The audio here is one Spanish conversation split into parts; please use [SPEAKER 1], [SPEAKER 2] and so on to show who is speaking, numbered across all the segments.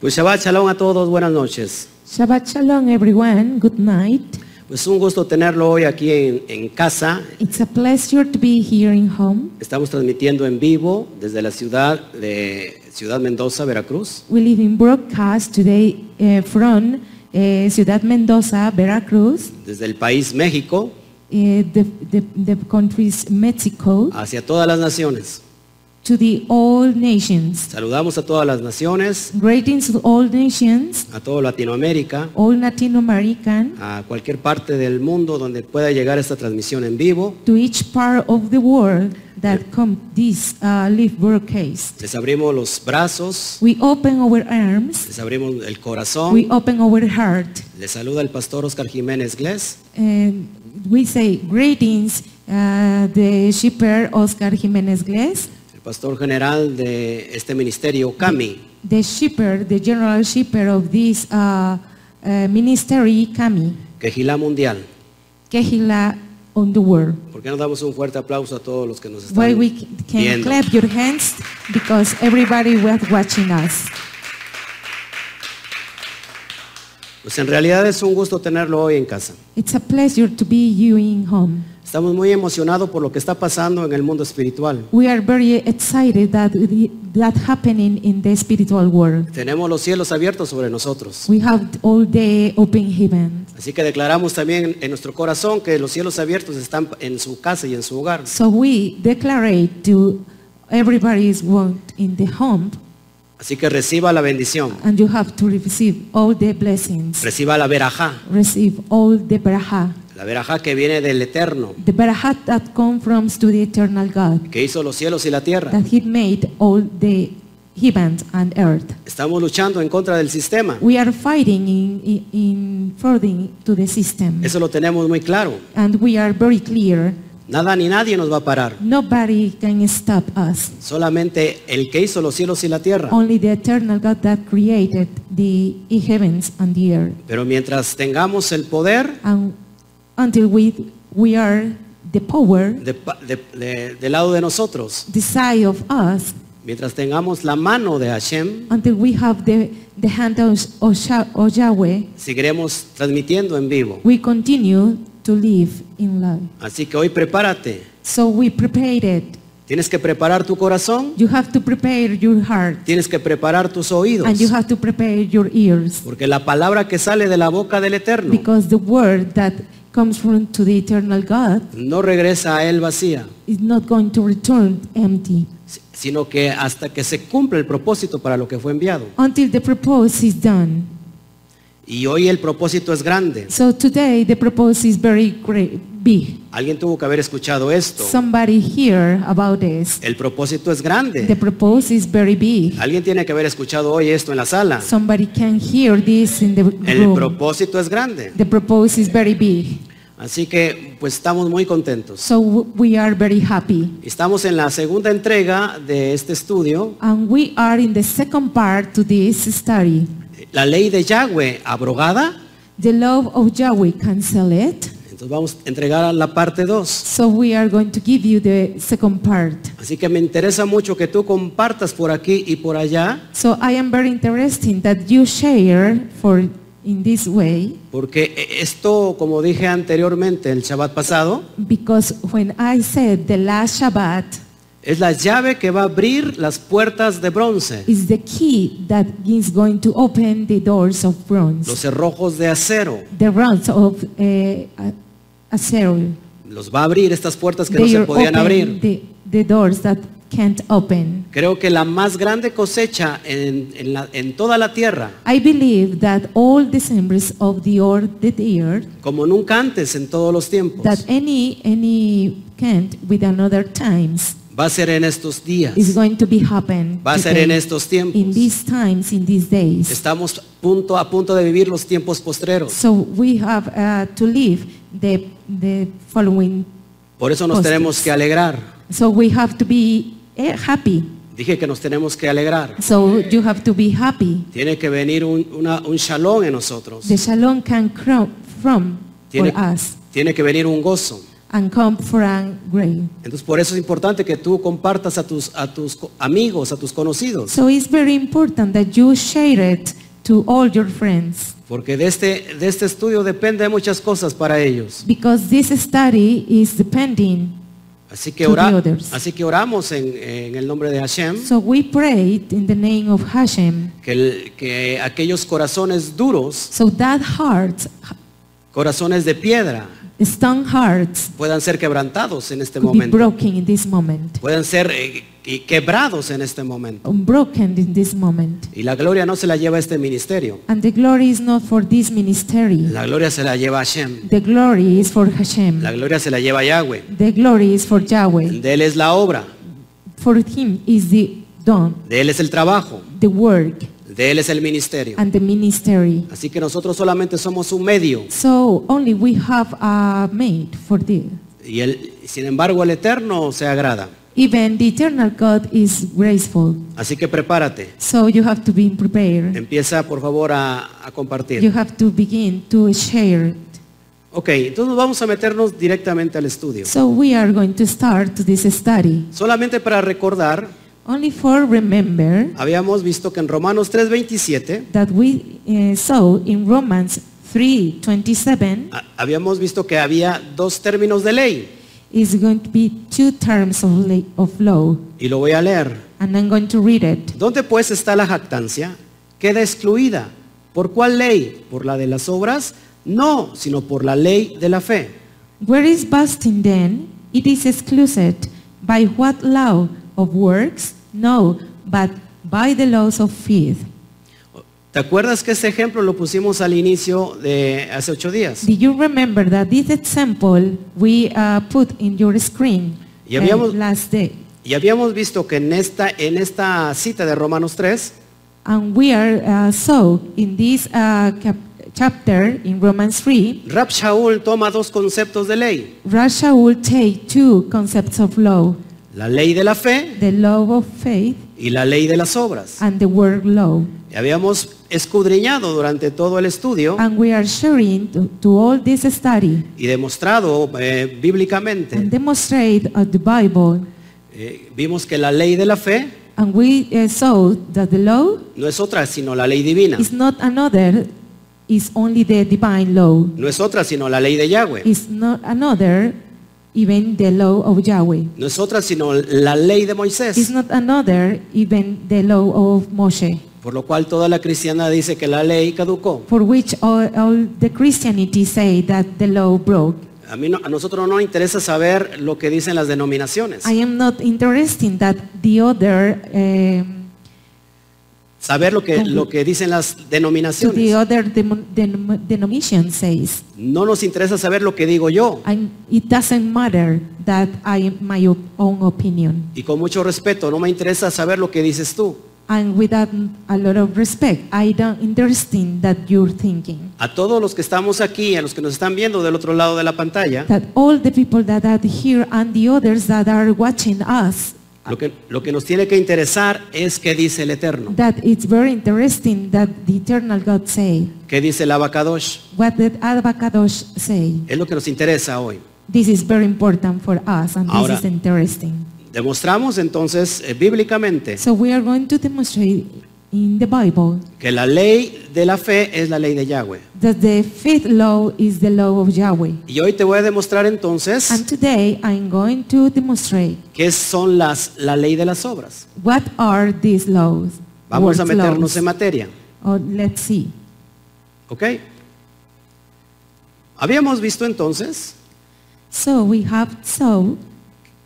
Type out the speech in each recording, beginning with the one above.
[SPEAKER 1] Pues Shabbat Shalom a todos, buenas noches.
[SPEAKER 2] Shabbat Shalom, everyone. Good night.
[SPEAKER 1] Pues un gusto tenerlo hoy aquí en, en casa.
[SPEAKER 2] It's a pleasure to be here in home.
[SPEAKER 1] Estamos transmitiendo en vivo desde la ciudad de Ciudad Mendoza, Veracruz.
[SPEAKER 2] We live in broadcast today eh, from eh, Ciudad Mendoza, Veracruz,
[SPEAKER 1] desde el país México
[SPEAKER 2] eh, the, the, the country's Mexico,
[SPEAKER 1] hacia todas las naciones.
[SPEAKER 2] to the all nations.
[SPEAKER 1] Saludamos a todas las naciones,
[SPEAKER 2] Greetings to all nations,
[SPEAKER 1] a toda Latinoamérica,
[SPEAKER 2] all Latin American,
[SPEAKER 1] a cualquier parte del mundo donde pueda llegar esta transmisión en vivo.
[SPEAKER 2] to each part of the world that come this uh, live broadcast.
[SPEAKER 1] Les abrimos los brazos,
[SPEAKER 2] We open our arms,
[SPEAKER 1] les abrimos el
[SPEAKER 2] we
[SPEAKER 1] corazón.
[SPEAKER 2] open our heart,
[SPEAKER 1] Les saluda el pastor Oscar Jiménez Glés.
[SPEAKER 2] and we say greetings, uh, the shepherd Oscar Jimenez Gles,
[SPEAKER 1] el pastor general de este ministerio, CAMI.
[SPEAKER 2] the shepherd, the general shepherd of this uh, uh, ministry, Kami,
[SPEAKER 1] Quejilá Mundial.
[SPEAKER 2] Kehila on the world.
[SPEAKER 1] ¿Por qué no damos un fuerte aplauso a todos los que nos
[SPEAKER 2] Why
[SPEAKER 1] están
[SPEAKER 2] we c- can
[SPEAKER 1] viendo?
[SPEAKER 2] clap your hands because everybody was watching us.
[SPEAKER 1] Pues en realidad es un gusto tenerlo hoy en casa.
[SPEAKER 2] It's a pleasure to be you in home.
[SPEAKER 1] Estamos muy emocionados por lo que está pasando en el mundo espiritual.
[SPEAKER 2] We are very excited that the- that happening in the spiritual world.
[SPEAKER 1] Tenemos los cielos abiertos sobre nosotros.
[SPEAKER 2] We have all the open heaven.
[SPEAKER 1] Así que declaramos también en nuestro corazón que los cielos abiertos están en su casa y en su hogar.
[SPEAKER 2] So we declare to everybody's want in the home,
[SPEAKER 1] Así que reciba la bendición.
[SPEAKER 2] and you have to receive all the blessings,
[SPEAKER 1] Reciba la verajá.
[SPEAKER 2] receive all the beraha,
[SPEAKER 1] La verajá que viene del Eterno,
[SPEAKER 2] the beraha that comes from to the eternal God,
[SPEAKER 1] que hizo los cielos y la tierra.
[SPEAKER 2] that He made all the heavens and earth.
[SPEAKER 1] Estamos luchando en contra del sistema.
[SPEAKER 2] We are fighting in, in, in furthering to the system,
[SPEAKER 1] Eso lo tenemos muy claro.
[SPEAKER 2] and we are very clear.
[SPEAKER 1] Nada ni nadie nos va a parar.
[SPEAKER 2] Nobody can stop us.
[SPEAKER 1] Solamente el que hizo los cielos y la tierra.
[SPEAKER 2] Only the eternal God that created the heavens and the earth.
[SPEAKER 1] Pero mientras tengamos el poder
[SPEAKER 2] and until we we are the power
[SPEAKER 1] de pa- de- de- del lado de nosotros,
[SPEAKER 2] the side of us
[SPEAKER 1] mientras tengamos la mano de Hashem,
[SPEAKER 2] until we have the the hand of, of, Sha- of Yahweh
[SPEAKER 1] seguiremos transmitiendo en vivo.
[SPEAKER 2] we continue to live in love
[SPEAKER 1] Así que hoy prepárate.
[SPEAKER 2] so we prepared it
[SPEAKER 1] Tienes que preparar tu corazón,
[SPEAKER 2] you have to prepare your heart
[SPEAKER 1] tienes que preparar tus oídos.
[SPEAKER 2] and you have to prepare your ears
[SPEAKER 1] Porque la palabra que sale de la boca del Eterno
[SPEAKER 2] because the word that comes from to the eternal God
[SPEAKER 1] no regresa a él vacía,
[SPEAKER 2] is not going to return empty
[SPEAKER 1] si- sino que hasta que se cumpla el propósito para lo que fue enviado.
[SPEAKER 2] until the purpose is done
[SPEAKER 1] Y hoy el propósito es grande.
[SPEAKER 2] so today the purpose is very great big
[SPEAKER 1] Alguien tuvo que haber escuchado esto.
[SPEAKER 2] Somebody hear about this.
[SPEAKER 1] El propósito es
[SPEAKER 2] The
[SPEAKER 1] grande.
[SPEAKER 2] proposal is very big.
[SPEAKER 1] Alguien tiene que haber escuchado hoy esto en la sala.
[SPEAKER 2] Somebody can hear this in the
[SPEAKER 1] Ah. El
[SPEAKER 2] room.
[SPEAKER 1] propósito es grande.
[SPEAKER 2] The proposal is very big.
[SPEAKER 1] Así que pues estamos muy contentos.
[SPEAKER 2] So we are very happy.
[SPEAKER 1] Estamos en la segunda entrega de este estudio,
[SPEAKER 2] And we are in the second part to this study.
[SPEAKER 1] la ley de Yahweh abrogada.
[SPEAKER 2] The love of Yahweh cancel it.
[SPEAKER 1] Entonces vamos a entregar a la parte 2.
[SPEAKER 2] So we are going to give you the second part.
[SPEAKER 1] Así que me interesa mucho que tú compartas por aquí y por allá,
[SPEAKER 2] So I am very interested that you share for in this way
[SPEAKER 1] porque eh, esto, como dije anteriormente el Shabbat pasado,
[SPEAKER 2] because when I said the last Shabbat
[SPEAKER 1] es la llave que va a abrir las puertas de bronce.
[SPEAKER 2] is the key that is going to open the doors of
[SPEAKER 1] los
[SPEAKER 2] bronze,
[SPEAKER 1] cerrojos de acero.
[SPEAKER 2] the rods of uh, acero.
[SPEAKER 1] Los va a abrir estas puertas que no
[SPEAKER 2] They
[SPEAKER 1] se
[SPEAKER 2] are
[SPEAKER 1] podían
[SPEAKER 2] open
[SPEAKER 1] abrir.
[SPEAKER 2] The, the doors that can't open.
[SPEAKER 1] Creo que la más grande cosecha en, en la- en toda la tierra,
[SPEAKER 2] I believe that all the symbols of the earth, the earth,
[SPEAKER 1] como nunca antes en todos los tiempos,
[SPEAKER 2] that any any can't with another times
[SPEAKER 1] va a ser en estos días,
[SPEAKER 2] is going to be happen.
[SPEAKER 1] va a ser
[SPEAKER 2] today.
[SPEAKER 1] en estos tiempos.
[SPEAKER 2] In these times, in these days.
[SPEAKER 1] Estamos punto, a punto de vivir los tiempos postreros.
[SPEAKER 2] So we have uh, to live the the following
[SPEAKER 1] Por eso nos
[SPEAKER 2] Postres.
[SPEAKER 1] tenemos que alegrar.
[SPEAKER 2] So we have to be eh, happy.
[SPEAKER 1] Dije que nos tenemos que alegrar.
[SPEAKER 2] So you have to be happy.
[SPEAKER 1] Tiene que venir un, una- un shalom en nosotros.
[SPEAKER 2] The shalom can come from for
[SPEAKER 1] Tiene,
[SPEAKER 2] us,
[SPEAKER 1] tiene que venir un gozo.
[SPEAKER 2] and come Frank Gray.
[SPEAKER 1] Entonces por eso es importante que tú compartas a tus, a tus co- amigos, a tus conocidos,
[SPEAKER 2] So it's very important that you share it to all your friends
[SPEAKER 1] porque de este, de este estudio depende de muchas cosas para ellos.
[SPEAKER 2] because this study is depending.
[SPEAKER 1] Así que,
[SPEAKER 2] To
[SPEAKER 1] ora-
[SPEAKER 2] the others.
[SPEAKER 1] así que oramos en, en el nombre de Hashem,
[SPEAKER 2] So we prayed in the name of Hashem.
[SPEAKER 1] que, el- que aquellos corazones duros,
[SPEAKER 2] So that heart,
[SPEAKER 1] corazones de piedra,
[SPEAKER 2] stone hearts,
[SPEAKER 1] puedan ser quebrantados en este
[SPEAKER 2] could be
[SPEAKER 1] momento,
[SPEAKER 2] broken in this moment,
[SPEAKER 1] puedan ser eh, y quebrados en este momento.
[SPEAKER 2] broken in this moment.
[SPEAKER 1] Y la gloria no se la lleva este ministerio,
[SPEAKER 2] And the glory is not for this ministry.
[SPEAKER 1] la gloria se la lleva Hashem,
[SPEAKER 2] The glory is for Hashem.
[SPEAKER 1] la gloria se la lleva Yahweh,
[SPEAKER 2] The glory is for Yahweh.
[SPEAKER 1] de Él es la obra,
[SPEAKER 2] For him is the done,
[SPEAKER 1] de Él es el trabajo,
[SPEAKER 2] the work,
[SPEAKER 1] de Él es el ministerio.
[SPEAKER 2] and the ministry.
[SPEAKER 1] Así que nosotros solamente somos un medio,
[SPEAKER 2] So only we have a maid for the.
[SPEAKER 1] y él, sin embargo el Eterno se agrada.
[SPEAKER 2] Even the eternal God is graceful.
[SPEAKER 1] Así que prepárate.
[SPEAKER 2] So you have to be prepared.
[SPEAKER 1] Empieza por favor a, a
[SPEAKER 2] You
[SPEAKER 1] compartir.
[SPEAKER 2] have to begin to share. it.
[SPEAKER 1] Ok, entonces vamos a meternos directamente al estudio.
[SPEAKER 2] So we are going to start this study.
[SPEAKER 1] Solamente para recordar,
[SPEAKER 2] Only for remember
[SPEAKER 1] habíamos visto que en Romanos 3:27,
[SPEAKER 2] that we eh, saw in Romans 3:27
[SPEAKER 1] a- habíamos visto que había dos términos de ley,
[SPEAKER 2] is going to be two terms of, la- of law,
[SPEAKER 1] y lo voy a leer.
[SPEAKER 2] and I'm going to read it.
[SPEAKER 1] ¿Dónde pues está la jactancia? Queda excluida. ¿Por cuál ley? ¿Por la de las obras? No, sino por la ley de la fe.
[SPEAKER 2] Where is boasting then? It is excluded. By what law of works? No, but by the laws of faith.
[SPEAKER 1] ¿Te acuerdas que este ejemplo lo pusimos al inicio de hace ocho días?
[SPEAKER 2] Do you remember that this example we uh, put in your screen
[SPEAKER 1] Y habíamos-
[SPEAKER 2] eh, last day?
[SPEAKER 1] Y habíamos visto que en esta, en esta cita de Romanos 3,
[SPEAKER 2] And we are uh, so in this uh, cap- chapter in Romans 3,
[SPEAKER 1] Rab Shaul toma dos conceptos de ley,
[SPEAKER 2] Russia will take two concepts of law,
[SPEAKER 1] la ley de la fe
[SPEAKER 2] the law of faith
[SPEAKER 1] y la ley de las obras.
[SPEAKER 2] and the word law.
[SPEAKER 1] Y habíamos escudriñado durante todo el estudio
[SPEAKER 2] And we are sharing to, to all this study
[SPEAKER 1] y demostrado eh,
[SPEAKER 2] and
[SPEAKER 1] bíblicamente,
[SPEAKER 2] demonstrate of the Bible.
[SPEAKER 1] eh, vimos que la ley de la fe
[SPEAKER 2] And we uh, saw that the law
[SPEAKER 1] no es otra sino la ley divina,
[SPEAKER 2] is not another, is only the divine law.
[SPEAKER 1] no es otra sino la ley de Yahweh,
[SPEAKER 2] It's not another, even the law of Yahweh.
[SPEAKER 1] no es otra sino la ley de
[SPEAKER 2] It's
[SPEAKER 1] Moisés,
[SPEAKER 2] not another, even the law of Moshe,
[SPEAKER 1] por lo cual toda la cristiana dice que la ley caducó.
[SPEAKER 2] for which all, all the Christianity say that the law broke.
[SPEAKER 1] A, mí no- a nosotros no nos interesa saber lo que dicen las denominaciones.
[SPEAKER 2] I am not interested in that the other um,
[SPEAKER 1] Saber lo que, lo que dicen las
[SPEAKER 2] to the
[SPEAKER 1] denominaciones.
[SPEAKER 2] other demo- denom- denomination says.
[SPEAKER 1] No nos interesa saber lo que digo yo.
[SPEAKER 2] And it doesn't matter that I am my op- own opinion.
[SPEAKER 1] Y con mucho respeto, no me interesa saber lo que dices tú.
[SPEAKER 2] And without a lot of respect, I don't understand that you're thinking.
[SPEAKER 1] A todos los que estamos aquí, a los que nos están viendo del otro lado de la pantalla,
[SPEAKER 2] That all the people that are here and the others that are watching us,
[SPEAKER 1] lo que, lo que nos tiene que interesar es qué dice el Eterno,
[SPEAKER 2] that it's very interesting that the eternal God say,
[SPEAKER 1] qué dice el Abacadosh.
[SPEAKER 2] what did Advakadosh say?
[SPEAKER 1] Es lo que nos interesa hoy.
[SPEAKER 2] This is very important for us and
[SPEAKER 1] Ahora-
[SPEAKER 2] this is interesting.
[SPEAKER 1] Demostramos entonces eh, bíblicamente
[SPEAKER 2] So we are going to demonstrate in the Bible
[SPEAKER 1] que la ley de la fe es la ley de Yahweh.
[SPEAKER 2] that the fifth law is the law of Yahweh.
[SPEAKER 1] Y hoy te voy a demostrar entonces
[SPEAKER 2] And today I'm going to demonstrate
[SPEAKER 1] qué son las, la ley de las obras.
[SPEAKER 2] what are these laws.
[SPEAKER 1] Vamos a
[SPEAKER 2] words
[SPEAKER 1] meternos
[SPEAKER 2] laws.
[SPEAKER 1] en materia.
[SPEAKER 2] Oh, let's see.
[SPEAKER 1] ¿Ok? Habíamos visto entonces
[SPEAKER 2] So we have so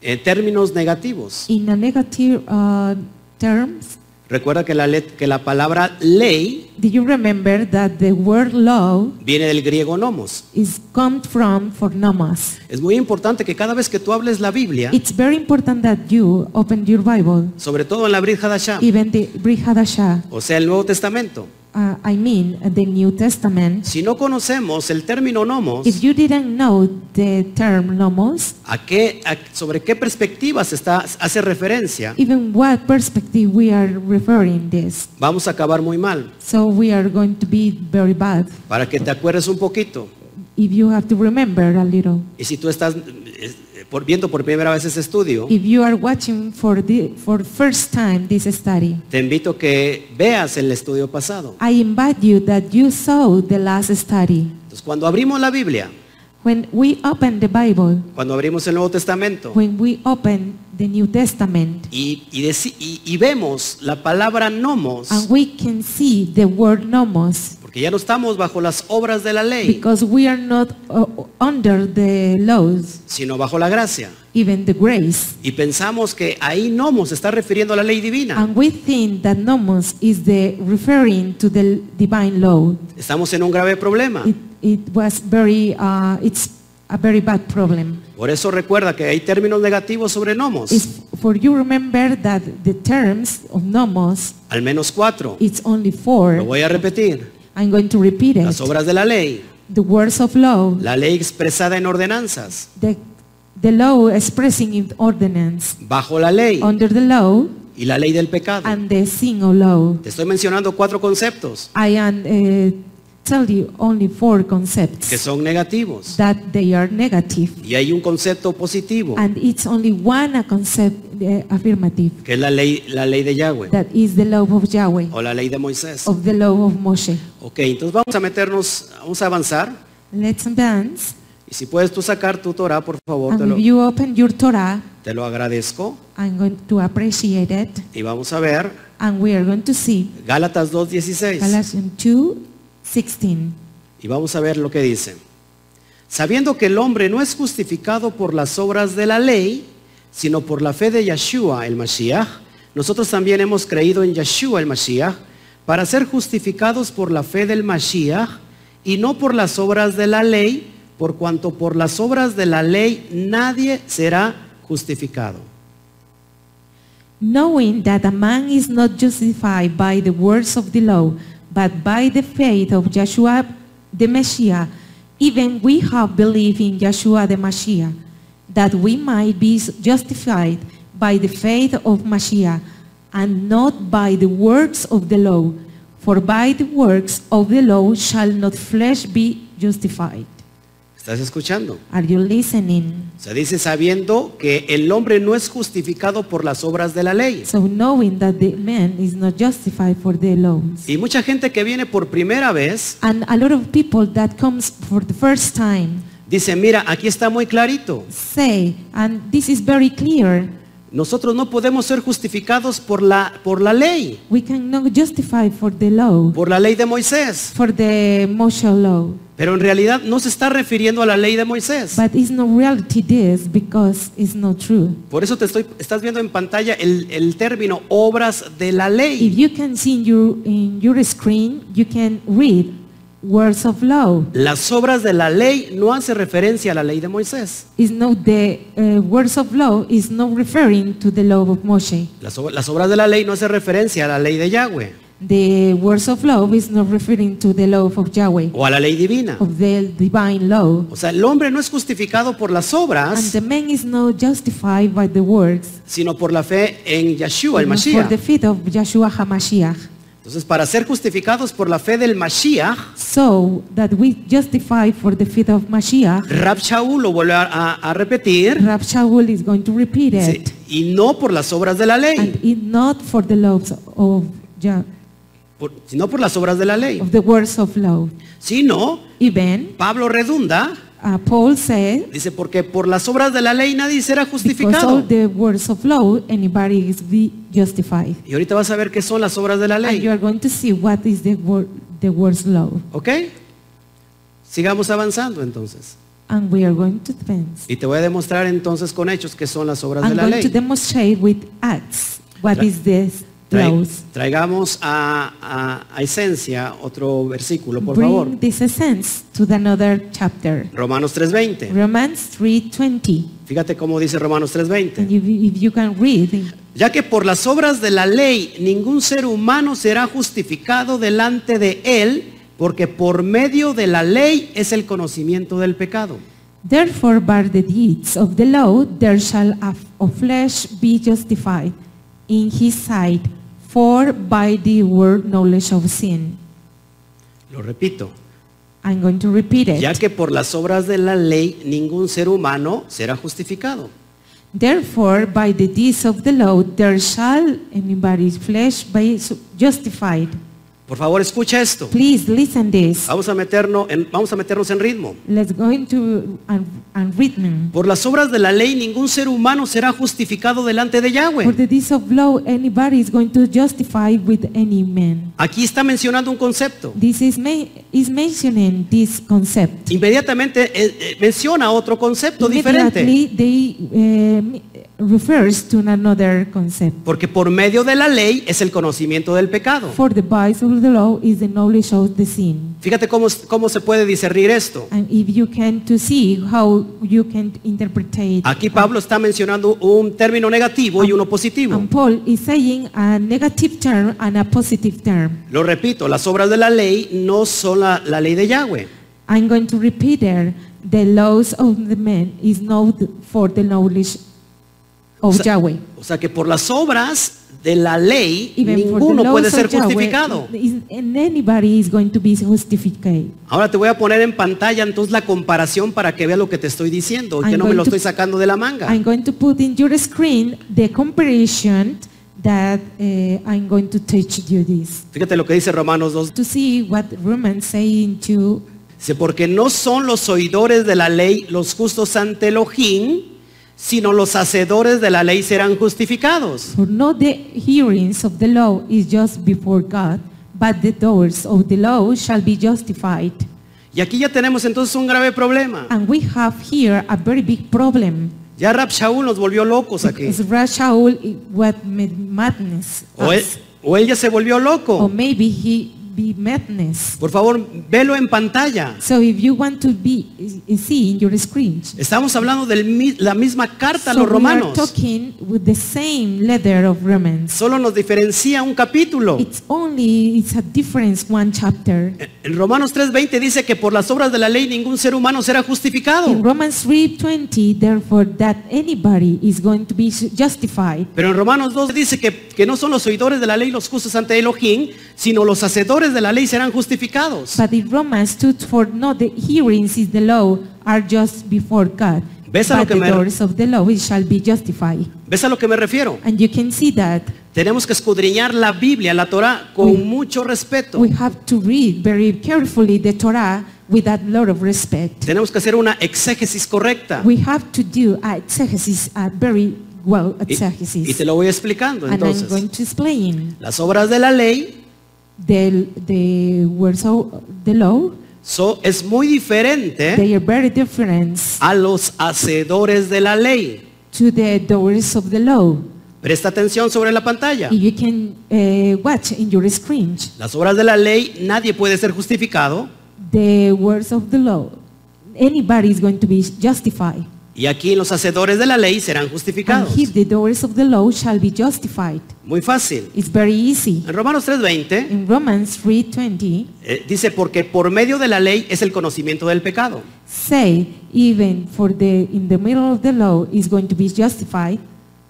[SPEAKER 1] en eh, términos negativos.
[SPEAKER 2] in a negative uh, terms.
[SPEAKER 1] Recuerda que la, let- que la palabra ley
[SPEAKER 2] Do you remember that the word law
[SPEAKER 1] viene del griego nomos.
[SPEAKER 2] is come from for namas?
[SPEAKER 1] Es muy importante que cada vez que tú hables la Biblia,
[SPEAKER 2] It's very important that you open your Bible,
[SPEAKER 1] sobre todo en la Brit Hadashah,
[SPEAKER 2] even the Brihadasha,
[SPEAKER 1] o sea, el Nuevo Testamento,
[SPEAKER 2] uh, I mean the New Testament.
[SPEAKER 1] si no conocemos el término nomos,
[SPEAKER 2] If you didn't know the term nomos,
[SPEAKER 1] ¿a qué, a- sobre qué perspectivas está, hace referencia,
[SPEAKER 2] even what perspective we are referring this.
[SPEAKER 1] vamos a acabar muy mal.
[SPEAKER 2] So we are going to be very bad.
[SPEAKER 1] Para que te acuerdes un poquito.
[SPEAKER 2] if you have to remember a little.
[SPEAKER 1] Y si tú estás eh, eh, por- viendo por primera vez ese estudio,
[SPEAKER 2] If you are watching for the for first time this study,
[SPEAKER 1] te invito que veas el estudio pasado.
[SPEAKER 2] I invite you that you saw the last study.
[SPEAKER 1] Entonces, cuando abrimos la Biblia,
[SPEAKER 2] When we open the Bible,
[SPEAKER 1] cuando abrimos el Nuevo Testamento
[SPEAKER 2] when we open the New Testament,
[SPEAKER 1] y, y deci- y- y vemos la palabra nomos,
[SPEAKER 2] and we can see the word nomos,
[SPEAKER 1] porque ya no estamos bajo las obras de la ley,
[SPEAKER 2] because we are not uh, under the laws,
[SPEAKER 1] sino bajo la gracia.
[SPEAKER 2] even the grace.
[SPEAKER 1] Y pensamos que ahí nomos se está refiriendo a la ley divina.
[SPEAKER 2] And we think that nomos is the referring to the divine law.
[SPEAKER 1] Estamos en un grave problema.
[SPEAKER 2] It, it was very, uh, it's a very bad problem.
[SPEAKER 1] Por eso recuerda que hay términos negativos sobre nomos,
[SPEAKER 2] It's for you remember that the terms of nomos,
[SPEAKER 1] al menos cuatro.
[SPEAKER 2] it's only
[SPEAKER 1] Lo
[SPEAKER 2] four.
[SPEAKER 1] voy a repetir.
[SPEAKER 2] I'm going to repeat it.
[SPEAKER 1] Las obras de la ley,
[SPEAKER 2] The words of law,
[SPEAKER 1] la ley expresada en ordenanzas,
[SPEAKER 2] the, the law expressing in ordinance,
[SPEAKER 1] bajo la ley
[SPEAKER 2] under the law,
[SPEAKER 1] y la ley del pecado.
[SPEAKER 2] and the sin of law.
[SPEAKER 1] Te estoy mencionando cuatro conceptos
[SPEAKER 2] I am uh, tell you only four
[SPEAKER 1] que
[SPEAKER 2] concepts
[SPEAKER 1] son negativos.
[SPEAKER 2] that they are negative,
[SPEAKER 1] Y hay un concepto positivo,
[SPEAKER 2] and it's only one a concept uh, affirmative
[SPEAKER 1] que es la ley, la ley de Yahweh
[SPEAKER 2] that is the law of Yahweh,
[SPEAKER 1] o la ley de Moisés.
[SPEAKER 2] of the law of Moshe.
[SPEAKER 1] Ok, entonces vamos a meternos, vamos a avanzar.
[SPEAKER 2] Let's advance.
[SPEAKER 1] Y si puedes tú sacar tu Torah, por favor, te
[SPEAKER 2] And
[SPEAKER 1] lo,
[SPEAKER 2] if you open your Torah,
[SPEAKER 1] te lo agradezco.
[SPEAKER 2] I'm going to appreciate it,
[SPEAKER 1] Y vamos a ver
[SPEAKER 2] and we are going to see
[SPEAKER 1] Gálatas 2.16.
[SPEAKER 2] Galatians 2, 16.
[SPEAKER 1] Y vamos a ver lo que dice. Sabiendo que el hombre no es justificado por las obras de la ley, sino por la fe de Yeshua el Mashiach, nosotros también hemos creído en Yeshua el Mashiach para ser justificados por la fe del Mashiach y no por las obras de la ley, por cuanto por las obras de la ley nadie será justificado.
[SPEAKER 2] knowing that a man is not justified by the words of the law, but by the faith of Joshua the Messiah, even we have believed in Joshua the Messiah, that we might be justified by the faith of Messiah, and not by the words of the law, for by the works of the law shall not flesh be justified.
[SPEAKER 1] ¿Estás escuchando?
[SPEAKER 2] Are you listening?
[SPEAKER 1] Se dice sabiendo que el hombre no es justificado por las obras de la ley.
[SPEAKER 2] So knowing that the man is not justified for the laws.
[SPEAKER 1] Y mucha gente que viene por primera vez
[SPEAKER 2] And a lot of people that comes for the first time
[SPEAKER 1] dice, mira, aquí está muy clarito.
[SPEAKER 2] say, and this is very clear,
[SPEAKER 1] Nosotros no podemos ser justificados por la, por la ley,
[SPEAKER 2] we cannot justify for the law,
[SPEAKER 1] por la ley de Moisés.
[SPEAKER 2] for the Moshe law.
[SPEAKER 1] Pero en realidad no se está refiriendo a la ley de Moisés.
[SPEAKER 2] But it's not reality this because it's not true.
[SPEAKER 1] Por eso te estoy, estás viendo en pantalla el, el término obras de la
[SPEAKER 2] If
[SPEAKER 1] ley.
[SPEAKER 2] you can see in your, in your screen, you can read words of law.
[SPEAKER 1] Las obras de la ley no hace referencia a la ley de Moisés.
[SPEAKER 2] It's not the uh, words of law is not referring to the law of Moshe.
[SPEAKER 1] Las, ob- las obras de la ley no hace referencia a la ley de Yahweh
[SPEAKER 2] The words of law is not referring to the law of Yahweh,
[SPEAKER 1] o a la ley divina.
[SPEAKER 2] of the divine law.
[SPEAKER 1] O sea, el hombre no es justificado por las
[SPEAKER 2] And
[SPEAKER 1] obras,
[SPEAKER 2] the man is not justified by the words
[SPEAKER 1] sino por la fe en Yeshua, el
[SPEAKER 2] but for
[SPEAKER 1] Mashiach.
[SPEAKER 2] the feet of Yeshua HaMashiach.
[SPEAKER 1] Entonces, para ser justificados por la fe del Mashiach,
[SPEAKER 2] So that we justify for the feet of Mashiach,
[SPEAKER 1] Rab Shaul lo vuelve a, a- a repetir,
[SPEAKER 2] Rab Shaul is going to repeat
[SPEAKER 1] dice,
[SPEAKER 2] it.
[SPEAKER 1] y no por las obras de la
[SPEAKER 2] And
[SPEAKER 1] ley,
[SPEAKER 2] it not for the laws of, Ja-
[SPEAKER 1] por- sino por las obras de la ley,
[SPEAKER 2] of the words of law.
[SPEAKER 1] sino
[SPEAKER 2] Even
[SPEAKER 1] Pablo redunda,
[SPEAKER 2] uh, Paul said,
[SPEAKER 1] dice, porque por las obras de la ley nadie será
[SPEAKER 2] because all
[SPEAKER 1] justificado.
[SPEAKER 2] the words of law, anybody is be justified.
[SPEAKER 1] Y ahorita vas a ver qué son las obras de la
[SPEAKER 2] And you
[SPEAKER 1] ley,
[SPEAKER 2] are going to see what is the word, the words law.
[SPEAKER 1] ¿ok? Sigamos avanzando entonces.
[SPEAKER 2] And we are going to advance.
[SPEAKER 1] Y te voy a demostrar entonces con hechos qué son las obras de
[SPEAKER 2] I'm
[SPEAKER 1] la
[SPEAKER 2] going to
[SPEAKER 1] ley.
[SPEAKER 2] demonstrate with acts what
[SPEAKER 1] Tra-
[SPEAKER 2] is this
[SPEAKER 1] Trai-
[SPEAKER 2] laws.
[SPEAKER 1] traigamos a, a- a esencia otro versículo, por favor.
[SPEAKER 2] Bring this essence to the another chapter.
[SPEAKER 1] Romanos 3:20.
[SPEAKER 2] Romans 3:20.
[SPEAKER 1] Fíjate cómo dice Romanos
[SPEAKER 2] And
[SPEAKER 1] 3:20.
[SPEAKER 2] if, if you can read, in-
[SPEAKER 1] Ya que por las obras de la ley ningún ser humano será justificado delante de él, porque por medio de la ley es el conocimiento del pecado.
[SPEAKER 2] therefore by the deeds of the law there shall a, a flesh be justified in his sight, for by the word knowledge of sin.
[SPEAKER 1] Lo repito,
[SPEAKER 2] I'm going to repeat
[SPEAKER 1] ya
[SPEAKER 2] it.
[SPEAKER 1] que por las obras de la ley ningún ser humano será justificado.
[SPEAKER 2] Therefore, by the deeds of the law, there shall anybody's flesh be su- justified.
[SPEAKER 1] Por favor, escucha esto.
[SPEAKER 2] Please listen this.
[SPEAKER 1] Vamos a meternos en, vamos a meternos en ritmo.
[SPEAKER 2] Let's go into un- unwritten.
[SPEAKER 1] Por las obras de la ley ningún ser humano será justificado delante de
[SPEAKER 2] For
[SPEAKER 1] Yahweh.
[SPEAKER 2] the deeds of law, anybody is going to justify with any man.
[SPEAKER 1] Aquí está mencionando un concepto.
[SPEAKER 2] This is, ma- is mentioning this concept.
[SPEAKER 1] Inmediatamente eh, eh, menciona otro concepto diferente.
[SPEAKER 2] Immediately, they um, refers to another concept.
[SPEAKER 1] Porque por medio de la ley es el conocimiento del pecado.
[SPEAKER 2] For the vice of the law is the knowledge of the sin.
[SPEAKER 1] Fíjate cómo, cómo se puede discernir esto.
[SPEAKER 2] And if you can to see how you can interpret it.
[SPEAKER 1] Aquí Pablo está mencionando un término negativo y uno positivo.
[SPEAKER 2] And Paul is saying a negative term and a positive term.
[SPEAKER 1] Lo repito, las obras de la ley no son la, la ley de Yahweh.
[SPEAKER 2] I'm going to repeat it. The laws of the man is not for the knowledge of
[SPEAKER 1] sea,
[SPEAKER 2] Yahweh.
[SPEAKER 1] O sea que por las obras de la ley
[SPEAKER 2] Even for the
[SPEAKER 1] ninguno
[SPEAKER 2] laws
[SPEAKER 1] puede
[SPEAKER 2] of
[SPEAKER 1] ser
[SPEAKER 2] Yahweh,
[SPEAKER 1] justificado.
[SPEAKER 2] is- and anybody is going to be justified.
[SPEAKER 1] Ahora te voy a poner en pantalla entonces la comparación para que veas lo que te estoy diciendo, que
[SPEAKER 2] I'm
[SPEAKER 1] no me
[SPEAKER 2] going
[SPEAKER 1] lo
[SPEAKER 2] to-
[SPEAKER 1] estoy sacando de la manga.
[SPEAKER 2] I'm going to put in your screen the comparison that eh, I'm going to teach you this.
[SPEAKER 1] Fíjate lo que dice Romanos 2.
[SPEAKER 2] To see what Romans saying to
[SPEAKER 1] Dice, porque no son los oidores de la ley los justos ante Elohim, sino los hacedores de la ley serán justificados.
[SPEAKER 2] For not the hearings of the law is just before God, but the doors of the law shall be justified.
[SPEAKER 1] Y aquí ya tenemos entonces un grave problema.
[SPEAKER 2] And we have here a very big problem.
[SPEAKER 1] Ya Rab Shaul nos volvió locos aquí.
[SPEAKER 2] Because Rashaul what made madness.
[SPEAKER 1] O él,
[SPEAKER 2] us.
[SPEAKER 1] o él ya se volvió
[SPEAKER 2] Or
[SPEAKER 1] loco.
[SPEAKER 2] maybe he be madness.
[SPEAKER 1] Por favor, velo en pantalla.
[SPEAKER 2] So if you want to be eh, see in your screen.
[SPEAKER 1] Estamos hablando de la misma carta a
[SPEAKER 2] so
[SPEAKER 1] los
[SPEAKER 2] we are
[SPEAKER 1] romanos.
[SPEAKER 2] talking with the same letter of Romans.
[SPEAKER 1] Solo nos diferencia un capítulo.
[SPEAKER 2] It's only it's a difference one chapter.
[SPEAKER 1] En Romanos 3:20 dice que por las obras de la ley ningún ser humano será
[SPEAKER 2] In
[SPEAKER 1] justificado.
[SPEAKER 2] Romans 3:20, therefore, that anybody is going to be justified.
[SPEAKER 1] Pero en Romanos 2 dice que, que no son los oidores de la ley los justos ante Elohim, sino los hacedores de la ley serán justificados.
[SPEAKER 2] But in Romans 2, for not the hearings is the law are just before God.
[SPEAKER 1] ¿Ves a lo
[SPEAKER 2] but
[SPEAKER 1] que
[SPEAKER 2] the
[SPEAKER 1] me-
[SPEAKER 2] doors of the law it shall be justified.
[SPEAKER 1] ¿Ves a lo que me refiero?
[SPEAKER 2] And you can see that
[SPEAKER 1] Tenemos que escudriñar la Biblia, la Torah, con mucho respeto.
[SPEAKER 2] we have to read very carefully the Torah with a lot of respect.
[SPEAKER 1] Tenemos que hacer una exégesis correcta.
[SPEAKER 2] We have to do a exegesis, a very well
[SPEAKER 1] Y,
[SPEAKER 2] exegesis.
[SPEAKER 1] y te lo voy explicando
[SPEAKER 2] and I'm going
[SPEAKER 1] entonces.
[SPEAKER 2] to explain
[SPEAKER 1] Las obras de la ley
[SPEAKER 2] the, the words of the law.
[SPEAKER 1] so, es muy diferente
[SPEAKER 2] They are very different
[SPEAKER 1] a los hacedores de la ley.
[SPEAKER 2] to the doors of the law.
[SPEAKER 1] Presta atención sobre la pantalla.
[SPEAKER 2] You can eh, watch in your screen.
[SPEAKER 1] Las obras de la ley nadie puede ser justificado.
[SPEAKER 2] The words of the law. Anybody is going to be justified.
[SPEAKER 1] Y aquí los hacedores de la ley serán
[SPEAKER 2] And
[SPEAKER 1] justificados.
[SPEAKER 2] here the doors of the law shall be justified.
[SPEAKER 1] Muy fácil.
[SPEAKER 2] It's very easy.
[SPEAKER 1] En Romanos 3:20
[SPEAKER 2] In Romans 3.20
[SPEAKER 1] eh, dice, porque por medio de la ley es el conocimiento del pecado.
[SPEAKER 2] say even for the in the middle of the law is going to be justified.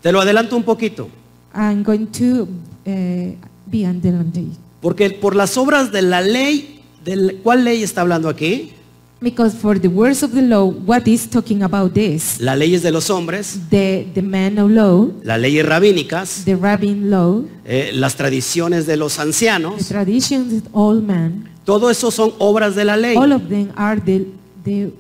[SPEAKER 1] Te lo adelanto un poquito.
[SPEAKER 2] I'm going to eh, be undelanted.
[SPEAKER 1] Porque por las obras de la ley, ¿de cuál ley está hablando aquí?
[SPEAKER 2] Because for the words of the law, what is talking about this?
[SPEAKER 1] Las leyes de los hombres,
[SPEAKER 2] The, the man of law
[SPEAKER 1] las leyes rabínicas,
[SPEAKER 2] the rabbin law,
[SPEAKER 1] eh, las tradiciones de los
[SPEAKER 2] the
[SPEAKER 1] ancianos.
[SPEAKER 2] traditions of all men,
[SPEAKER 1] Todo eso son obras de la ley.
[SPEAKER 2] all of them are the, the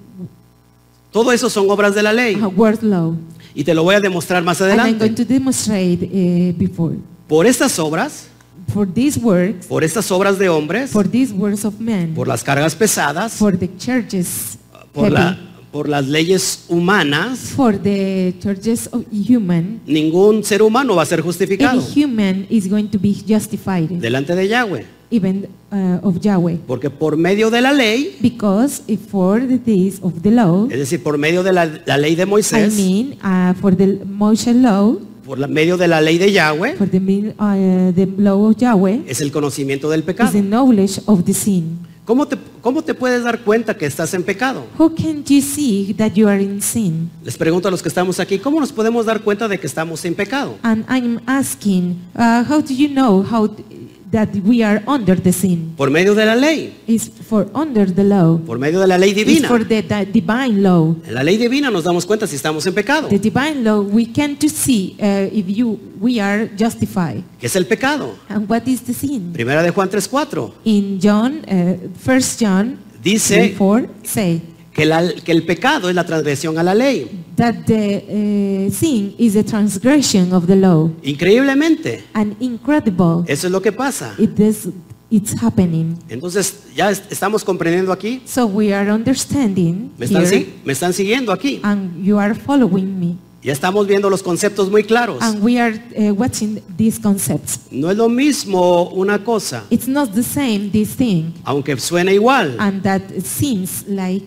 [SPEAKER 1] Todo eso son obras de la ley.
[SPEAKER 2] uh, word law.
[SPEAKER 1] Y te lo voy a demostrar más
[SPEAKER 2] And I'm going
[SPEAKER 1] adelante.
[SPEAKER 2] to demonstrate uh, before.
[SPEAKER 1] Por estas obras,
[SPEAKER 2] For these works,
[SPEAKER 1] por estas obras de hombres,
[SPEAKER 2] for these words of men,
[SPEAKER 1] por las cargas pesadas,
[SPEAKER 2] for the churches,
[SPEAKER 1] por, la-
[SPEAKER 2] heavy,
[SPEAKER 1] por las leyes humanas,
[SPEAKER 2] for the churches of human,
[SPEAKER 1] ningún ser humano va a ser
[SPEAKER 2] any
[SPEAKER 1] justificado
[SPEAKER 2] human is going to be justified,
[SPEAKER 1] delante de Yahweh.
[SPEAKER 2] even uh, of Yahweh.
[SPEAKER 1] Porque por medio de la ley,
[SPEAKER 2] Because if for the days of the law,
[SPEAKER 1] es decir, por medio de la, la ley de
[SPEAKER 2] I
[SPEAKER 1] Moisés,
[SPEAKER 2] mean uh, for the Moshe law,
[SPEAKER 1] por la- medio de la ley de Yahweh,
[SPEAKER 2] For the, mean- uh, the law of Yahweh
[SPEAKER 1] es el conocimiento del
[SPEAKER 2] is the
[SPEAKER 1] pecado.
[SPEAKER 2] knowledge of the sin.
[SPEAKER 1] ¿Cómo te, ¿Cómo te puedes dar cuenta que estás en pecado?
[SPEAKER 2] How can you see that you are in sin?
[SPEAKER 1] Les pregunto a los que estamos aquí, ¿cómo nos podemos dar cuenta de que estamos en pecado?
[SPEAKER 2] And I'm asking, uh, how do you know how that we are under the sin.
[SPEAKER 1] por medio de la ley,
[SPEAKER 2] It's for under the law.
[SPEAKER 1] por medio de la ley
[SPEAKER 2] It's
[SPEAKER 1] divina.
[SPEAKER 2] for the, the divine law.
[SPEAKER 1] En la ley divina nos damos cuenta si estamos en pecado,
[SPEAKER 2] The divine law we can to see uh, if you we are justified.
[SPEAKER 1] que es el pecado.
[SPEAKER 2] And what is the sin?
[SPEAKER 1] Primera de Juan 3:4
[SPEAKER 2] In John, uh, 1 John
[SPEAKER 1] dice
[SPEAKER 2] 4 say
[SPEAKER 1] que, la- que el pecado es la transgresión a la ley.
[SPEAKER 2] that the uh, sin is a transgression of the law.
[SPEAKER 1] Increíblemente,
[SPEAKER 2] And incredible,
[SPEAKER 1] eso es lo que pasa.
[SPEAKER 2] it is, it's happening.
[SPEAKER 1] Entonces, ya est- estamos comprendiendo aquí.
[SPEAKER 2] So we are understanding
[SPEAKER 1] Me están,
[SPEAKER 2] here,
[SPEAKER 1] si- me están siguiendo aquí.
[SPEAKER 2] and you are following me.
[SPEAKER 1] Ya estamos viendo los conceptos muy claros.
[SPEAKER 2] And we are uh, watching these concepts.
[SPEAKER 1] No es lo mismo una cosa,
[SPEAKER 2] It's not the same, this thing,
[SPEAKER 1] aunque suene igual,
[SPEAKER 2] and that it seems like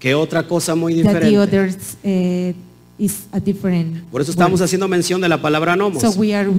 [SPEAKER 1] que otra cosa muy
[SPEAKER 2] that the
[SPEAKER 1] diferente.
[SPEAKER 2] others uh, is a different.
[SPEAKER 1] Por eso estamos
[SPEAKER 2] word.
[SPEAKER 1] haciendo mención de la palabra nomos.
[SPEAKER 2] So we are uh,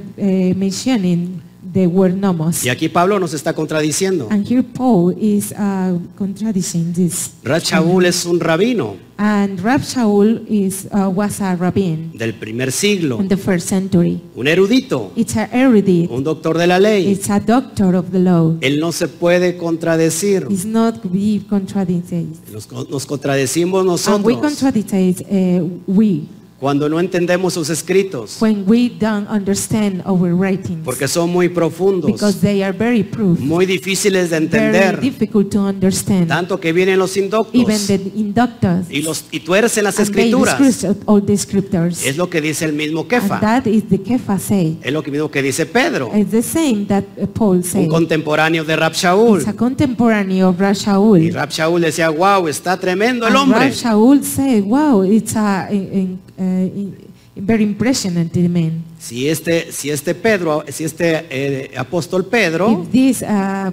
[SPEAKER 2] mentioning the word nomos.
[SPEAKER 1] Y aquí Pablo nos está contradiciendo.
[SPEAKER 2] And here Paul is uh, contradicting this.
[SPEAKER 1] Rab Shaul es un rabino
[SPEAKER 2] And Rab Shaul is, uh, was a rabbin
[SPEAKER 1] del primer siglo,
[SPEAKER 2] in the first century.
[SPEAKER 1] un erudito,
[SPEAKER 2] It's a erudite.
[SPEAKER 1] un doctor de la ley.
[SPEAKER 2] It's a doctor of the law.
[SPEAKER 1] Él no se puede contradecir.
[SPEAKER 2] It's not we contradicted.
[SPEAKER 1] Nos, co- nos contradecimos
[SPEAKER 2] And we
[SPEAKER 1] nosotros
[SPEAKER 2] contradicted uh, we
[SPEAKER 1] cuando no entendemos sus escritos,
[SPEAKER 2] when we don't understand our writings
[SPEAKER 1] porque son muy
[SPEAKER 2] because
[SPEAKER 1] profundos,
[SPEAKER 2] they are very proof,
[SPEAKER 1] muy difíciles de
[SPEAKER 2] very
[SPEAKER 1] entender,
[SPEAKER 2] difficult to understand.
[SPEAKER 1] tanto que vienen los
[SPEAKER 2] Even
[SPEAKER 1] indoctos
[SPEAKER 2] the inductors
[SPEAKER 1] y, los, y tuercen las
[SPEAKER 2] and they
[SPEAKER 1] escrituras.
[SPEAKER 2] describe all the scriptures.
[SPEAKER 1] Es lo que dice el mismo
[SPEAKER 2] and
[SPEAKER 1] Kefa,
[SPEAKER 2] that is the Kefa say.
[SPEAKER 1] es lo que mismo que dice Pedro,
[SPEAKER 2] It's the same that uh, Paul
[SPEAKER 1] un
[SPEAKER 2] said.
[SPEAKER 1] contemporáneo de Rab Shaul.
[SPEAKER 2] It's a contemporary of Rab
[SPEAKER 1] Y
[SPEAKER 2] Shaul.
[SPEAKER 1] Rab Shaul decía, wow, está tremendo el
[SPEAKER 2] And
[SPEAKER 1] hombre.
[SPEAKER 2] Rab Shaul said, wow, it's a, in- in- uh, in- very impressionant man.
[SPEAKER 1] Si este, si este Pedro, si este eh, apóstol Pedro,
[SPEAKER 2] If this uh,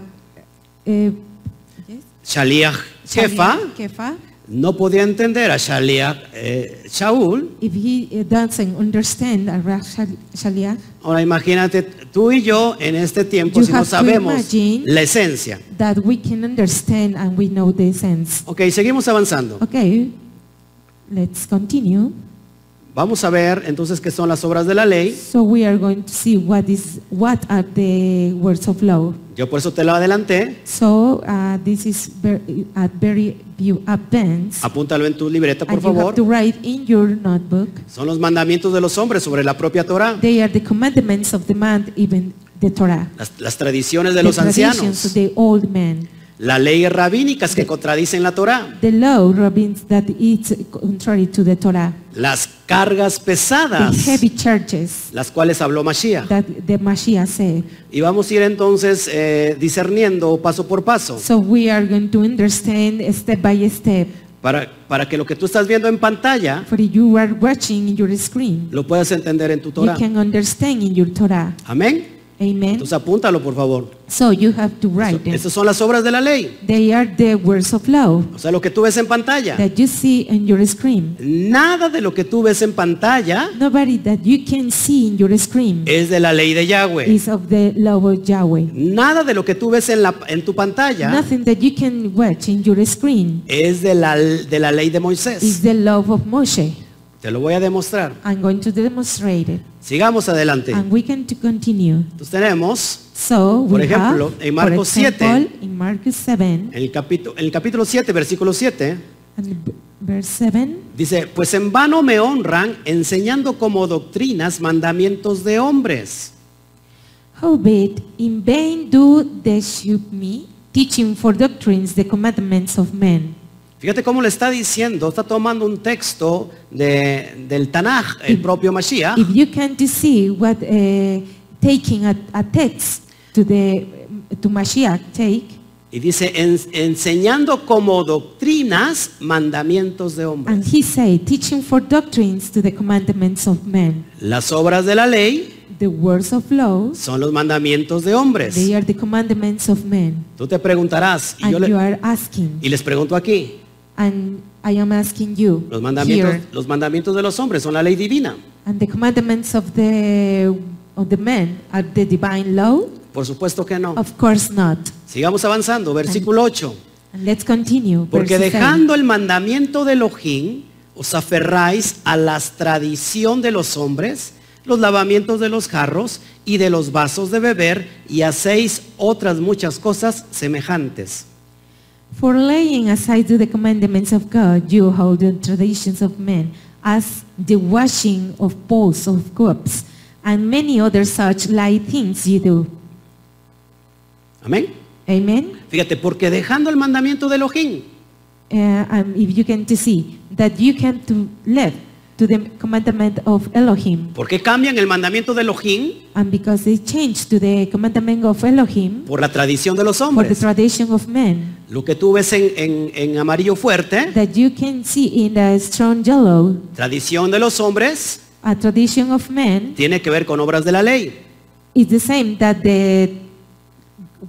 [SPEAKER 2] uh,
[SPEAKER 1] Shaliach Jefa,
[SPEAKER 2] Kefa,
[SPEAKER 1] no podía entender a Shaliach eh, Shaul,
[SPEAKER 2] if he uh, doesn't understand a Rab Shal- Shaliach,
[SPEAKER 1] ahora imagínate tú y yo en este tiempo
[SPEAKER 2] You
[SPEAKER 1] si no
[SPEAKER 2] have to
[SPEAKER 1] sabemos
[SPEAKER 2] imagine-
[SPEAKER 1] la esencia.
[SPEAKER 2] that we can understand and we know the sense.
[SPEAKER 1] Ok, seguimos avanzando.
[SPEAKER 2] Okay, let's continue.
[SPEAKER 1] Vamos a ver entonces qué son las obras de la ley.
[SPEAKER 2] So we are going to see what is what are the words of law.
[SPEAKER 1] Yo por eso te la adelanté.
[SPEAKER 2] So uh, this is very, at very view advanced.
[SPEAKER 1] Apúntalo en tu libreta, Ah, por
[SPEAKER 2] and you have
[SPEAKER 1] favor.
[SPEAKER 2] to write in your notebook.
[SPEAKER 1] Son los mandamientos de los hombres sobre la propia Torah,
[SPEAKER 2] They are the commandments of the man, even the Torah.
[SPEAKER 1] las, las tradiciones de los
[SPEAKER 2] the traditions of
[SPEAKER 1] ancianos,
[SPEAKER 2] the old man.
[SPEAKER 1] las leyes rabínicas que contradicen la Torah.
[SPEAKER 2] The law, Robbins, that it's contrary to the Torah.
[SPEAKER 1] las cargas
[SPEAKER 2] The
[SPEAKER 1] pesadas,
[SPEAKER 2] heavy churches
[SPEAKER 1] las cuales habló Mashiach.
[SPEAKER 2] that the Mashiach said.
[SPEAKER 1] Y vamos a ir entonces eh, discerniendo paso por paso,
[SPEAKER 2] So we are going to understand step by step.
[SPEAKER 1] para, para que lo que tú estás viendo en pantalla
[SPEAKER 2] For you are watching in your screen.
[SPEAKER 1] lo puedas entender en tu
[SPEAKER 2] You
[SPEAKER 1] Torah.
[SPEAKER 2] can understand in your Torah.
[SPEAKER 1] Amén.
[SPEAKER 2] Amen.
[SPEAKER 1] Entonces apúntalo, por favor.
[SPEAKER 2] So you have to write them.
[SPEAKER 1] Estas son las obras de la ley.
[SPEAKER 2] They are the words of law
[SPEAKER 1] O sea, lo que tú ves en pantalla.
[SPEAKER 2] that you see in your screen.
[SPEAKER 1] Nada de lo que tú ves en pantalla
[SPEAKER 2] Nobody that you can see in your screen
[SPEAKER 1] es de la ley de Yahweh.
[SPEAKER 2] is of the law of Yahweh.
[SPEAKER 1] Nada de lo que tú ves en, la, en tu pantalla
[SPEAKER 2] Nothing that you can watch in your screen
[SPEAKER 1] es de la, de la ley de
[SPEAKER 2] is
[SPEAKER 1] Moisés.
[SPEAKER 2] the love of Moshe.
[SPEAKER 1] Te lo voy a demostrar.
[SPEAKER 2] I'm going to demonstrate it.
[SPEAKER 1] Sigamos adelante.
[SPEAKER 2] And we can to continue.
[SPEAKER 1] Entonces tenemos
[SPEAKER 2] So
[SPEAKER 1] Por
[SPEAKER 2] we
[SPEAKER 1] ejemplo,
[SPEAKER 2] have,
[SPEAKER 1] en Marcos
[SPEAKER 2] for example,
[SPEAKER 1] 7.
[SPEAKER 2] in Marcos 7,
[SPEAKER 1] En el, capítulo, el capítulo 7, versículo 7,
[SPEAKER 2] and v- verse 7,
[SPEAKER 1] dice, pues en vano me honran enseñando como doctrinas mandamientos de hombres.
[SPEAKER 2] Howbeit, in vain do they shew me, teaching for doctrines the commandments of men.
[SPEAKER 1] Fíjate cómo le está diciendo, está tomando un texto de- del Tanaj, el propio Mashiach,
[SPEAKER 2] If you can to see what uh, taking a, a text to the to Mashiach take,
[SPEAKER 1] y dice, "En- enseñando como doctrinas mandamientos de
[SPEAKER 2] and
[SPEAKER 1] hombres.
[SPEAKER 2] he said, teaching for doctrines to the commandments of men.
[SPEAKER 1] Las obras de la ley
[SPEAKER 2] The words of law,
[SPEAKER 1] son los mandamientos de hombres.
[SPEAKER 2] they are the commandments of men.
[SPEAKER 1] Tú te preguntarás, y, yo
[SPEAKER 2] And you
[SPEAKER 1] le-
[SPEAKER 2] are asking,
[SPEAKER 1] y les pregunto aquí,
[SPEAKER 2] and I am asking you
[SPEAKER 1] los
[SPEAKER 2] here,
[SPEAKER 1] mandamientos, los mandamientos de los hombres son la ley divina.
[SPEAKER 2] and the commandments of the of the men are the divine law?
[SPEAKER 1] Por supuesto que no.
[SPEAKER 2] Of course not.
[SPEAKER 1] Sigamos avanzando, versículo 8.
[SPEAKER 2] And let's continue.
[SPEAKER 1] Porque
[SPEAKER 2] verse 10.
[SPEAKER 1] dejando el mandamiento de Elohim, os aferráis a la tradición de los hombres, los lavamientos de los jarros y de los vasos de beber y hacéis otras muchas cosas semejantes.
[SPEAKER 2] For laying aside the commandments of God, you hold the traditions of men, as the washing of bowls of cups, and many other such light things you do.
[SPEAKER 1] Amén.
[SPEAKER 2] Amen?
[SPEAKER 1] Fíjate, porque dejando el mandamiento de Elohim,
[SPEAKER 2] Uh, and if you can to see that you can to live to the commandment of Elohim,
[SPEAKER 1] ¿por qué cambian el mandamiento de Elohim
[SPEAKER 2] and because they changed to the commandment of Elohim
[SPEAKER 1] por la tradición de los
[SPEAKER 2] for the
[SPEAKER 1] hombres?
[SPEAKER 2] tradition of men,
[SPEAKER 1] Lo que tú ves en, en- en amarillo fuerte,
[SPEAKER 2] that you can see in the strong yellow,
[SPEAKER 1] tradición de los hombres,
[SPEAKER 2] a tradition of men
[SPEAKER 1] tiene que ver con obras de la ley.
[SPEAKER 2] is the same that the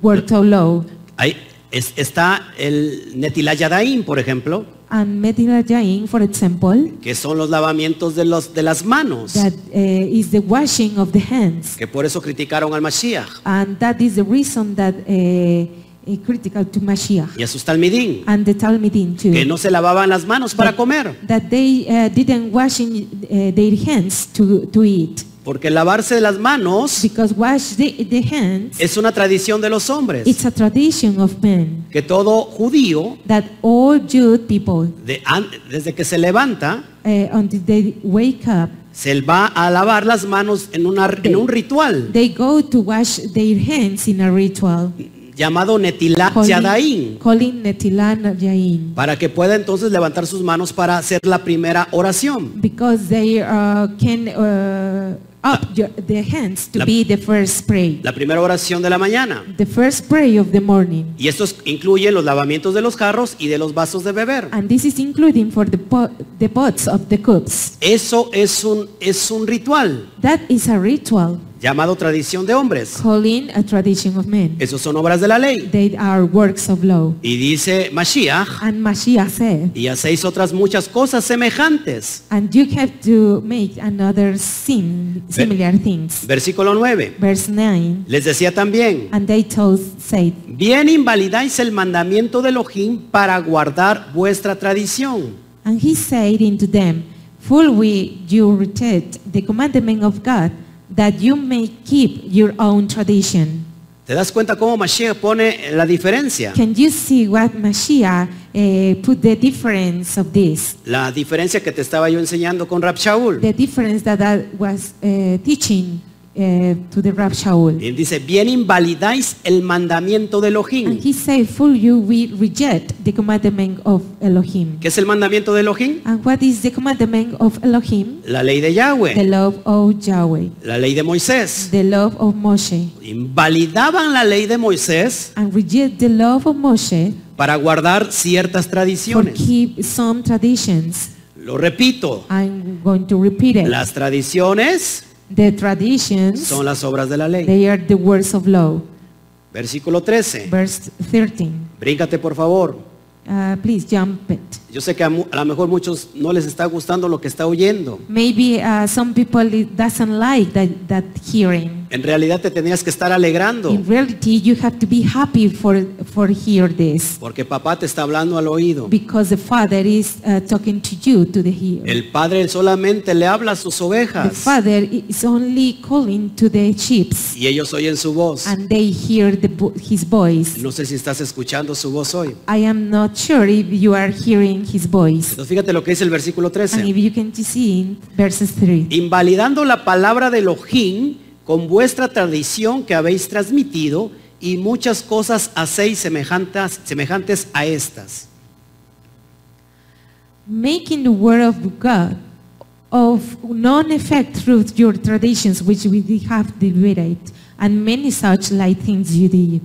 [SPEAKER 2] word of law
[SPEAKER 1] Ahí es- está el Netilay por ejemplo,
[SPEAKER 2] and Medina Jain, for example,
[SPEAKER 1] que son los lavamientos de, los, de las manos,
[SPEAKER 2] that uh, is the washing of the hands.
[SPEAKER 1] que por eso criticaron al Mashiach
[SPEAKER 2] And that is the reason that uh, is critical to Mashiach
[SPEAKER 1] y a sus Talmidín,
[SPEAKER 2] and the Talmudim too.
[SPEAKER 1] que no se lavaban las manos para comer,
[SPEAKER 2] That they uh, didn't washing uh, their hands to, to eat.
[SPEAKER 1] porque lavarse las manos
[SPEAKER 2] Because wash the, the hands,
[SPEAKER 1] es una tradición de los hombres,
[SPEAKER 2] it's a tradition of men.
[SPEAKER 1] que todo judío,
[SPEAKER 2] That all Jew people,
[SPEAKER 1] de an- desde que se levanta,
[SPEAKER 2] uh, until they wake up,
[SPEAKER 1] se va a lavar las manos en, una, en un ritual
[SPEAKER 2] they go to wash their hands in a ritual.
[SPEAKER 1] llamado Netilá Yadaín,
[SPEAKER 2] calling Netilan Yain.
[SPEAKER 1] para que pueda entonces levantar sus manos para hacer la primera oración.
[SPEAKER 2] Because they uh, can uh, up your, their hands to
[SPEAKER 1] La-
[SPEAKER 2] be the first pray.
[SPEAKER 1] la primera oración de la mañana.
[SPEAKER 2] The first pray of the morning.
[SPEAKER 1] Y estos incluyen los lavamientos de los jarros y de los vasos de beber.
[SPEAKER 2] And this is including for the, po- the pots of the cups.
[SPEAKER 1] Eso es un, es un ritual
[SPEAKER 2] That is a ritual
[SPEAKER 1] llamado tradición de hombres.
[SPEAKER 2] calling a tradition of men.
[SPEAKER 1] Esos son obras de la ley.
[SPEAKER 2] They are works of law.
[SPEAKER 1] Y dice Mashiach,
[SPEAKER 2] And Mashiach said,
[SPEAKER 1] y hacéis otras muchas cosas semejantes.
[SPEAKER 2] and you have to make another sin, similar things.
[SPEAKER 1] Versículo 9.
[SPEAKER 2] Verse 9.
[SPEAKER 1] Les decía también,
[SPEAKER 2] And they told, said,
[SPEAKER 1] bien invalidáis el mandamiento de Elohim para guardar vuestra tradición.
[SPEAKER 2] And he said unto them, Fully you reject the commandment of God, that you may keep your own tradition.
[SPEAKER 1] ¿Te das cuenta cómo Mashiach pone la diferencia?
[SPEAKER 2] Can you see what Mashiach eh, put the difference of this?
[SPEAKER 1] La diferencia que te estaba yo enseñando con Rab Shaul.
[SPEAKER 2] The difference that I was eh, teaching eh, to the Rab Shaul.
[SPEAKER 1] Y dice, bien invalidáis el mandamiento de
[SPEAKER 2] And
[SPEAKER 1] Elohim.
[SPEAKER 2] he said, Fool you, we reject the commandment of Elohim.
[SPEAKER 1] ¿Qué es el mandamiento de Elohim?
[SPEAKER 2] And what is the commandment of Elohim?
[SPEAKER 1] La ley de
[SPEAKER 2] The
[SPEAKER 1] Yahweh,
[SPEAKER 2] love of Yahweh,
[SPEAKER 1] la ley de Moisés.
[SPEAKER 2] the love of Moshe.
[SPEAKER 1] Invalidaban la ley de Moisés
[SPEAKER 2] And reject the love of Moshe
[SPEAKER 1] para guardar ciertas
[SPEAKER 2] for
[SPEAKER 1] tradiciones.
[SPEAKER 2] keep some traditions.
[SPEAKER 1] Lo repito,
[SPEAKER 2] I'm going to repeat it.
[SPEAKER 1] las tradiciones
[SPEAKER 2] the traditions,
[SPEAKER 1] son las obras de la ley.
[SPEAKER 2] they are the words of law.
[SPEAKER 1] Versículo 13.
[SPEAKER 2] Verse 13.
[SPEAKER 1] Bríncate por favor.
[SPEAKER 2] Uh, please jump it.
[SPEAKER 1] Yo sé que a, mu- a lo mejor muchos no les está gustando lo que está oyendo.
[SPEAKER 2] Maybe uh, some people it doesn't like that, that hearing.
[SPEAKER 1] En realidad te tenías que estar alegrando
[SPEAKER 2] In reality, you have to be happy for, for hear this
[SPEAKER 1] porque papá te está hablando al oído.
[SPEAKER 2] because the Father is uh, talking to you to the hear.
[SPEAKER 1] El padre solamente le habla a sus
[SPEAKER 2] the
[SPEAKER 1] ovejas
[SPEAKER 2] Father is only calling to the sheep
[SPEAKER 1] y ellos oyen su voz.
[SPEAKER 2] and they hear the, vo- his voice.
[SPEAKER 1] No sé si estás escuchando su voz hoy.
[SPEAKER 2] I am not sure if you are hearing his voice.
[SPEAKER 1] Entonces fíjate lo que dice el versículo
[SPEAKER 2] And
[SPEAKER 1] 13.
[SPEAKER 2] if you can see in verses 3.
[SPEAKER 1] Invalidando la palabra de Elohim con vuestra tradición que habéis transmitido y muchas cosas hacéis semejantes, semejantes a estas.
[SPEAKER 2] Making the word of God of none effect through your traditions which we have delivered and many such like things you did.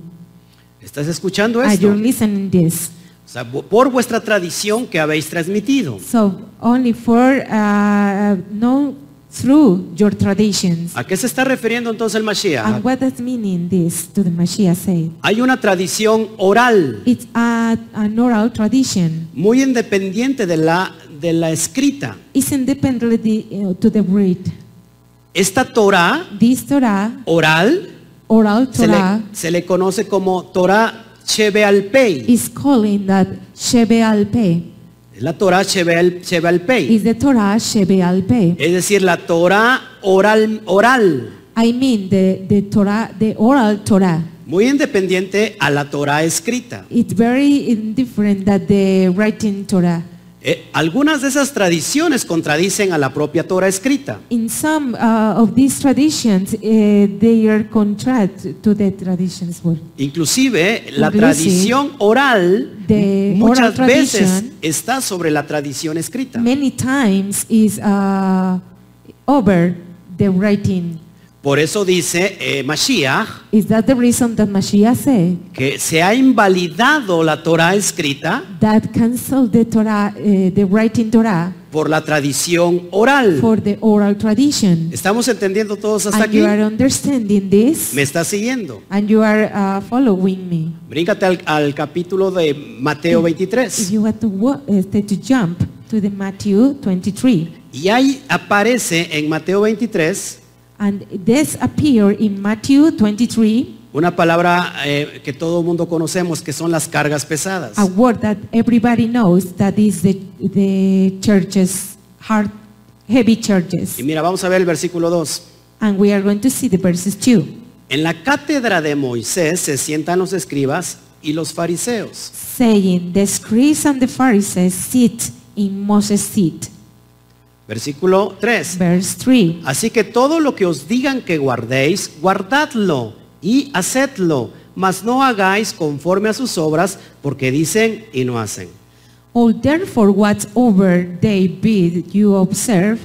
[SPEAKER 1] ¿Estás escuchando
[SPEAKER 2] Are you
[SPEAKER 1] esto?
[SPEAKER 2] listening this?
[SPEAKER 1] O sea, bu- por vuestra tradición que habéis transmitido.
[SPEAKER 2] So only for uh, no through your traditions.
[SPEAKER 1] ¿A qué se está refiriendo entonces el
[SPEAKER 2] And
[SPEAKER 1] Mashiach?
[SPEAKER 2] what does meaning this to the Mashiach said?
[SPEAKER 1] Hay una tradición oral
[SPEAKER 2] It's a, an oral tradition.
[SPEAKER 1] muy independiente de la, de la escrita.
[SPEAKER 2] It's independent uh, to the read.
[SPEAKER 1] Esta Torah
[SPEAKER 2] This Torah,
[SPEAKER 1] oral
[SPEAKER 2] oral
[SPEAKER 1] se le,
[SPEAKER 2] Torah,
[SPEAKER 1] se le conoce como Torah Shebealpei.
[SPEAKER 2] is calling that Shebe Alpe.
[SPEAKER 1] Es la Torah Shebeal, Shebeal Pei.
[SPEAKER 2] is the Torah Shebeal Peh.
[SPEAKER 1] Es decir, la Torah oral, oral,
[SPEAKER 2] I mean the, the Torah, the oral Torah.
[SPEAKER 1] muy independiente a la Torah escrita.
[SPEAKER 2] It's very indifferent that the writing Torah.
[SPEAKER 1] Eh, algunas de esas tradiciones contradicen a la propia Torah escrita.
[SPEAKER 2] In some uh, of these traditions, uh, they are contract to the traditions. Well,
[SPEAKER 1] Inclusive la
[SPEAKER 2] Inclusive,
[SPEAKER 1] tradición oral
[SPEAKER 2] the
[SPEAKER 1] muchas
[SPEAKER 2] oral
[SPEAKER 1] veces
[SPEAKER 2] tradition-
[SPEAKER 1] está sobre la tradición escrita.
[SPEAKER 2] many times is uh, over the writing.
[SPEAKER 1] Por eso dice eh, Mashiach
[SPEAKER 2] Is that the reason that Mashiach said
[SPEAKER 1] que se ha invalidado la Torah escrita
[SPEAKER 2] that cancel the Torah, uh, the writing Torah
[SPEAKER 1] por la tradición oral.
[SPEAKER 2] for the oral tradition?
[SPEAKER 1] ¿Estamos entendiendo todos hasta
[SPEAKER 2] And
[SPEAKER 1] aquí?
[SPEAKER 2] you are understanding this,
[SPEAKER 1] ¿Me está siguiendo?
[SPEAKER 2] and you are uh, following me.
[SPEAKER 1] Bríncate al, al capítulo de Mateo
[SPEAKER 2] If
[SPEAKER 1] 23.
[SPEAKER 2] you want to, wa- uh, to jump to the Matthew 23,
[SPEAKER 1] Y ahí aparece en Mateo 23
[SPEAKER 2] and this appear in Matthew 23,
[SPEAKER 1] una palabra eh, que todo el mundo conocemos, que son las cargas pesadas.
[SPEAKER 2] a word that everybody knows that is the, the churches, hard, heavy
[SPEAKER 1] Y
[SPEAKER 2] churches.
[SPEAKER 1] mira, vamos a ver el versículo 2.
[SPEAKER 2] And we are going to see the verses too.
[SPEAKER 1] En la cátedra de Moisés se sientan los escribas y los fariseos.
[SPEAKER 2] Saying, the scribes and the Pharisees sit in Moses' seat.
[SPEAKER 1] Versículo 3.
[SPEAKER 2] Verse 3.
[SPEAKER 1] Así que todo lo que os digan que guardéis, guardadlo y hacedlo, mas no hagáis conforme a sus obras, porque dicen y no hacen.
[SPEAKER 2] Or therefore whatsoever they be you observe,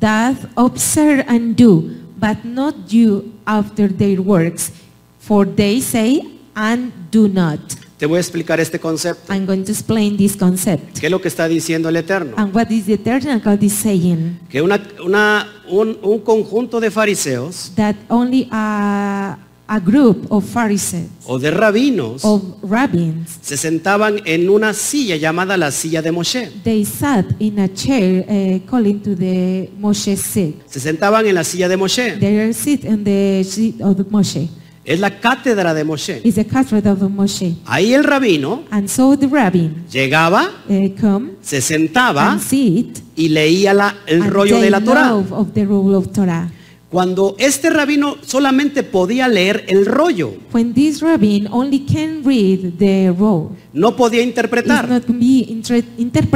[SPEAKER 2] that observe and do, but not you after their works, for they say and do not.
[SPEAKER 1] Te voy a explicar este concepto.
[SPEAKER 2] I'm going to explain this concept.
[SPEAKER 1] ¿Qué es lo que está diciendo el Eterno?
[SPEAKER 2] And what is the eternal God is saying?
[SPEAKER 1] Que una, una- un, un conjunto de fariseos
[SPEAKER 2] That only a, a group of Pharisees,
[SPEAKER 1] o de rabinos
[SPEAKER 2] of rabbins,
[SPEAKER 1] se sentaban en una silla llamada la silla de Moshe.
[SPEAKER 2] they sat in a chair uh, calling to the Moshe seat.
[SPEAKER 1] Se sentaban en la silla de Moshe.
[SPEAKER 2] They sit in the seat of the Moshe.
[SPEAKER 1] Es la cátedra de Moshe.
[SPEAKER 2] is the custard of the Moshe.
[SPEAKER 1] Ahí el rabino
[SPEAKER 2] And so the rabbin
[SPEAKER 1] llegaba,
[SPEAKER 2] eh, come
[SPEAKER 1] se sentaba
[SPEAKER 2] and see it.
[SPEAKER 1] y leía la- el
[SPEAKER 2] and
[SPEAKER 1] rollo
[SPEAKER 2] they
[SPEAKER 1] de la Torá.
[SPEAKER 2] love of the rule of Torah.
[SPEAKER 1] Cuando este rabino solamente podía leer el rollo,
[SPEAKER 2] When this rabbin only can read the rule,
[SPEAKER 1] no podía
[SPEAKER 2] it's
[SPEAKER 1] interpretar.
[SPEAKER 2] not be inter-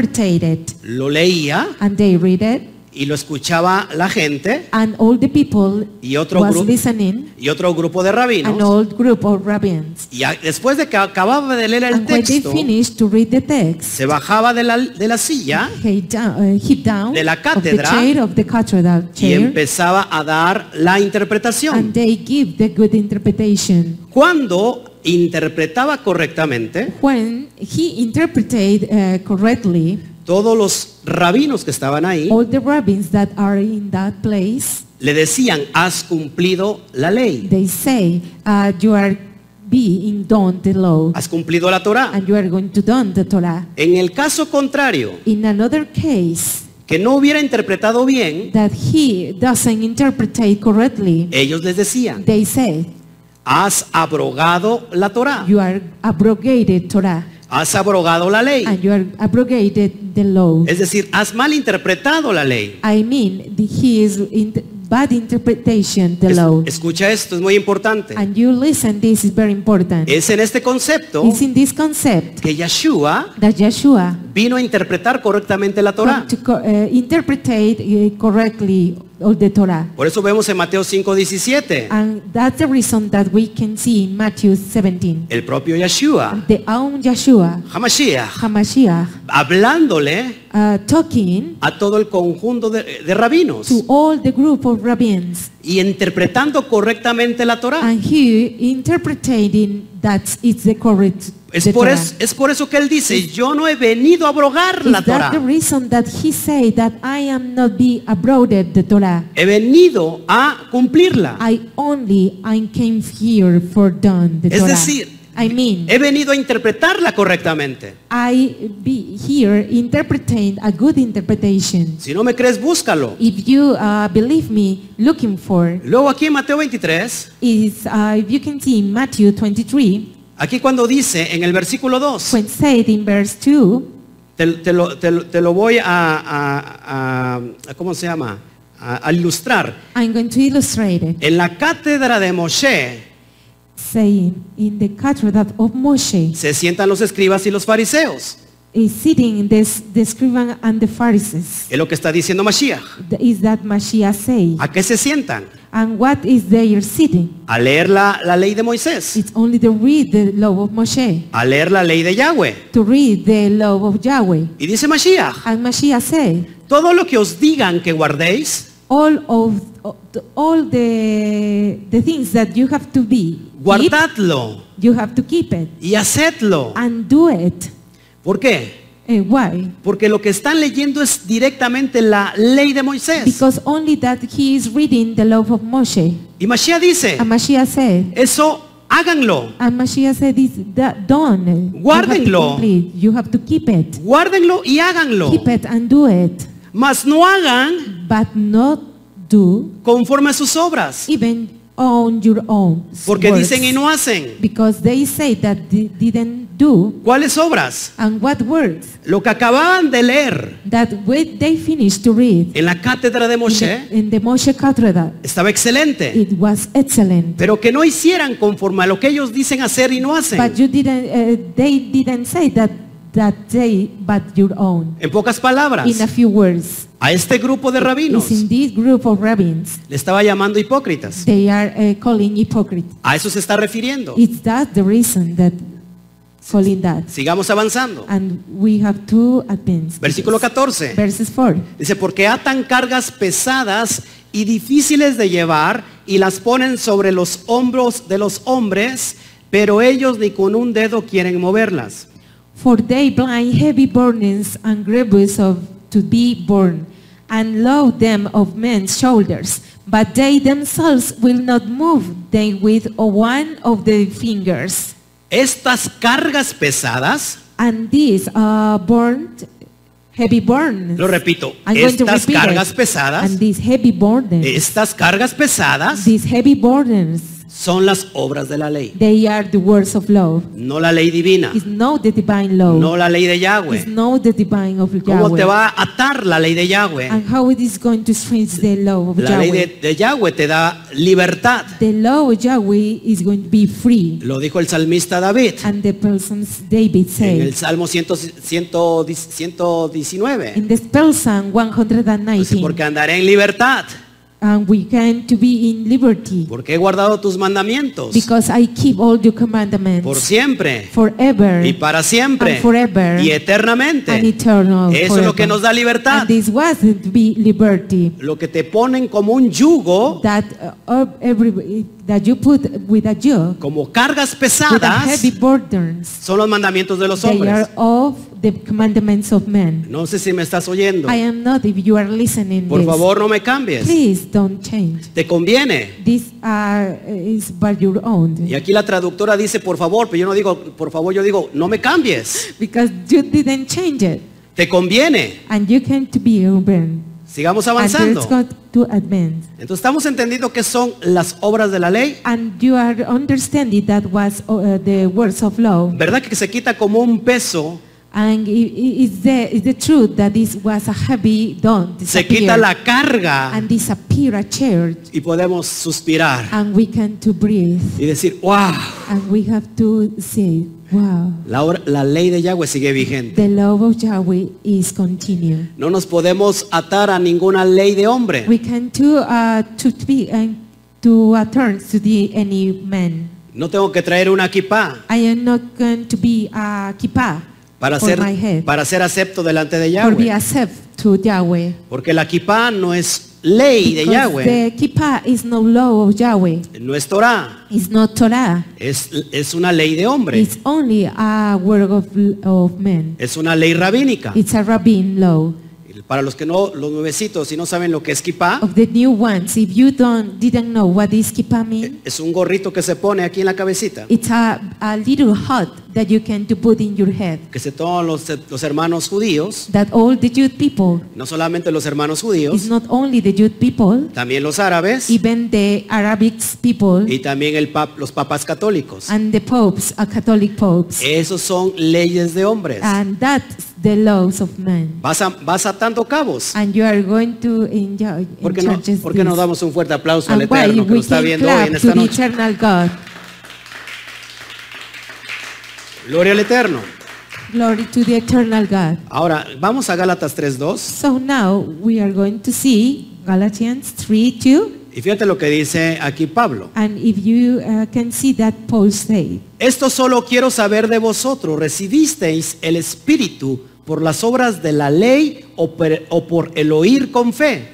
[SPEAKER 2] interpreted.
[SPEAKER 1] Lo leía
[SPEAKER 2] And they read it,
[SPEAKER 1] y lo escuchaba la gente
[SPEAKER 2] and all the people
[SPEAKER 1] Y otro
[SPEAKER 2] was
[SPEAKER 1] grupo-
[SPEAKER 2] listening,
[SPEAKER 1] y otro grupo de
[SPEAKER 2] an
[SPEAKER 1] rabinos.
[SPEAKER 2] old group of rabbins.
[SPEAKER 1] Y a- después de que acababa de leer el
[SPEAKER 2] and when they
[SPEAKER 1] texto,
[SPEAKER 2] finished to read the text,
[SPEAKER 1] se bajaba de la, de la silla
[SPEAKER 2] he down, uh, he down
[SPEAKER 1] De la
[SPEAKER 2] of the
[SPEAKER 1] cátedra.
[SPEAKER 2] chair of the cathedral
[SPEAKER 1] y
[SPEAKER 2] chair,
[SPEAKER 1] empezaba a dar la
[SPEAKER 2] and
[SPEAKER 1] interpretación.
[SPEAKER 2] they give the good interpretation.
[SPEAKER 1] Cuando interpretaba correctamente,
[SPEAKER 2] When he interpreted uh, correctly,
[SPEAKER 1] todos los rabinos que estaban ahí
[SPEAKER 2] all the rabbins that are in that place,
[SPEAKER 1] le decían, has cumplido la ley,
[SPEAKER 2] they say, uh, you are being done the law,
[SPEAKER 1] has cumplido la Torah.
[SPEAKER 2] and you are going to don the Torah.
[SPEAKER 1] En el caso contrario,
[SPEAKER 2] In another case,
[SPEAKER 1] que no hubiera interpretado bien,
[SPEAKER 2] that he doesn't interpret correctly,
[SPEAKER 1] ellos les decían,
[SPEAKER 2] they say,
[SPEAKER 1] has abrogado la Torah,
[SPEAKER 2] you are abrogated Torah,
[SPEAKER 1] has abrogado la ley.
[SPEAKER 2] and you are abrogated the law.
[SPEAKER 1] Es decir, has malinterpretado la ley.
[SPEAKER 2] I mean, the, he is in bad interpretation the
[SPEAKER 1] Es-
[SPEAKER 2] law.
[SPEAKER 1] escucha esto, es muy importante.
[SPEAKER 2] And you listen, this is very important.
[SPEAKER 1] Es en este concepto
[SPEAKER 2] It's in this concept
[SPEAKER 1] que Yeshua
[SPEAKER 2] that Yeshua
[SPEAKER 1] vino a interpretar correctamente la Torah.
[SPEAKER 2] come to co- uh, interpret uh, correctly all the Torah.
[SPEAKER 1] Por eso vemos en Mateo 5:17,
[SPEAKER 2] And that's the reason that we can see in Matthew 17.
[SPEAKER 1] el propio Yeshua,
[SPEAKER 2] The own Yeshua,
[SPEAKER 1] Hamashiach,
[SPEAKER 2] Hamashiach,
[SPEAKER 1] hablándole
[SPEAKER 2] uh, talking
[SPEAKER 1] a todo el conjunto de, de rabinos
[SPEAKER 2] to all the group of rabbins.
[SPEAKER 1] y interpretando correctamente la Torah.
[SPEAKER 2] And he interpreting that it's the correct
[SPEAKER 1] Es
[SPEAKER 2] the
[SPEAKER 1] por,
[SPEAKER 2] Torah.
[SPEAKER 1] es, es por eso que él dice, yo no he venido a abrogar la
[SPEAKER 2] Is that the
[SPEAKER 1] Torah,
[SPEAKER 2] reason that he say that I am not be abroaded the Torah?
[SPEAKER 1] he venido a cumplirla,
[SPEAKER 2] I only I came here for done the
[SPEAKER 1] Es
[SPEAKER 2] Torah.
[SPEAKER 1] decir,
[SPEAKER 2] I mean,
[SPEAKER 1] he venido a interpretarla correctamente.
[SPEAKER 2] I be here interpreting a good interpretation.
[SPEAKER 1] Si no me crees, búscalo.
[SPEAKER 2] If you uh, believe me, looking for
[SPEAKER 1] Luego aquí en Mateo 23,
[SPEAKER 2] is uh, if you can see in Matthew 23 Pues
[SPEAKER 1] aquí cuando dice en el versículo 2,
[SPEAKER 2] when said in verse 2,
[SPEAKER 1] Te, te lo, te lo- te lo voy a, a- a- a- ¿cómo se llama? A, a ilustrar.
[SPEAKER 2] I'm going to illustrate it,
[SPEAKER 1] En la cátedra de Moshe
[SPEAKER 2] saying, in the cathedral of Moshe
[SPEAKER 1] se sientan los escribas y los fariseos.
[SPEAKER 2] is sitting this, the scribe and the Pharisees.
[SPEAKER 1] Es lo que está diciendo Mashiach.
[SPEAKER 2] Th- Is that Mashiach say?
[SPEAKER 1] ¿A qué se sientan?
[SPEAKER 2] And what is their sitting?
[SPEAKER 1] A leer la, la ley de Moisés,
[SPEAKER 2] It's only to read the law of Moshe,
[SPEAKER 1] a leer la ley de Yahweh.
[SPEAKER 2] to read the law of Yahweh.
[SPEAKER 1] Y dice Mashiach,
[SPEAKER 2] And Mashiach say,
[SPEAKER 1] todo lo que os digan que guardéis,
[SPEAKER 2] all of all the the things that you have to be, keep,
[SPEAKER 1] guardadlo
[SPEAKER 2] you have to keep it
[SPEAKER 1] y hacedlo.
[SPEAKER 2] and do it.
[SPEAKER 1] ¿Por qué?
[SPEAKER 2] Eh, why?
[SPEAKER 1] Porque lo que están leyendo es directamente la ley de Moisés.
[SPEAKER 2] Because only that he is reading the law of Moshe.
[SPEAKER 1] Y Mashiach dice,
[SPEAKER 2] And Mashiach said,
[SPEAKER 1] eso háganlo,
[SPEAKER 2] and Mashiach said this, that done. You have to
[SPEAKER 1] Guárdenlo.
[SPEAKER 2] complete, you have to keep it.
[SPEAKER 1] guárdenlo y háganlo.
[SPEAKER 2] Keep it and do it.
[SPEAKER 1] Mas no hagan
[SPEAKER 2] But not do
[SPEAKER 1] conforme a sus obras.
[SPEAKER 2] even on your own.
[SPEAKER 1] Porque
[SPEAKER 2] works.
[SPEAKER 1] dicen y no hacen.
[SPEAKER 2] Because they say that they didn't do.
[SPEAKER 1] ¿Cuáles obras?
[SPEAKER 2] And what words?
[SPEAKER 1] Lo que acababan de leer
[SPEAKER 2] That when they finished to read
[SPEAKER 1] en la cátedra de
[SPEAKER 2] in,
[SPEAKER 1] Moshe
[SPEAKER 2] the, in the Moshe Cathedral,
[SPEAKER 1] estaba excelente.
[SPEAKER 2] it was excellent.
[SPEAKER 1] Pero que no hicieran conforme a lo que ellos dicen hacer y no
[SPEAKER 2] But
[SPEAKER 1] hacen.
[SPEAKER 2] you didn't. Uh, they didn't say that that they, but your own.
[SPEAKER 1] En pocas palabras,
[SPEAKER 2] In a few words,
[SPEAKER 1] a este grupo de rabinos
[SPEAKER 2] it's in this group of rabbins
[SPEAKER 1] le estaba llamando hipócritas.
[SPEAKER 2] they are uh, calling hypocrite.
[SPEAKER 1] A eso se está refiriendo.
[SPEAKER 2] It's that the reason that calling that,
[SPEAKER 1] Sigamos avanzando.
[SPEAKER 2] and we have to advance.
[SPEAKER 1] Versículo 14.
[SPEAKER 2] Verses four.
[SPEAKER 1] Dice, porque atan cargas pesadas y difíciles de llevar y las ponen sobre los hombros de los hombres, pero ellos ni con un dedo quieren moverlas.
[SPEAKER 2] For they blind heavy burdens and grievous of to be borne, and load them of men's shoulders, but they themselves will not move them with a one of the fingers.
[SPEAKER 1] Estas cargas pesadas,
[SPEAKER 2] And these are burned heavy burdens.
[SPEAKER 1] lo repito,
[SPEAKER 2] I'm going to
[SPEAKER 1] estas
[SPEAKER 2] repeat
[SPEAKER 1] cargas
[SPEAKER 2] it.
[SPEAKER 1] pesadas,
[SPEAKER 2] And these heavy burdens.
[SPEAKER 1] estas cargas pesadas
[SPEAKER 2] These heavy burdens.
[SPEAKER 1] son las obras de la ley,
[SPEAKER 2] They are the words of love.
[SPEAKER 1] no la ley divina,
[SPEAKER 2] It's not the divine law.
[SPEAKER 1] no la ley de
[SPEAKER 2] it's
[SPEAKER 1] Yahweh.
[SPEAKER 2] not the divine of
[SPEAKER 1] ¿Cómo
[SPEAKER 2] Yahweh.
[SPEAKER 1] te va a atar la ley de Yahweh?
[SPEAKER 2] And how it is going to change the law of
[SPEAKER 1] La
[SPEAKER 2] Yahweh.
[SPEAKER 1] ley de, de Yahweh te da libertad,
[SPEAKER 2] The law of Yahweh is going to be free.
[SPEAKER 1] lo dijo el salmista David.
[SPEAKER 2] And the persons David
[SPEAKER 1] En el
[SPEAKER 2] said.
[SPEAKER 1] Salmo 100 110 119.
[SPEAKER 2] In the Psalm
[SPEAKER 1] Dice,
[SPEAKER 2] 119.
[SPEAKER 1] porque andaré en libertad,
[SPEAKER 2] And we can to be in liberty.
[SPEAKER 1] porque he guardado tus mandamientos
[SPEAKER 2] Because I keep all your commandments.
[SPEAKER 1] por siempre
[SPEAKER 2] forever
[SPEAKER 1] y para siempre
[SPEAKER 2] and forever
[SPEAKER 1] y eternamente.
[SPEAKER 2] and eternal
[SPEAKER 1] Eso es lo
[SPEAKER 2] forever.
[SPEAKER 1] que nos da libertad.
[SPEAKER 2] And this was to be liberty
[SPEAKER 1] Lo que te ponen como un yugo,
[SPEAKER 2] that uh, of every that you put with a yoke
[SPEAKER 1] como cargas
[SPEAKER 2] with a
[SPEAKER 1] pesadas,
[SPEAKER 2] heavy burdens
[SPEAKER 1] son los mandamientos de los
[SPEAKER 2] they
[SPEAKER 1] hombres.
[SPEAKER 2] are of the commandments of men
[SPEAKER 1] No sé si me estás oyendo.
[SPEAKER 2] I am not if you are listening
[SPEAKER 1] Por
[SPEAKER 2] this
[SPEAKER 1] favor, no me cambies.
[SPEAKER 2] please don't change
[SPEAKER 1] Te conviene.
[SPEAKER 2] this uh, is by your
[SPEAKER 1] Y
[SPEAKER 2] own
[SPEAKER 1] aquí la traductora dice, por favor, pero yo no digo, por favor, yo digo, no me cambies.
[SPEAKER 2] because you didn't change it
[SPEAKER 1] Te conviene.
[SPEAKER 2] and you can to be urban
[SPEAKER 1] Sigamos
[SPEAKER 2] and it's
[SPEAKER 1] avanzando.
[SPEAKER 2] going to advance
[SPEAKER 1] Entonces estamos entendiendo qué son las obras de la ley.
[SPEAKER 2] And you are understanding that was uh, the words of love.
[SPEAKER 1] ¿Verdad que se quita como un peso?
[SPEAKER 2] And it's the, it's the truth that this was a heavy dawn
[SPEAKER 1] Se
[SPEAKER 2] disappear
[SPEAKER 1] quita la carga
[SPEAKER 2] and disappear a church
[SPEAKER 1] y podemos suspirar
[SPEAKER 2] and we can to breathe
[SPEAKER 1] y decir, wow,
[SPEAKER 2] and we have to say, wow,
[SPEAKER 1] la, or- la ley de Yahweh sigue vigente.
[SPEAKER 2] the love of Yahweh is continued.
[SPEAKER 1] No nos podemos atar a ninguna ley de hombre.
[SPEAKER 2] We can to uh, to be and to uh, turn to the any man.
[SPEAKER 1] No tengo que traer una equipa
[SPEAKER 2] I am not going to be a kippah
[SPEAKER 1] para
[SPEAKER 2] for
[SPEAKER 1] ser,
[SPEAKER 2] my head
[SPEAKER 1] para ser acepto delante de
[SPEAKER 2] or be
[SPEAKER 1] Yahweh.
[SPEAKER 2] accept to Yahweh.
[SPEAKER 1] Porque la equipa no es ley de
[SPEAKER 2] Because
[SPEAKER 1] Yahweh,
[SPEAKER 2] The kippah is no law of Yahweh.
[SPEAKER 1] no es Torah,
[SPEAKER 2] It's not Torah.
[SPEAKER 1] es, es una ley de hombre,
[SPEAKER 2] It's only a work of, of men.
[SPEAKER 1] es una ley rabínica.
[SPEAKER 2] It's a rabbin law.
[SPEAKER 1] Para los que no, los nuevecitos, si no saben lo que es kipá,
[SPEAKER 2] Of the new ones, if you don't didn't know what is kippah mean,
[SPEAKER 1] es un gorrito que se pone aquí en la cabecita,
[SPEAKER 2] it's a, a little hat that you can to put in your head.
[SPEAKER 1] que se toman los, los hermanos judíos,
[SPEAKER 2] That all the Jewish people,
[SPEAKER 1] no solamente los hermanos
[SPEAKER 2] it's
[SPEAKER 1] judíos,
[SPEAKER 2] not only the Jewish people,
[SPEAKER 1] también los árabes
[SPEAKER 2] even the Arabic people
[SPEAKER 1] y también el pap- los papas
[SPEAKER 2] Ah,
[SPEAKER 1] católicos.
[SPEAKER 2] and the popes, are Catholic popes. Ah.
[SPEAKER 1] Esos son leyes de hombres.
[SPEAKER 2] And that's the laws of men.
[SPEAKER 1] Vas, a- vas atando cabos.
[SPEAKER 2] And you are going to enjoy
[SPEAKER 1] ¿Por qué,
[SPEAKER 2] in
[SPEAKER 1] no,
[SPEAKER 2] churches
[SPEAKER 1] por qué no
[SPEAKER 2] this.
[SPEAKER 1] damos un fuerte aplauso al
[SPEAKER 2] And why
[SPEAKER 1] Eterno que
[SPEAKER 2] we
[SPEAKER 1] nos está
[SPEAKER 2] can
[SPEAKER 1] viendo hoy
[SPEAKER 2] clap
[SPEAKER 1] en
[SPEAKER 2] to
[SPEAKER 1] esta
[SPEAKER 2] the
[SPEAKER 1] noche?
[SPEAKER 2] eternal God.
[SPEAKER 1] Gloria al Eterno.
[SPEAKER 2] Glory to the eternal God.
[SPEAKER 1] Ahora, vamos a Gálatas 3.2
[SPEAKER 2] So now we are going to see Galatians 3 2.
[SPEAKER 1] y fíjate lo que dice aquí Pablo.
[SPEAKER 2] And if you uh, can see that Paul said,
[SPEAKER 1] Esto solo quiero saber de vosotros. ¿Recibisteis el Espíritu por las obras de la ley o per- o por el oír con fe?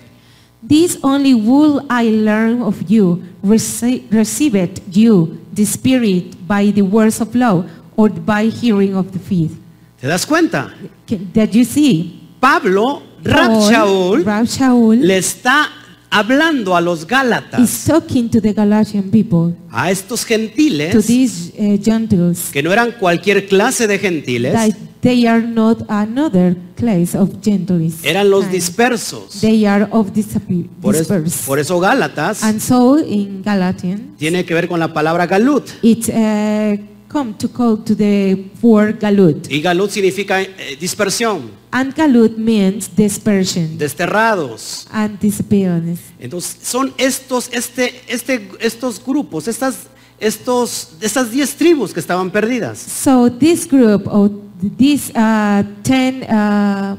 [SPEAKER 2] This only will I learn of you. Rece- Received you the Spirit by the words of law or by hearing of the faith.
[SPEAKER 1] ¿Te das cuenta?
[SPEAKER 2] Can- That you see,
[SPEAKER 1] Pablo, Rab
[SPEAKER 2] Paul,
[SPEAKER 1] Shaul,
[SPEAKER 2] Rab Shaul
[SPEAKER 1] le está hablando a los Gálatas,
[SPEAKER 2] is talking to the Galatian people,
[SPEAKER 1] a estos
[SPEAKER 2] to
[SPEAKER 1] gentiles,
[SPEAKER 2] these uh, Gentiles,
[SPEAKER 1] que no eran cualquier clase de gentiles,
[SPEAKER 2] that they are not another class of Gentiles.
[SPEAKER 1] eran los
[SPEAKER 2] And
[SPEAKER 1] dispersos.
[SPEAKER 2] They are of disappear,
[SPEAKER 1] Por, es-
[SPEAKER 2] dispersed.
[SPEAKER 1] por eso Gálatas
[SPEAKER 2] and so in Galatian,
[SPEAKER 1] tiene que ver con la palabra Galut.
[SPEAKER 2] it uh, come to call to the word Galut.
[SPEAKER 1] Y Galut significa eh, dispersión,
[SPEAKER 2] And galut means dispersion
[SPEAKER 1] desterrados.
[SPEAKER 2] and disappearance.
[SPEAKER 1] Entonces, son estos, este, este, estos grupos, estas, estos, estas diez tribus que estaban perdidas.
[SPEAKER 2] So this group or these uh, ten uh,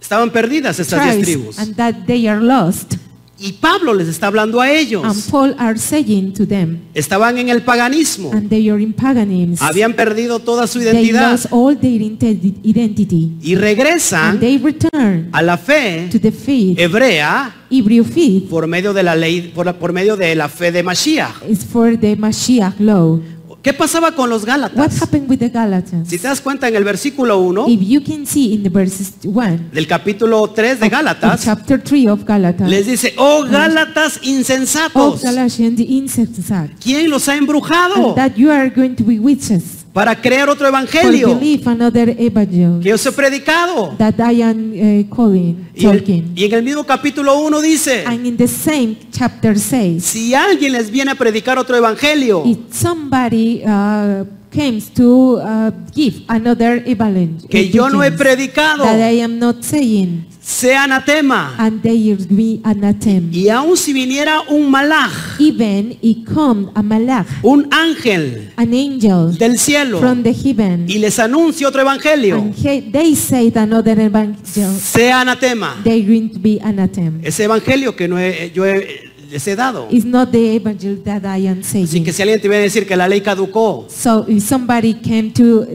[SPEAKER 1] Estaban perdidas estas diez tribus.
[SPEAKER 2] tribes and that they are lost.
[SPEAKER 1] Y Pablo les está hablando a
[SPEAKER 2] And
[SPEAKER 1] ellos.
[SPEAKER 2] Paul are saying to them,
[SPEAKER 1] Estaban en el paganismo.
[SPEAKER 2] and they are in paganism.
[SPEAKER 1] Habían perdido toda su
[SPEAKER 2] They
[SPEAKER 1] Oh. identidad. Ah.
[SPEAKER 2] lost all their inte- identity.
[SPEAKER 1] Y
[SPEAKER 2] And
[SPEAKER 1] regresan
[SPEAKER 2] they return
[SPEAKER 1] a la fe
[SPEAKER 2] to the
[SPEAKER 1] Eh.
[SPEAKER 2] faith,
[SPEAKER 1] hebrea
[SPEAKER 2] Hebrew faith,
[SPEAKER 1] por medio de la ley, por, la- por medio de la fe de Mashiach.
[SPEAKER 2] is for the Mashiach law.
[SPEAKER 1] ¿Qué pasaba con los
[SPEAKER 2] What
[SPEAKER 1] Gálatas?
[SPEAKER 2] happened with the Galatians?
[SPEAKER 1] Si te das cuenta en el versículo 1
[SPEAKER 2] If you can see in the verses 1
[SPEAKER 1] del capítulo 3 de
[SPEAKER 2] of
[SPEAKER 1] Gálatas,
[SPEAKER 2] chapter 3 of Galatians,
[SPEAKER 1] les dice, oh Gálatas
[SPEAKER 2] of Oh,
[SPEAKER 1] insensatos,
[SPEAKER 2] Galatians the insensate,
[SPEAKER 1] ¿quién los ha
[SPEAKER 2] and
[SPEAKER 1] embrujado
[SPEAKER 2] that you are going to be witches
[SPEAKER 1] para crear otro
[SPEAKER 2] for
[SPEAKER 1] evangelio
[SPEAKER 2] believe another evangel
[SPEAKER 1] que os he predicado?
[SPEAKER 2] that I am uh, calling,
[SPEAKER 1] Y, el-
[SPEAKER 2] talking.
[SPEAKER 1] y en el mismo capítulo 1 dice,
[SPEAKER 2] And in the same chapter says,
[SPEAKER 1] Si alguien les viene a predicar otro evangelio,
[SPEAKER 2] if somebody uh, comes to uh, give another evangel,
[SPEAKER 1] Que yo no he
[SPEAKER 2] teachings
[SPEAKER 1] predicado.
[SPEAKER 2] that I am not saying,
[SPEAKER 1] sea anatema.
[SPEAKER 2] and they will be anathema.
[SPEAKER 1] Y aun si viniera un malaj,
[SPEAKER 2] Even he come a malach,
[SPEAKER 1] un ángel
[SPEAKER 2] an angel
[SPEAKER 1] del cielo,
[SPEAKER 2] from the heaven,
[SPEAKER 1] y les anuncia otro evangelio,
[SPEAKER 2] and he, they say another evangel.
[SPEAKER 1] sea anatema.
[SPEAKER 2] they going to be anathema.
[SPEAKER 1] Ese evangelio que no he- yo he- les he dado.
[SPEAKER 2] It's not the evangel that I am
[SPEAKER 1] Así
[SPEAKER 2] saying.
[SPEAKER 1] que si alguien te viene a decir que la ley caducó,
[SPEAKER 2] So if somebody came to uh,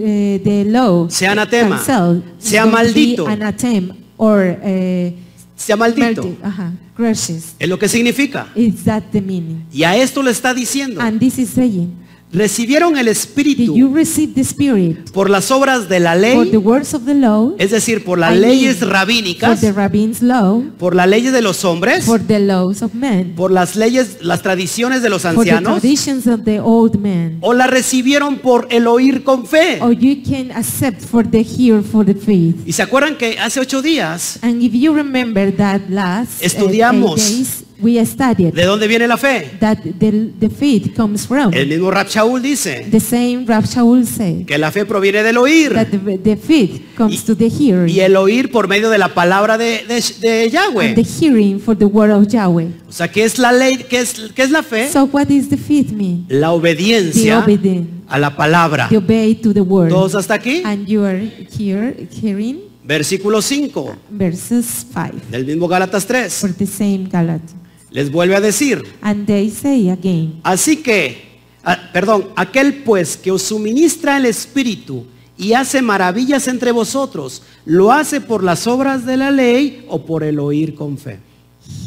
[SPEAKER 2] the law,
[SPEAKER 1] Sea anatema.
[SPEAKER 2] cancel, it's
[SPEAKER 1] Sea
[SPEAKER 2] going to be
[SPEAKER 1] maldito.
[SPEAKER 2] Anathema or uh,
[SPEAKER 1] sea maldito.
[SPEAKER 2] melted, uh-huh, gracious.
[SPEAKER 1] Es lo que significa.
[SPEAKER 2] Is that the meaning?
[SPEAKER 1] Y a esto le está diciendo,
[SPEAKER 2] And this is saying,
[SPEAKER 1] recibieron el
[SPEAKER 2] Ah, did you
[SPEAKER 1] Espíritu
[SPEAKER 2] receive the Spirit
[SPEAKER 1] por las obras de la
[SPEAKER 2] for the
[SPEAKER 1] ley,
[SPEAKER 2] words of the law,
[SPEAKER 1] es decir, por las
[SPEAKER 2] I mean,
[SPEAKER 1] leyes
[SPEAKER 2] for
[SPEAKER 1] rabínicas,
[SPEAKER 2] the rabbin's law,
[SPEAKER 1] por las leyes de los hombres,
[SPEAKER 2] for the laws of men,
[SPEAKER 1] por las leyes, las tradiciones de los
[SPEAKER 2] for the
[SPEAKER 1] ancianos,
[SPEAKER 2] traditions of the old men,
[SPEAKER 1] o la recibieron por el oír con fe.
[SPEAKER 2] or you can accept for the hear for the faith?
[SPEAKER 1] Y se acuerdan que hace ocho días,
[SPEAKER 2] And if you remember that last uh,
[SPEAKER 1] Estudiamos.
[SPEAKER 2] eight days, we studied
[SPEAKER 1] ¿de dónde viene la fe?
[SPEAKER 2] that the, the faith comes from.
[SPEAKER 1] El mismo Rab Shaul dice
[SPEAKER 2] The same Rav Shaul said
[SPEAKER 1] que la fe proviene del oír
[SPEAKER 2] that the, the faith comes to the hearing
[SPEAKER 1] y el oír por medio de la palabra de, de- de
[SPEAKER 2] and the
[SPEAKER 1] Yahweh.
[SPEAKER 2] hearing for the word of Yahweh.
[SPEAKER 1] O sea, ¿qué es la ley? ¿Qué es, qué es la fe?
[SPEAKER 2] So what is the faith mean?
[SPEAKER 1] La
[SPEAKER 2] The
[SPEAKER 1] obediencia
[SPEAKER 2] obedient,
[SPEAKER 1] a la palabra.
[SPEAKER 2] the obey to the word.
[SPEAKER 1] Todos hasta aquí.
[SPEAKER 2] And you are here hearing
[SPEAKER 1] Versículo 5
[SPEAKER 2] verses 5
[SPEAKER 1] del mismo Gálatas
[SPEAKER 2] for
[SPEAKER 1] 3.
[SPEAKER 2] the same Galatians.
[SPEAKER 1] Les vuelve a decir,
[SPEAKER 2] And they say again,
[SPEAKER 1] Así que, ah, perdón, aquel pues que os suministra el Espíritu y hace maravillas entre vosotros, ¿lo hace por las obras de la ley o por el oír con fe?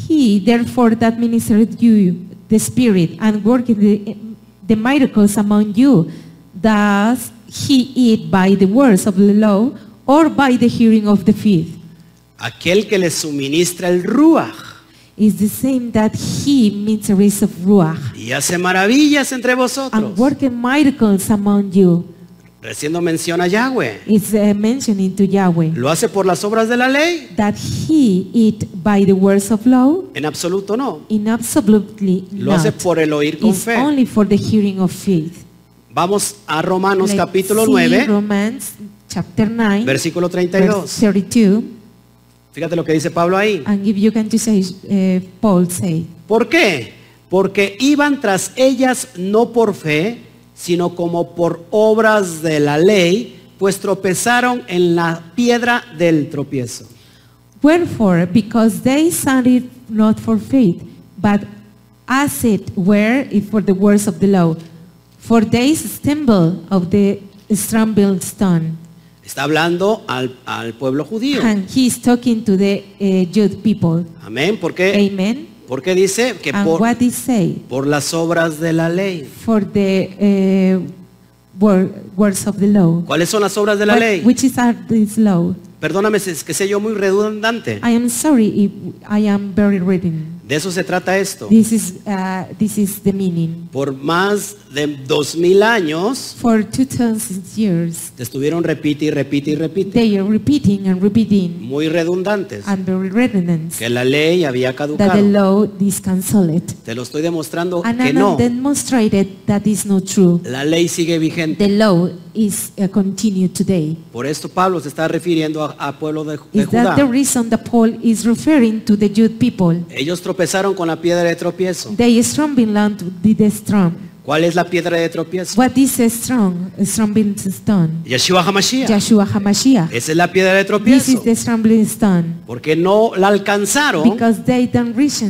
[SPEAKER 2] He therefore that ministered you the Spirit and worked the, the miracles among you, does he it by the words of the law or by the hearing of the faith?
[SPEAKER 1] Aquel que les suministra el Ruach
[SPEAKER 2] Is the same that he ministers of Ruach
[SPEAKER 1] y hace maravillas entre
[SPEAKER 2] and
[SPEAKER 1] vosotros.
[SPEAKER 2] working miracles among you.
[SPEAKER 1] Recién lo menciona Yahweh.
[SPEAKER 2] It's uh, mentioning to Yahweh
[SPEAKER 1] ¿Lo hace por las obras de la ley?
[SPEAKER 2] that he it by the words of law
[SPEAKER 1] En absoluto no.
[SPEAKER 2] in absolutely
[SPEAKER 1] Lo hace
[SPEAKER 2] not.
[SPEAKER 1] por el oír con
[SPEAKER 2] It's
[SPEAKER 1] fe.
[SPEAKER 2] only for the hearing of faith.
[SPEAKER 1] Vamos a Romanos
[SPEAKER 2] Let's
[SPEAKER 1] capítulo
[SPEAKER 2] see
[SPEAKER 1] 9,
[SPEAKER 2] Romans chapter 9,
[SPEAKER 1] Versículo
[SPEAKER 2] verse
[SPEAKER 1] 32.
[SPEAKER 2] 32,
[SPEAKER 1] Fíjate lo que dice Pablo ahí.
[SPEAKER 2] and if you can just say, uh, Paul said,
[SPEAKER 1] ¿Por qué? Porque iban tras ellas no por fe, sino como por obras de la ley, pues tropezaron en la piedra del tropiezo.
[SPEAKER 2] Wherefore, because they sought it not for faith, but as it were it for the words of the law. For they stumble of the stumbling stone.
[SPEAKER 1] Está hablando al, al pueblo judío.
[SPEAKER 2] And he is talking to the uh, Jude people.
[SPEAKER 1] Amén. ¿Por qué?
[SPEAKER 2] Amen.
[SPEAKER 1] Porque dice que
[SPEAKER 2] And
[SPEAKER 1] por,
[SPEAKER 2] what he say
[SPEAKER 1] por las obras de la ley.
[SPEAKER 2] for the uh, wor- words of the law.
[SPEAKER 1] ¿Cuáles son las obras de la
[SPEAKER 2] What-
[SPEAKER 1] ley?
[SPEAKER 2] Which is are this law.
[SPEAKER 1] Perdóname si es que sé yo muy redundante.
[SPEAKER 2] I am sorry if I am very reading.
[SPEAKER 1] De eso se trata esto.
[SPEAKER 2] This is uh, this is the meaning.
[SPEAKER 1] Por más de dos mil años
[SPEAKER 2] For 2000 years,
[SPEAKER 1] te estuvieron repite y repite y repite.
[SPEAKER 2] They are repeating and repeating
[SPEAKER 1] Muy redundantes.
[SPEAKER 2] and the redundance
[SPEAKER 1] que la ley había
[SPEAKER 2] that the
[SPEAKER 1] caducado.
[SPEAKER 2] law is cancelled.
[SPEAKER 1] Te lo estoy demostrando
[SPEAKER 2] And
[SPEAKER 1] que no.
[SPEAKER 2] Anand demonstrated that is not true.
[SPEAKER 1] La ley sigue vigente.
[SPEAKER 2] The law is uh, continued today.
[SPEAKER 1] Por esto Pablo se está refiriendo a, a pueblo de, de
[SPEAKER 2] Is that
[SPEAKER 1] Judá.
[SPEAKER 2] the reason that Paul is referring to the Jude people?
[SPEAKER 1] Ellos tropezaron con la piedra de tropiezo.
[SPEAKER 2] They stumbling land did strum.
[SPEAKER 1] ¿Cuál es la piedra de tropiezo?
[SPEAKER 2] What is a strong a stumbling stone?
[SPEAKER 1] Yeshua Hamashiach.
[SPEAKER 2] Joshua HaMashiach.
[SPEAKER 1] Esa es la piedra de
[SPEAKER 2] This is
[SPEAKER 1] tropiezo.
[SPEAKER 2] the stumbling stone
[SPEAKER 1] Porque no la alcanzaron
[SPEAKER 2] because they don't reach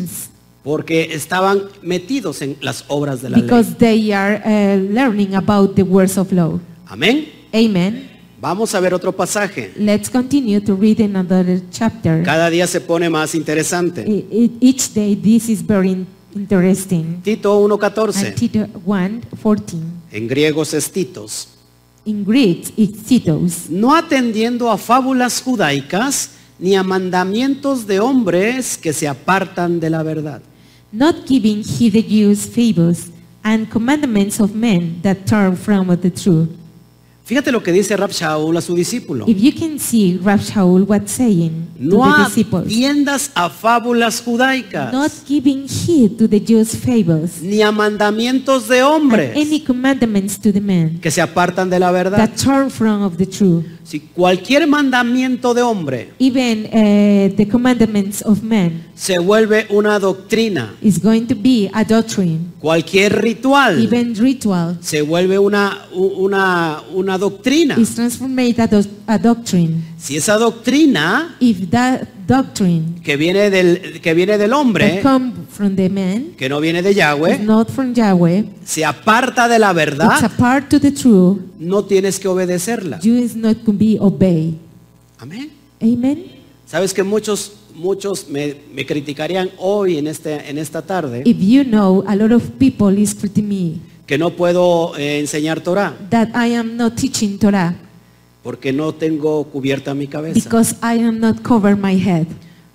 [SPEAKER 1] porque estaban metidos en las obras de la ley.
[SPEAKER 2] because they are uh, learning about the words of law.
[SPEAKER 1] Amén.
[SPEAKER 2] Amen.
[SPEAKER 1] Vamos a ver otro pasaje.
[SPEAKER 2] Let's continue to read another chapter.
[SPEAKER 1] Cada día se pone más interesante.
[SPEAKER 2] E- e- Each day this is very in- interesting.
[SPEAKER 1] Tito
[SPEAKER 2] And
[SPEAKER 1] 1.14.
[SPEAKER 2] Tito 1, 14.
[SPEAKER 1] En griegos es Titos.
[SPEAKER 2] In Greek it's Titos,
[SPEAKER 1] no atendiendo a fábulas judaicas ni a mandamientos de hombres que se apartan de la verdad.
[SPEAKER 2] not giving he the Jews fables and commandments of men that turn from the truth.
[SPEAKER 1] Fíjate lo que dice Rab Shaul a su discípulo.
[SPEAKER 2] If you can see Rab Shaul was saying to
[SPEAKER 1] No
[SPEAKER 2] the disciples,
[SPEAKER 1] atiendas a fábulas
[SPEAKER 2] not
[SPEAKER 1] judaicas
[SPEAKER 2] giving heed to the Jews fables
[SPEAKER 1] ni a mandamientos de
[SPEAKER 2] and
[SPEAKER 1] hombres
[SPEAKER 2] any commandments to the men
[SPEAKER 1] que se apartan de la verdad.
[SPEAKER 2] that turn from of the truth.
[SPEAKER 1] Si cualquier mandamiento de hombre
[SPEAKER 2] even uh, the commandments of man
[SPEAKER 1] se vuelve una doctrina,
[SPEAKER 2] is going to be a doctrine,
[SPEAKER 1] cualquier ritual
[SPEAKER 2] even ritual
[SPEAKER 1] se vuelve una, u- una, una doctrina.
[SPEAKER 2] is transformed a, doc- a doctrine.
[SPEAKER 1] Si esa doctrina
[SPEAKER 2] If that doctrine
[SPEAKER 1] que viene del, que viene del
[SPEAKER 2] that
[SPEAKER 1] hombre,
[SPEAKER 2] come from the man
[SPEAKER 1] que no viene de
[SPEAKER 2] is
[SPEAKER 1] Yahweh,
[SPEAKER 2] not from Yahweh,
[SPEAKER 1] se aparta de la
[SPEAKER 2] it's
[SPEAKER 1] verdad,
[SPEAKER 2] apart to the true,
[SPEAKER 1] no tienes que obedecerla.
[SPEAKER 2] you is not going to be obeyed.
[SPEAKER 1] Amén.
[SPEAKER 2] Amen.
[SPEAKER 1] Sabes que muchos, muchos me, me criticarían hoy en, este, en esta tarde
[SPEAKER 2] If you know, a lot of people is critiquing me
[SPEAKER 1] que no puedo eh, enseñar Torah
[SPEAKER 2] that I am not teaching Torah
[SPEAKER 1] porque no tengo cubierta mi cabeza.
[SPEAKER 2] because I am not cover my head.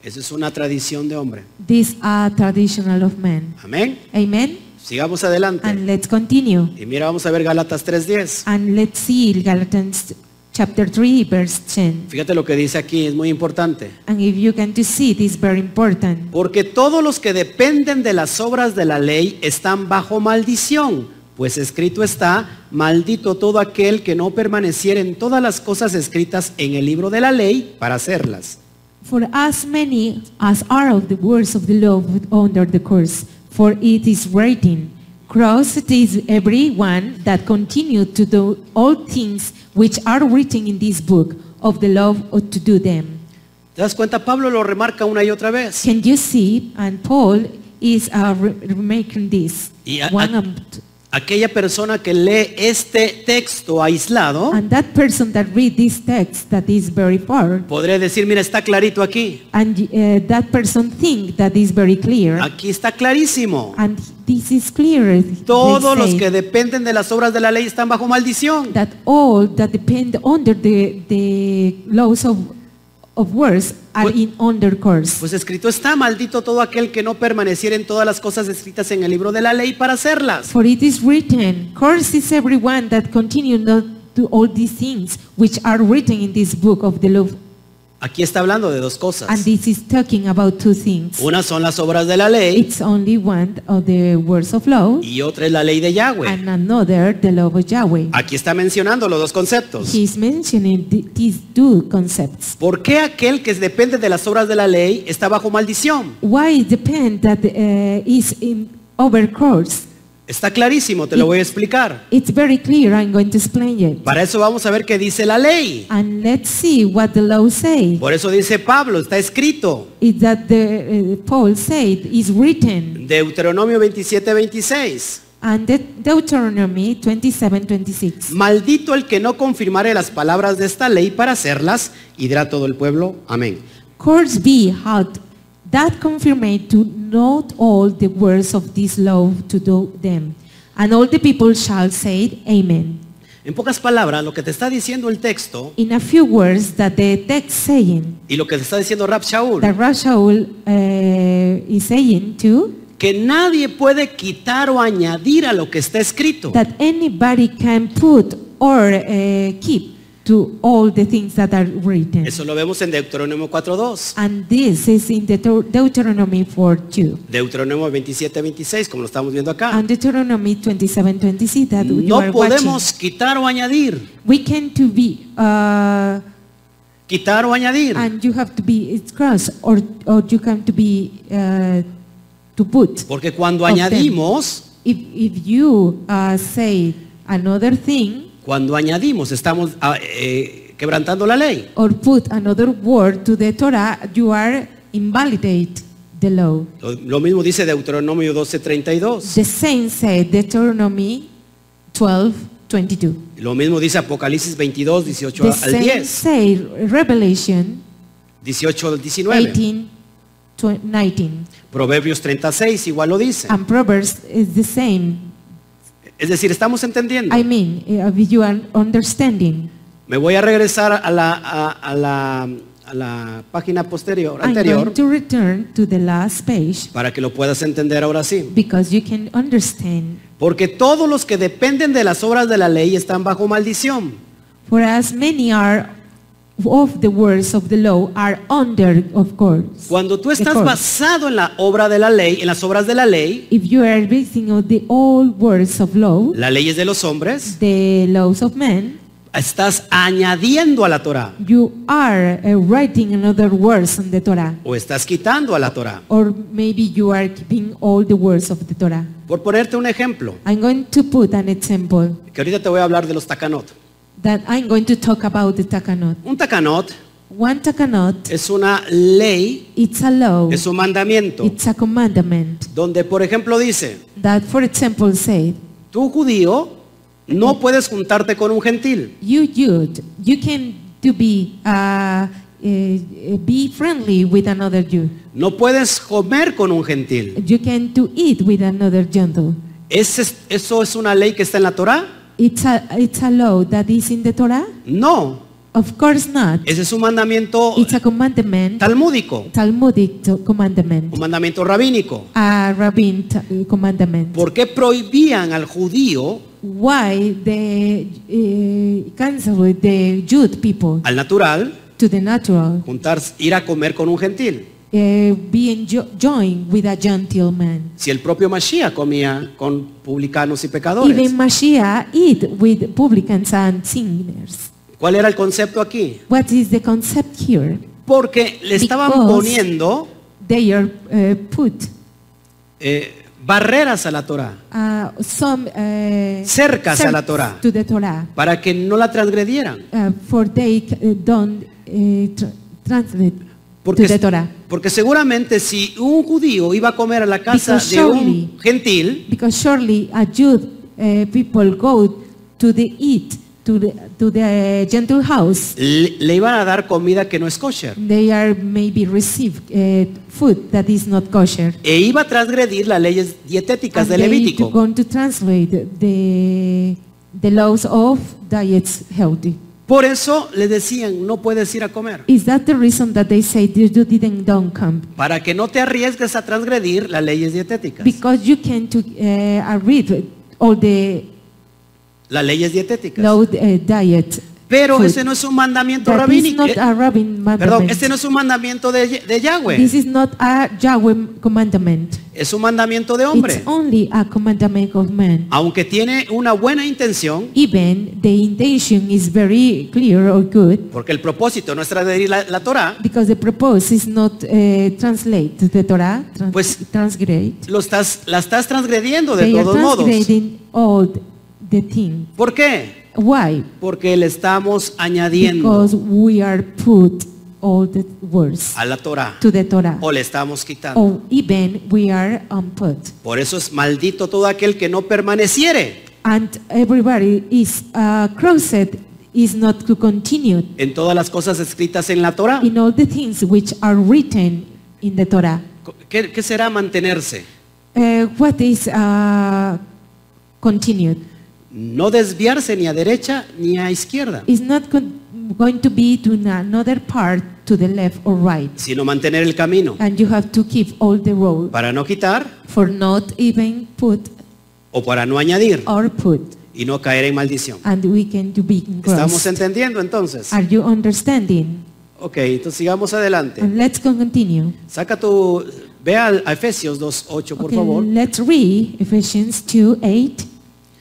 [SPEAKER 1] Esa es una tradición de hombre.
[SPEAKER 2] These are traditional of men.
[SPEAKER 1] Amén.
[SPEAKER 2] Amen.
[SPEAKER 1] Sigamos adelante.
[SPEAKER 2] And let's continue.
[SPEAKER 1] Y mira, vamos a ver Gálatas 3.10.
[SPEAKER 2] And let's see Galatians chapter 3, verse 10.
[SPEAKER 1] Fíjate lo que dice aquí, es muy importante.
[SPEAKER 2] And if you can to see, it is very important.
[SPEAKER 1] Porque todos los que dependen de las obras de la ley están bajo maldición, pues escrito está, maldito todo aquel que no permaneciera en todas las cosas escritas en el libro de la ley para hacerlas.
[SPEAKER 2] For as many as are of the words of the law under the curse, for it is written, Crossed is every one that continued to do all things which are written in this book of the law or to do them.
[SPEAKER 1] ¿Te das cuenta? Pablo lo remarca una y otra vez.
[SPEAKER 2] Can you see? And Paul is uh, re- making this
[SPEAKER 1] Y a-
[SPEAKER 2] one
[SPEAKER 1] a-
[SPEAKER 2] and
[SPEAKER 1] Aquella persona que lee este texto aislado,
[SPEAKER 2] And that person that read this text that is very far,
[SPEAKER 1] podré decir, mira, está clarito aquí.
[SPEAKER 2] and uh, that person think that is very clear,
[SPEAKER 1] Aquí está clarísimo.
[SPEAKER 2] and this is clear. they
[SPEAKER 1] Todos los
[SPEAKER 2] say,
[SPEAKER 1] que dependen de las obras de la ley están bajo maldición.
[SPEAKER 2] that all that depend under the the laws of of words are
[SPEAKER 1] Pues-
[SPEAKER 2] in under curse.
[SPEAKER 1] Pues escrito está, maldito todo aquel que no permaneciera en todas las cosas escritas en el libro de la ley para hacerlas.
[SPEAKER 2] For it is written, curse is everyone that continue not to all these things which are written in this book of the law
[SPEAKER 1] Aquí está hablando de dos
[SPEAKER 2] And
[SPEAKER 1] cosas.
[SPEAKER 2] this is talking about two things.
[SPEAKER 1] Una son las obras de la ley
[SPEAKER 2] It's only one of the words of law
[SPEAKER 1] y otra es la ley de Yahweh.
[SPEAKER 2] and another the law of Yahweh.
[SPEAKER 1] Aquí está mencionando los dos conceptos.
[SPEAKER 2] He's mentioning th- these two concepts.
[SPEAKER 1] ¿Por qué aquel que depende de las obras de la ley está bajo maldición?
[SPEAKER 2] Why it depend that uh, is in over course?
[SPEAKER 1] Está clarísimo, te lo voy a explicar.
[SPEAKER 2] It's very clear. I'm going to explain it.
[SPEAKER 1] Para eso vamos a ver qué dice la ley.
[SPEAKER 2] And let's see what the law say.
[SPEAKER 1] Por eso dice Pablo, está escrito.
[SPEAKER 2] Is that the uh, Paul said is written
[SPEAKER 1] Deuteronomio 27, 26.
[SPEAKER 2] and De- Deuteronomy 27:26.
[SPEAKER 1] Maldito el que no confirmare las palabras de esta ley para hacerlas, y dirá todo el pueblo, amén.
[SPEAKER 2] Course B had that confirmate to not all the words of this law to do them, and all the people shall say Amen.
[SPEAKER 1] En pocas palabras, lo que te está diciendo el texto
[SPEAKER 2] In a few words, that the text saying
[SPEAKER 1] y lo que te está diciendo Rab Shaul,
[SPEAKER 2] that Rashaul uh, is saying too,
[SPEAKER 1] que nadie puede quitar o añadir a lo que está escrito.
[SPEAKER 2] that anybody can put or uh, keep to all the things that are written.
[SPEAKER 1] Eso lo vemos en Deuteronomio 4.2,
[SPEAKER 2] And this is in the Deu- Deuteronomy 4:2.
[SPEAKER 1] Deuteronomio 27, 26, como lo estamos viendo acá.
[SPEAKER 2] And Deuteronomy 27, 26 that you
[SPEAKER 1] No
[SPEAKER 2] are watching.
[SPEAKER 1] podemos quitar o añadir,
[SPEAKER 2] We can to be, uh,
[SPEAKER 1] quitar o añadir.
[SPEAKER 2] and you have to be, it's cross, or, or you can to be, uh, to put.
[SPEAKER 1] Porque cuando
[SPEAKER 2] Of them.
[SPEAKER 1] añadimos,
[SPEAKER 2] If, if you uh, say another thing,
[SPEAKER 1] cuando añadimos, estamos ah, eh, quebrantando la ley.
[SPEAKER 2] or put another word to the Torah, you are invalidate the law.
[SPEAKER 1] Lo, lo mismo dice Deuteronomio 12:32.
[SPEAKER 2] The same said Deuteronomy 12, 22.
[SPEAKER 1] Lo mismo dice Apocalipsis 22, 18
[SPEAKER 2] The
[SPEAKER 1] al
[SPEAKER 2] same
[SPEAKER 1] 10,
[SPEAKER 2] say Revelation
[SPEAKER 1] 18 al 19.
[SPEAKER 2] 18, 20, 19.
[SPEAKER 1] Proverbios 36 igual lo dice.
[SPEAKER 2] And Proverbs is the same.
[SPEAKER 1] Es decir, estamos entendiendo.
[SPEAKER 2] I mean, if you are understanding.
[SPEAKER 1] Me voy a regresar a la, a, a la, a la página posterior,
[SPEAKER 2] I'm
[SPEAKER 1] anterior,
[SPEAKER 2] going to return to the last page
[SPEAKER 1] para que lo puedas entender ahora sí.
[SPEAKER 2] because you can understand.
[SPEAKER 1] Porque todos los que dependen de las obras de la ley están bajo maldición.
[SPEAKER 2] For as many are of the words of the law are under, of course.
[SPEAKER 1] Cuando tú
[SPEAKER 2] the
[SPEAKER 1] estás
[SPEAKER 2] course.
[SPEAKER 1] basado en la obra de la ley, en las obras de la ley,
[SPEAKER 2] If you are basing on the old words of law,
[SPEAKER 1] las leyes de los hombres,
[SPEAKER 2] the laws of men,
[SPEAKER 1] estás añadiendo a la Torah
[SPEAKER 2] you are uh, writing another words on the Torah.
[SPEAKER 1] o estás quitando a la Torah.
[SPEAKER 2] Or maybe you are keeping all the words of the Torah.
[SPEAKER 1] Por ponerte un ejemplo,
[SPEAKER 2] I'm going to put an example
[SPEAKER 1] que ahorita te voy a hablar de los takanot.
[SPEAKER 2] that I'm going to talk about the takanot.
[SPEAKER 1] Un takanot
[SPEAKER 2] One takanot,
[SPEAKER 1] es una ley,
[SPEAKER 2] it's a law,
[SPEAKER 1] es un mandamiento,
[SPEAKER 2] it's a commandment
[SPEAKER 1] donde por ejemplo dice,
[SPEAKER 2] that, for example, said,
[SPEAKER 1] tú judío no puedes juntarte con un gentil.
[SPEAKER 2] you Jude, you can to be uh, eh, be friendly with another Jew.
[SPEAKER 1] No puedes comer con un gentil.
[SPEAKER 2] You can to eat with another Gentile.
[SPEAKER 1] ¿Es, es- eso es una ley que está en la Torah?
[SPEAKER 2] It's a it's a law that is in the Torah.
[SPEAKER 1] No.
[SPEAKER 2] Of course not.
[SPEAKER 1] Ese es un mandamiento
[SPEAKER 2] It's a commandment,
[SPEAKER 1] talmúdico,
[SPEAKER 2] Talmudic to-
[SPEAKER 1] un
[SPEAKER 2] commandment,
[SPEAKER 1] mandamiento rabínico.
[SPEAKER 2] a rabbin t- commandment.
[SPEAKER 1] ¿Por qué prohibían al judío,
[SPEAKER 2] why they uh, cancel the Jude people
[SPEAKER 1] al natural,
[SPEAKER 2] to the natural,
[SPEAKER 1] juntar, ir a comer con un gentil?
[SPEAKER 2] uh, being jo- joined with a gentleman.
[SPEAKER 1] Si el propio Mashiach comía con publicanos y
[SPEAKER 2] Even
[SPEAKER 1] pecadores.
[SPEAKER 2] Mashiach eat with publicans and sinners.
[SPEAKER 1] ¿Cuál era el concepto aquí?
[SPEAKER 2] What is the concept here?
[SPEAKER 1] Porque le estaban
[SPEAKER 2] Because-
[SPEAKER 1] poniendo
[SPEAKER 2] They are uh, put
[SPEAKER 1] eh, barreras a la Torah
[SPEAKER 2] uh, some uh,
[SPEAKER 1] Cercas a la
[SPEAKER 2] cercs
[SPEAKER 1] Torah.
[SPEAKER 2] to the Torah
[SPEAKER 1] para que no la transgredieran.
[SPEAKER 2] uh, for they uh, don't uh, tr- translate
[SPEAKER 1] Porque,
[SPEAKER 2] to the Torah
[SPEAKER 1] porque seguramente si un judío iba a comer a la casa
[SPEAKER 2] Because
[SPEAKER 1] de un
[SPEAKER 2] surely-
[SPEAKER 1] gentil,
[SPEAKER 2] Because surely a Jude uh, people go to the eat to the to the gentle house.
[SPEAKER 1] le, le iban a dar comida que no es kosher.
[SPEAKER 2] They are maybe receive uh, food that is not kosher.
[SPEAKER 1] E iba a transgredir las leyes dietéticas
[SPEAKER 2] And
[SPEAKER 1] de
[SPEAKER 2] they to-
[SPEAKER 1] Levítico.
[SPEAKER 2] going to translate the the laws of diets healthy.
[SPEAKER 1] Por eso le decían, no puedes ir a comer.
[SPEAKER 2] Is that the reason that they say you do- didn't don't come?
[SPEAKER 1] Para que no te arriesgues a transgredir las leyes dietéticas.
[SPEAKER 2] Because you can to uh, uh, read all the
[SPEAKER 1] Las leyes dietéticas.
[SPEAKER 2] low uh, diet
[SPEAKER 1] Pero
[SPEAKER 2] food.
[SPEAKER 1] este no es un mandamiento
[SPEAKER 2] That is
[SPEAKER 1] rabínico.
[SPEAKER 2] not
[SPEAKER 1] eh,
[SPEAKER 2] a rabbin
[SPEAKER 1] Perdón,
[SPEAKER 2] mandament.
[SPEAKER 1] este no es un mandamiento de, de Yahweh.
[SPEAKER 2] This is not a Yahweh commandment.
[SPEAKER 1] Es un mandamiento de hombre.
[SPEAKER 2] It's only a commandment of man.
[SPEAKER 1] Aunque tiene una buena intención,
[SPEAKER 2] Even the intention is very clear or good
[SPEAKER 1] porque el propósito no es transgredir la, la Torah,
[SPEAKER 2] because the purpose is not uh, translate the Torah, trans
[SPEAKER 1] Pues-
[SPEAKER 2] transgrade.
[SPEAKER 1] lo estás, la estás transgrediendo de
[SPEAKER 2] They are
[SPEAKER 1] todos modos.
[SPEAKER 2] transgrading all the thing.
[SPEAKER 1] ¿Por qué?
[SPEAKER 2] Why?
[SPEAKER 1] Porque le estamos añadiendo
[SPEAKER 2] Because we are put all the words
[SPEAKER 1] a la Torah
[SPEAKER 2] to Oh. the Torah,
[SPEAKER 1] o le estamos quitando.
[SPEAKER 2] or even we are unput.
[SPEAKER 1] Por eso es maldito todo aquel que no permaneciere
[SPEAKER 2] And everybody is uh, crossed is not to continue
[SPEAKER 1] en todas las cosas escritas en la Torah.
[SPEAKER 2] in all the things which are written in the Torah.
[SPEAKER 1] ¿Qué, qué será mantenerse?
[SPEAKER 2] Uh, what is uh, continued
[SPEAKER 1] No desviarse ni a derecha ni a izquierda,
[SPEAKER 2] is not con- going to be to another part to the left or right,
[SPEAKER 1] sino mantener el camino
[SPEAKER 2] and you have to keep all the road
[SPEAKER 1] para no quitar
[SPEAKER 2] for not even put
[SPEAKER 1] o para no añadir
[SPEAKER 2] or put,
[SPEAKER 1] y no caer en maldición.
[SPEAKER 2] and we can do be
[SPEAKER 1] ¿Estamos
[SPEAKER 2] engrossed.
[SPEAKER 1] entendiendo entonces?
[SPEAKER 2] Are you understanding?
[SPEAKER 1] Ok, entonces sigamos adelante.
[SPEAKER 2] And let's con- continue.
[SPEAKER 1] Saca tu... Ve al- a Efesios 2.8, por
[SPEAKER 2] Okay,
[SPEAKER 1] favor.
[SPEAKER 2] let's read Ephesians 2 8,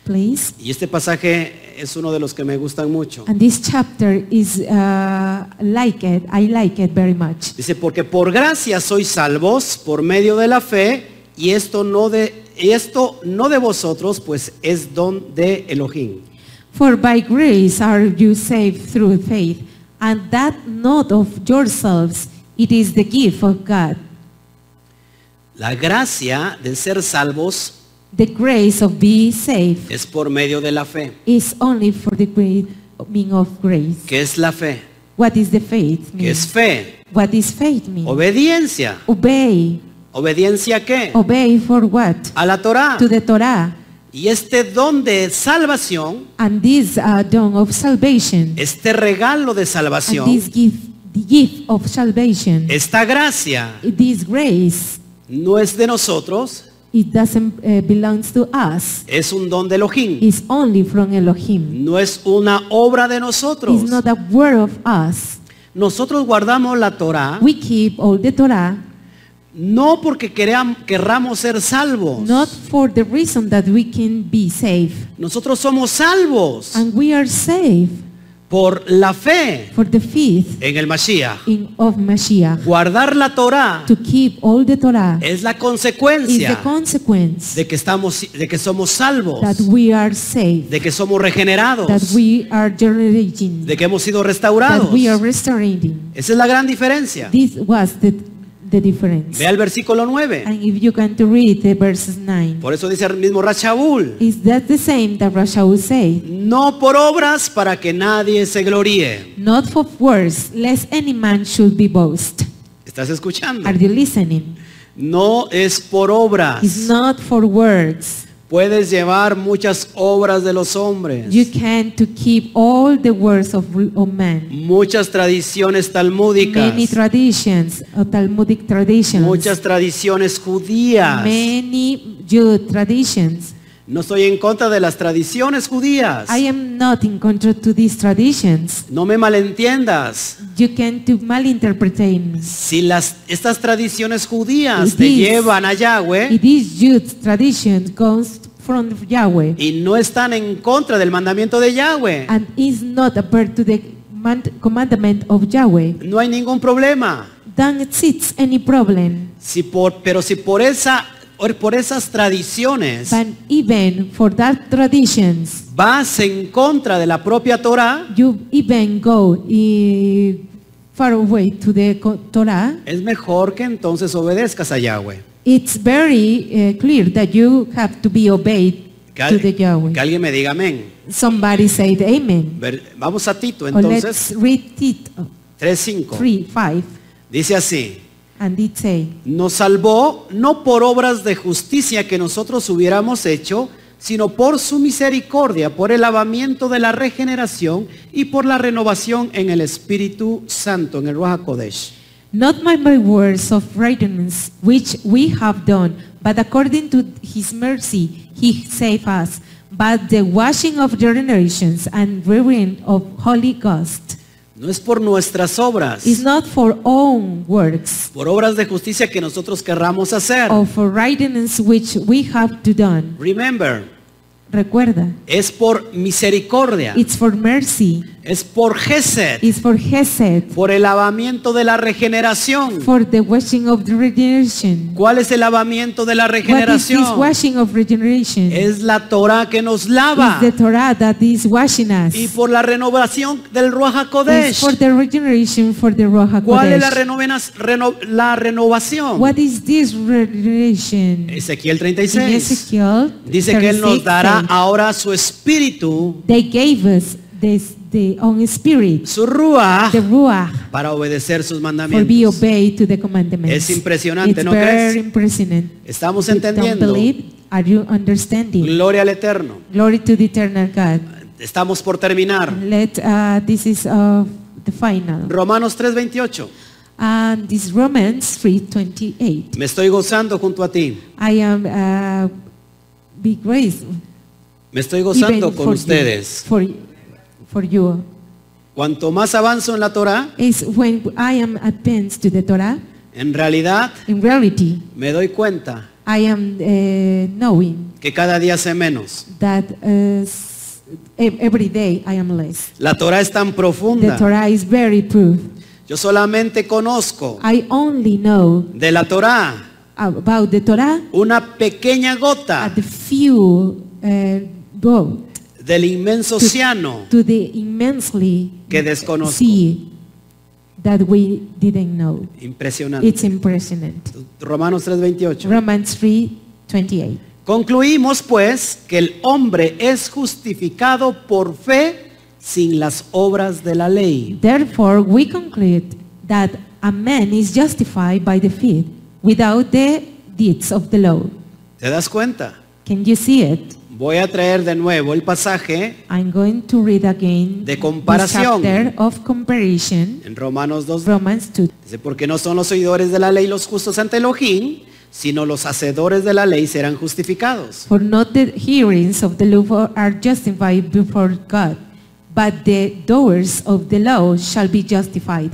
[SPEAKER 2] please.
[SPEAKER 1] Y este pasaje es uno de los que me gustan mucho.
[SPEAKER 2] And this chapter is uh, like it. I like it very much.
[SPEAKER 1] Dice, porque por gracia sois salvos por medio de la fe, y esto no de, y esto no de vosotros, pues es don de Elohim.
[SPEAKER 2] For by grace are you saved through faith, and that not of yourselves, it is the gift of God.
[SPEAKER 1] La gracia de ser salvos
[SPEAKER 2] The grace of being saved
[SPEAKER 1] es por medio de la fe.
[SPEAKER 2] is only for the great meaning of grace.
[SPEAKER 1] ¿Qué es la fe?
[SPEAKER 2] What is the faith
[SPEAKER 1] ¿Qué
[SPEAKER 2] mean?
[SPEAKER 1] es fe?
[SPEAKER 2] What is faith mean?
[SPEAKER 1] Obediencia.
[SPEAKER 2] Obey.
[SPEAKER 1] ¿Obediencia a qué?
[SPEAKER 2] Obey for what?
[SPEAKER 1] A la Torah.
[SPEAKER 2] To the Torah.
[SPEAKER 1] Y este don de salvación,
[SPEAKER 2] And this uh, dawn of salvation,
[SPEAKER 1] este regalo de
[SPEAKER 2] and this
[SPEAKER 1] salvación,
[SPEAKER 2] gift, the gift of salvation,
[SPEAKER 1] esta gracia
[SPEAKER 2] this grace,
[SPEAKER 1] no es de nosotros,
[SPEAKER 2] it doesn't uh, belongs to us.
[SPEAKER 1] es un don de Elohim.
[SPEAKER 2] is only from Elohim.
[SPEAKER 1] No es una obra de
[SPEAKER 2] It's
[SPEAKER 1] nosotros.
[SPEAKER 2] not a word of us.
[SPEAKER 1] Nosotros guardamos la Torah
[SPEAKER 2] We keep all the Torah
[SPEAKER 1] no porque queram- querramos ser salvos.
[SPEAKER 2] not for the reason that we can be safe.
[SPEAKER 1] Nosotros somos salvos
[SPEAKER 2] And we are safe
[SPEAKER 1] por la fe
[SPEAKER 2] for the faith
[SPEAKER 1] en el Mashiach.
[SPEAKER 2] in, of Mashiach.
[SPEAKER 1] Guardar la Torah
[SPEAKER 2] To keep all the Torah
[SPEAKER 1] es la
[SPEAKER 2] is the
[SPEAKER 1] consecuencia
[SPEAKER 2] consequence
[SPEAKER 1] de que estamos de que somos salvos,
[SPEAKER 2] that we are safe,
[SPEAKER 1] de que somos
[SPEAKER 2] that
[SPEAKER 1] regenerados,
[SPEAKER 2] we are generating,
[SPEAKER 1] de que hemos sido
[SPEAKER 2] that
[SPEAKER 1] restaurados.
[SPEAKER 2] we are restoring.
[SPEAKER 1] Esa es la gran diferencia.
[SPEAKER 2] This was the, the difference.
[SPEAKER 1] Ve al versículo 9.
[SPEAKER 2] And if you can to read the verses 9,
[SPEAKER 1] Por eso dice el mismo Rachaul,
[SPEAKER 2] is that the same that Rasha would say?
[SPEAKER 1] no por obras para que nadie se gloríe.
[SPEAKER 2] Not for words, lest any man should be boast.
[SPEAKER 1] ¿Estás escuchando?
[SPEAKER 2] Are you listening?
[SPEAKER 1] No es por
[SPEAKER 2] It's
[SPEAKER 1] obras.
[SPEAKER 2] not for words.
[SPEAKER 1] Puedes llevar muchas obras de los
[SPEAKER 2] You
[SPEAKER 1] hombres,
[SPEAKER 2] can to keep all the words of, of man.
[SPEAKER 1] muchas tradiciones
[SPEAKER 2] Many
[SPEAKER 1] talmúdicas,
[SPEAKER 2] traditions, uh, Talmudic traditions,
[SPEAKER 1] muchas tradiciones judías.
[SPEAKER 2] many Jew traditions.
[SPEAKER 1] No estoy en contra de las tradiciones judías.
[SPEAKER 2] I am not in contra to these traditions.
[SPEAKER 1] No me malentiendas.
[SPEAKER 2] You can to malinterpret me.
[SPEAKER 1] Si las, estas tradiciones judías
[SPEAKER 2] It
[SPEAKER 1] te
[SPEAKER 2] is-
[SPEAKER 1] llevan a Yahweh
[SPEAKER 2] It is Jew tradition comes from Yahweh
[SPEAKER 1] y no están en contra del mandamiento de Yahweh,
[SPEAKER 2] and is not apart to the command- commandment of Yahweh.
[SPEAKER 1] no hay ningún problema.
[SPEAKER 2] Don't exist any problem.
[SPEAKER 1] Si por, pero si por, esa, por- por esas tradiciones
[SPEAKER 2] But even for that traditions,
[SPEAKER 1] vas en contra de la propia Torah,
[SPEAKER 2] you even go eh, far away to the co- Torah.
[SPEAKER 1] es mejor que entonces obedezcas a Yahweh.
[SPEAKER 2] It's very uh, clear that you have to be obeyed
[SPEAKER 1] Que,
[SPEAKER 2] to the
[SPEAKER 1] al- que
[SPEAKER 2] Yahweh.
[SPEAKER 1] alguien me diga amén.
[SPEAKER 2] Somebody said Amen.
[SPEAKER 1] Ver- Vamos a Tito
[SPEAKER 2] Or let's
[SPEAKER 1] entonces,
[SPEAKER 2] read Tito
[SPEAKER 1] 3.5.
[SPEAKER 2] 3, 5,
[SPEAKER 1] Dice así.
[SPEAKER 2] and it say,
[SPEAKER 1] Nos salvó no por obras de justicia que nosotros hubiéramos hecho, sino por su misericordia, por el lavamiento de la regeneración y por la renovación en el Espíritu Santo, en el Ruach Kodesh.
[SPEAKER 2] Not by my words of righteousness which we have done, but according to his mercy he saved us but the washing of generations and rearing of Holy Ghost.
[SPEAKER 1] No es por nuestras obras,
[SPEAKER 2] is not for own works
[SPEAKER 1] por obras de justicia que nosotros querramos hacer.
[SPEAKER 2] or for righteousness which we have to done.
[SPEAKER 1] Remember,
[SPEAKER 2] Recuerda,
[SPEAKER 1] es por misericordia,
[SPEAKER 2] it's for mercy,
[SPEAKER 1] es por Gesed,
[SPEAKER 2] it's for hesed,
[SPEAKER 1] por el lavamiento de la regeneración.
[SPEAKER 2] for the washing of the regeneration.
[SPEAKER 1] ¿Cuál es el lavamiento de la
[SPEAKER 2] What is this
[SPEAKER 1] regeneración?
[SPEAKER 2] washing of regeneration? It's
[SPEAKER 1] Es la Torah que nos lava
[SPEAKER 2] the Torah that is washing us.
[SPEAKER 1] y por la renovación del Ruach
[SPEAKER 2] It's
[SPEAKER 1] HaKodesh.
[SPEAKER 2] for the regeneration for the Roja
[SPEAKER 1] ¿Cuál es la,
[SPEAKER 2] Kodesh.
[SPEAKER 1] renovena- reno- la renovación?
[SPEAKER 2] What is this regeneration?
[SPEAKER 1] Ezequiel
[SPEAKER 2] In
[SPEAKER 1] 36.
[SPEAKER 2] Ezekiel
[SPEAKER 1] Dice que Él nos
[SPEAKER 2] 36,
[SPEAKER 1] dará
[SPEAKER 2] says,
[SPEAKER 1] ahora su espíritu,
[SPEAKER 2] They gave us this, the own spirit,
[SPEAKER 1] su Ruach,
[SPEAKER 2] the Ruach,
[SPEAKER 1] para obedecer sus
[SPEAKER 2] for be
[SPEAKER 1] mandamientos.
[SPEAKER 2] obeyed to the commandments.
[SPEAKER 1] Es impresionante,
[SPEAKER 2] It's
[SPEAKER 1] ¿no
[SPEAKER 2] very
[SPEAKER 1] crees?
[SPEAKER 2] impressionant.
[SPEAKER 1] Estamos
[SPEAKER 2] You don't
[SPEAKER 1] entendiendo.
[SPEAKER 2] believe? Are you understanding?
[SPEAKER 1] Gloria al Eterno.
[SPEAKER 2] Glory to the eternal God.
[SPEAKER 1] Estamos por terminar.
[SPEAKER 2] Let uh, this is uh, the final.
[SPEAKER 1] Romanos 3:28.
[SPEAKER 2] And this Romans 3:28.
[SPEAKER 1] Me estoy gozando junto a ti.
[SPEAKER 2] I am uh, be grateful.
[SPEAKER 1] Me estoy
[SPEAKER 2] even
[SPEAKER 1] gozando con
[SPEAKER 2] for
[SPEAKER 1] ustedes.
[SPEAKER 2] You, for, y- for you.
[SPEAKER 1] Cuanto más avanzo en la Torah,
[SPEAKER 2] Is when I am advanced to the Torah,
[SPEAKER 1] en realidad
[SPEAKER 2] in reality,
[SPEAKER 1] me doy cuenta
[SPEAKER 2] I am uh, knowing
[SPEAKER 1] que cada día sé menos.
[SPEAKER 2] that uh, s- ev- every day I am less.
[SPEAKER 1] La Torah es tan
[SPEAKER 2] The
[SPEAKER 1] profunda.
[SPEAKER 2] Torah is very proof.
[SPEAKER 1] Yo solamente conozco
[SPEAKER 2] I only know
[SPEAKER 1] de la Torah
[SPEAKER 2] about the Torah
[SPEAKER 1] una pequeña gota
[SPEAKER 2] at the few uh, go
[SPEAKER 1] del inmenso océano
[SPEAKER 2] to the immensely
[SPEAKER 1] que desconozco.
[SPEAKER 2] sea that we didn't know.
[SPEAKER 1] Impresionante.
[SPEAKER 2] It's impressionant.
[SPEAKER 1] Romanos 3:28.
[SPEAKER 2] Romans 3, 28.
[SPEAKER 1] Concluimos pues que el hombre es justificado por fe sin las obras de la ley.
[SPEAKER 2] Therefore, we conclude that a man is justified by the faith without the deeds of the law.
[SPEAKER 1] ¿Te das cuenta?
[SPEAKER 2] Can you see it?
[SPEAKER 1] Voy a traer de nuevo el pasaje
[SPEAKER 2] I'm going to read again
[SPEAKER 1] De
[SPEAKER 2] the
[SPEAKER 1] comparación.
[SPEAKER 2] chapter of comparison,
[SPEAKER 1] en Romanos 2.
[SPEAKER 2] Romans 2.
[SPEAKER 1] Dice, porque no son los oidores de la ley los justos ante Elohim, sino los hacedores de la ley serán justificados.
[SPEAKER 2] For not the hearings of the law are justified before God, but the doers of the law shall be justified.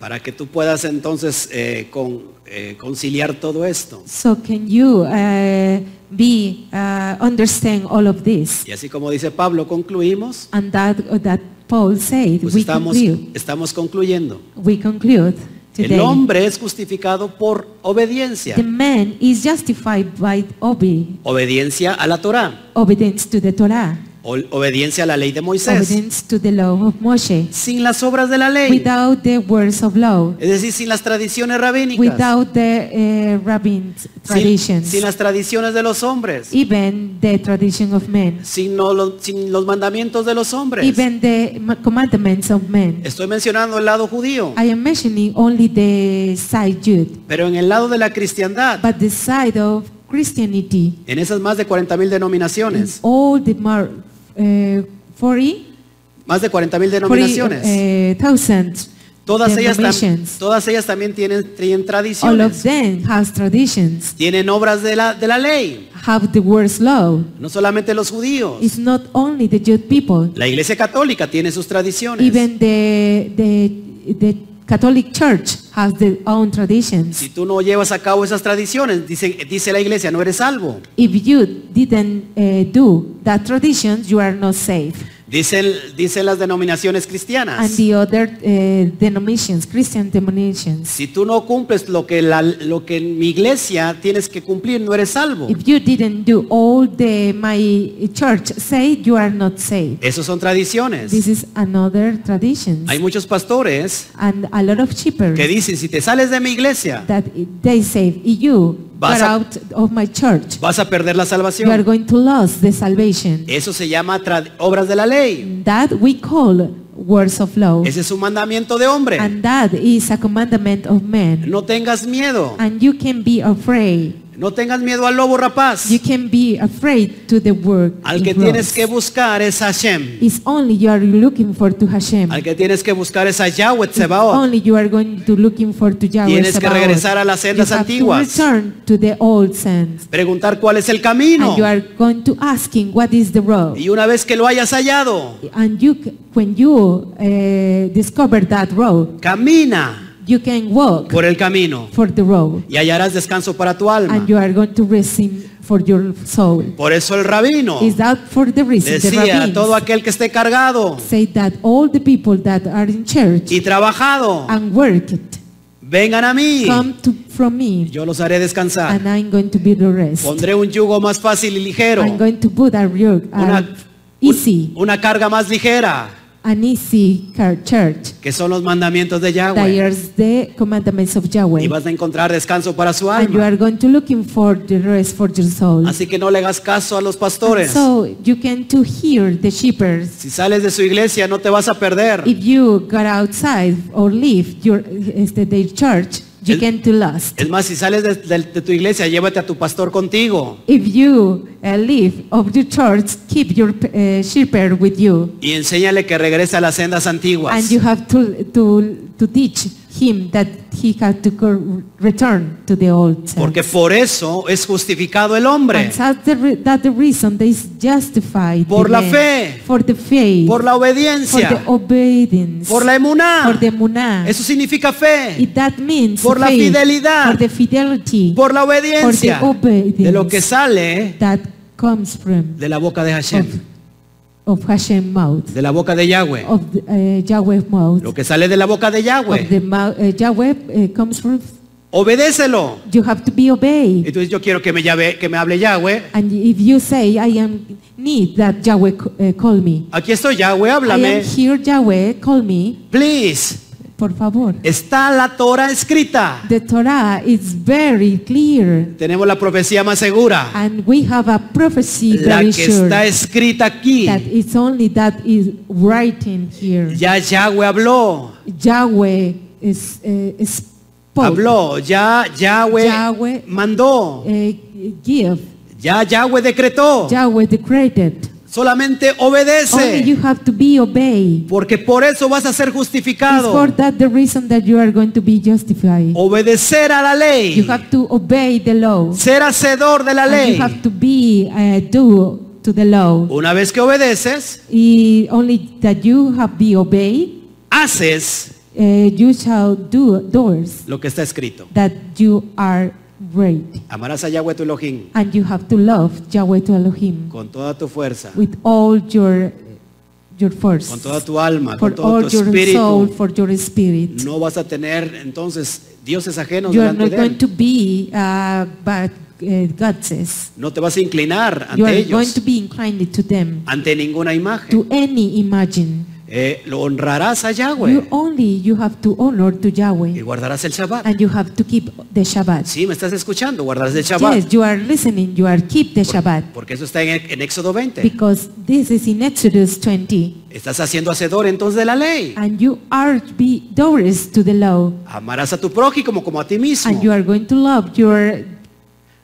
[SPEAKER 1] Para que tú puedas entonces eh, con- eh, conciliar todo esto.
[SPEAKER 2] So can you uh, be uh, understand all of this?
[SPEAKER 1] Y así como dice Pablo, concluimos,
[SPEAKER 2] And that, uh, that Paul said,
[SPEAKER 1] pues
[SPEAKER 2] we
[SPEAKER 1] estamos,
[SPEAKER 2] conclude.
[SPEAKER 1] estamos concluyendo.
[SPEAKER 2] We conclude
[SPEAKER 1] El
[SPEAKER 2] today.
[SPEAKER 1] hombre es justificado por obediencia.
[SPEAKER 2] The man is justified by obe,
[SPEAKER 1] Obediencia a la Torá,
[SPEAKER 2] obedience to the Torah,
[SPEAKER 1] o- obediencia a la ley de Moisés,
[SPEAKER 2] obedience to the law of Moshe,
[SPEAKER 1] sin las obras de la ley,
[SPEAKER 2] without the words of law,
[SPEAKER 1] es decir, sin las tradiciones rabínicas,
[SPEAKER 2] without the uh, rabbin's
[SPEAKER 1] sin,
[SPEAKER 2] traditions,
[SPEAKER 1] sin las tradiciones de los hombres,
[SPEAKER 2] even the tradition of men,
[SPEAKER 1] sin, no lo- sin los mandamientos de los hombres.
[SPEAKER 2] even the ma- commandments of men.
[SPEAKER 1] Estoy mencionando el lado judío,
[SPEAKER 2] I am mentioning only the side Jude,
[SPEAKER 1] pero en el lado de la cristiandad,
[SPEAKER 2] but the side of Christianity,
[SPEAKER 1] en esas más de 40 mil denominaciones,
[SPEAKER 2] all the mar, uh, 40
[SPEAKER 1] más de 40 mil denominaciones,
[SPEAKER 2] thousand
[SPEAKER 1] todas ellas, tam-
[SPEAKER 2] eh, uh, denominations.
[SPEAKER 1] todas ellas también tienen, tienen
[SPEAKER 2] All of
[SPEAKER 1] tradiciones,
[SPEAKER 2] them has traditions,
[SPEAKER 1] tienen obras de la, de la ley,
[SPEAKER 2] have the worst law.
[SPEAKER 1] no solamente los judíos.
[SPEAKER 2] It's not only the Jewish people,
[SPEAKER 1] La iglesia católica tiene sus tradiciones.
[SPEAKER 2] even the the the Catholic Church has their own traditions.
[SPEAKER 1] Si tú no llevas a cabo esas tradiciones, dice, dice la iglesia, no eres salvo.
[SPEAKER 2] If you didn't eh, do that traditions, you are not safe.
[SPEAKER 1] Dicen, dicen las denominaciones
[SPEAKER 2] And
[SPEAKER 1] cristianas.
[SPEAKER 2] the other eh, denominations, Christian denominations,
[SPEAKER 1] Si tú no cumples lo que, la- lo que en mi iglesia tienes que cumplir, no eres salvo.
[SPEAKER 2] if you didn't do all the my church say, you are not safe.
[SPEAKER 1] Esas son tradiciones.
[SPEAKER 2] This is another tradition.
[SPEAKER 1] Hay muchos pastores
[SPEAKER 2] and a lot of shepherds
[SPEAKER 1] que dicen, si te sales de mi iglesia,
[SPEAKER 2] that it- they say you
[SPEAKER 1] Vas
[SPEAKER 2] are
[SPEAKER 1] a-
[SPEAKER 2] out of my church
[SPEAKER 1] vas a Eh. perder la
[SPEAKER 2] you are
[SPEAKER 1] salvación.
[SPEAKER 2] going to lose the salvation
[SPEAKER 1] Eso se llama tra- obras de la ley.
[SPEAKER 2] that we call words of law
[SPEAKER 1] Ese es un mandamiento de hombre.
[SPEAKER 2] and that is a commandment of men
[SPEAKER 1] No tengas miedo.
[SPEAKER 2] and you can be afraid
[SPEAKER 1] No tengas miedo al lobo rapaz.
[SPEAKER 2] You can be afraid to the work.
[SPEAKER 1] Al
[SPEAKER 2] in
[SPEAKER 1] que tienes
[SPEAKER 2] progress.
[SPEAKER 1] que buscar es Hashem.
[SPEAKER 2] It's only you are looking for to Hashem.
[SPEAKER 1] Al que tienes que buscar es a Yahweh
[SPEAKER 2] It's
[SPEAKER 1] Tsebaot.
[SPEAKER 2] Only you are going to looking for to Yahweh
[SPEAKER 1] Tienes que
[SPEAKER 2] Sabaoth.
[SPEAKER 1] regresar a las sendas
[SPEAKER 2] you have
[SPEAKER 1] antiguas.
[SPEAKER 2] To return to the old sands.
[SPEAKER 1] Preguntar cuál es el camino.
[SPEAKER 2] And you are going to asking what is the road.
[SPEAKER 1] Y una vez que lo hayas hallado,
[SPEAKER 2] And you, c- when you eh, discover that road,
[SPEAKER 1] camina
[SPEAKER 2] you can walk
[SPEAKER 1] por el camino
[SPEAKER 2] for the road,
[SPEAKER 1] y hallarás descanso para tu alma.
[SPEAKER 2] and you are going to receive for your soul.
[SPEAKER 1] Por eso el rabino
[SPEAKER 2] Is that for the reason? the
[SPEAKER 1] decía a
[SPEAKER 2] rabbis
[SPEAKER 1] todo aquel que esté cargado
[SPEAKER 2] say that all the people that are in church
[SPEAKER 1] y trabajado,
[SPEAKER 2] and work it
[SPEAKER 1] vengan a mí,
[SPEAKER 2] come to, from me,
[SPEAKER 1] yo "Ah." los haré descansar.
[SPEAKER 2] and I'm going to be the rest.
[SPEAKER 1] Pondré un yugo más fácil y ligero,
[SPEAKER 2] I'm going to put a real
[SPEAKER 1] Una-
[SPEAKER 2] uh, easy,
[SPEAKER 1] una carga más ligera,
[SPEAKER 2] an easy car church.
[SPEAKER 1] que son los mandamientos de
[SPEAKER 2] That
[SPEAKER 1] Yahweh.
[SPEAKER 2] is the commandments of
[SPEAKER 1] Y
[SPEAKER 2] Yahweh.
[SPEAKER 1] vas a encontrar descanso para su
[SPEAKER 2] And you
[SPEAKER 1] alma.
[SPEAKER 2] are going to looking for the rest for your soul.
[SPEAKER 1] Así que no le hagas caso a los
[SPEAKER 2] And
[SPEAKER 1] pastores.
[SPEAKER 2] So you can to hear the shepherds.
[SPEAKER 1] Si sales de su iglesia no te vas a perder.
[SPEAKER 2] If you got outside or leave your este, their church, you
[SPEAKER 1] El-
[SPEAKER 2] can to lost.
[SPEAKER 1] Es más, si sales de, de- de tu iglesia, llévate a tu pastor contigo.
[SPEAKER 2] If you uh, leave of the church, keep your uh, shepherd with you.
[SPEAKER 1] Y enséñale que regrese a las sendas antiguas.
[SPEAKER 2] And you have to, to, to teach him that he had to go- return to the old self.
[SPEAKER 1] Porque por eso es justificado el hombre.
[SPEAKER 2] And that's the, re- that the reason they is justified the
[SPEAKER 1] Por la
[SPEAKER 2] man,
[SPEAKER 1] fe.
[SPEAKER 2] for the faith,
[SPEAKER 1] Por la
[SPEAKER 2] for the
[SPEAKER 1] obediencia.
[SPEAKER 2] obedience,
[SPEAKER 1] Por la
[SPEAKER 2] for
[SPEAKER 1] emuná.
[SPEAKER 2] the munah.
[SPEAKER 1] Eso significa fe.
[SPEAKER 2] It- that means
[SPEAKER 1] Por la
[SPEAKER 2] faith,
[SPEAKER 1] fidelidad.
[SPEAKER 2] for the fidelity
[SPEAKER 1] Por la obediencia.
[SPEAKER 2] Por the obedience.
[SPEAKER 1] De lo que sale
[SPEAKER 2] that comes from
[SPEAKER 1] de la boca de Hashem.
[SPEAKER 2] of Hashem mouth,
[SPEAKER 1] De la boca de Yahweh.
[SPEAKER 2] of the, uh, Yahweh mouth,
[SPEAKER 1] Lo que sale de la boca de
[SPEAKER 2] of
[SPEAKER 1] Yahweh.
[SPEAKER 2] the mou- uh, Yahweh uh, comes from.
[SPEAKER 1] Obedécelo.
[SPEAKER 2] You have to be obeyed.
[SPEAKER 1] Entonces yo quiero que me, llave- que me hable Yahweh.
[SPEAKER 2] And if you say, I am need that Yahweh c- uh, call me.
[SPEAKER 1] Aquí estoy Yahweh,
[SPEAKER 2] I am
[SPEAKER 1] háblame.
[SPEAKER 2] here, Yahweh, call me,
[SPEAKER 1] Please.
[SPEAKER 2] por favor.
[SPEAKER 1] Está la Torah escrita.
[SPEAKER 2] The Torah is very clear,
[SPEAKER 1] Tenemos la profecía más segura.
[SPEAKER 2] and we have a prophecy
[SPEAKER 1] La
[SPEAKER 2] very
[SPEAKER 1] que
[SPEAKER 2] sure
[SPEAKER 1] está
[SPEAKER 2] that
[SPEAKER 1] escrita aquí.
[SPEAKER 2] it's only that is writing here.
[SPEAKER 1] Ya Yahweh habló.
[SPEAKER 2] Yahweh is, uh, is spoke,
[SPEAKER 1] Habló. Ya Yahweh,
[SPEAKER 2] Yahweh.
[SPEAKER 1] mandó.
[SPEAKER 2] uh, give.
[SPEAKER 1] Ya Yahweh decretó.
[SPEAKER 2] Yahweh decreed.
[SPEAKER 1] Solamente
[SPEAKER 2] Only
[SPEAKER 1] obedece.
[SPEAKER 2] you have to be obeyed.
[SPEAKER 1] Porque por eso vas a ser
[SPEAKER 2] It's for
[SPEAKER 1] justificado.
[SPEAKER 2] that the reason that you are going to be justified.
[SPEAKER 1] Obedecer a la
[SPEAKER 2] You
[SPEAKER 1] ley.
[SPEAKER 2] have to obey the law.
[SPEAKER 1] Ser hacedor de la
[SPEAKER 2] And
[SPEAKER 1] ley.
[SPEAKER 2] you have to be uh, do to the law.
[SPEAKER 1] Una vez que obedeces,
[SPEAKER 2] I- only that you have be obeyed,
[SPEAKER 1] haces
[SPEAKER 2] uh, you shall do doors
[SPEAKER 1] lo que está escrito.
[SPEAKER 2] that you are great,
[SPEAKER 1] Amarás a Yahweh tu Elohim
[SPEAKER 2] and you have to love Yahweh to Elohim
[SPEAKER 1] con toda tu fuerza,
[SPEAKER 2] with all your your force,
[SPEAKER 1] con toda tu alma,
[SPEAKER 2] for
[SPEAKER 1] con
[SPEAKER 2] all
[SPEAKER 1] todo tu
[SPEAKER 2] your soul,
[SPEAKER 1] espíritu.
[SPEAKER 2] for your spirit.
[SPEAKER 1] No vas a tener entonces dioses ajenos
[SPEAKER 2] You are
[SPEAKER 1] delante
[SPEAKER 2] not
[SPEAKER 1] de
[SPEAKER 2] going
[SPEAKER 1] él.
[SPEAKER 2] to be uh, but uh, God says.
[SPEAKER 1] No te vas a inclinar ante
[SPEAKER 2] You are going to
[SPEAKER 1] ellos,
[SPEAKER 2] be inclined to them,
[SPEAKER 1] ante ninguna imagen.
[SPEAKER 2] to any imagine.
[SPEAKER 1] Eh, lo honrarás a
[SPEAKER 2] You
[SPEAKER 1] Yahweh
[SPEAKER 2] only you have to honor to
[SPEAKER 1] y
[SPEAKER 2] Yahweh
[SPEAKER 1] guardarás el Shabbat.
[SPEAKER 2] and you have to keep the Shabbat.
[SPEAKER 1] Sí, me estás escuchando, guardarás el Shabbat.
[SPEAKER 2] Yes, you are listening, you are keep the Shabbat
[SPEAKER 1] Porque eso está en, en Éxodo 20.
[SPEAKER 2] because this is in Exodus 20
[SPEAKER 1] Estás haciendo hacedor entonces de la ley.
[SPEAKER 2] and you are to be doors to the law
[SPEAKER 1] Amarás a tu prójimo como a ti
[SPEAKER 2] and you
[SPEAKER 1] mismo.
[SPEAKER 2] are going to love your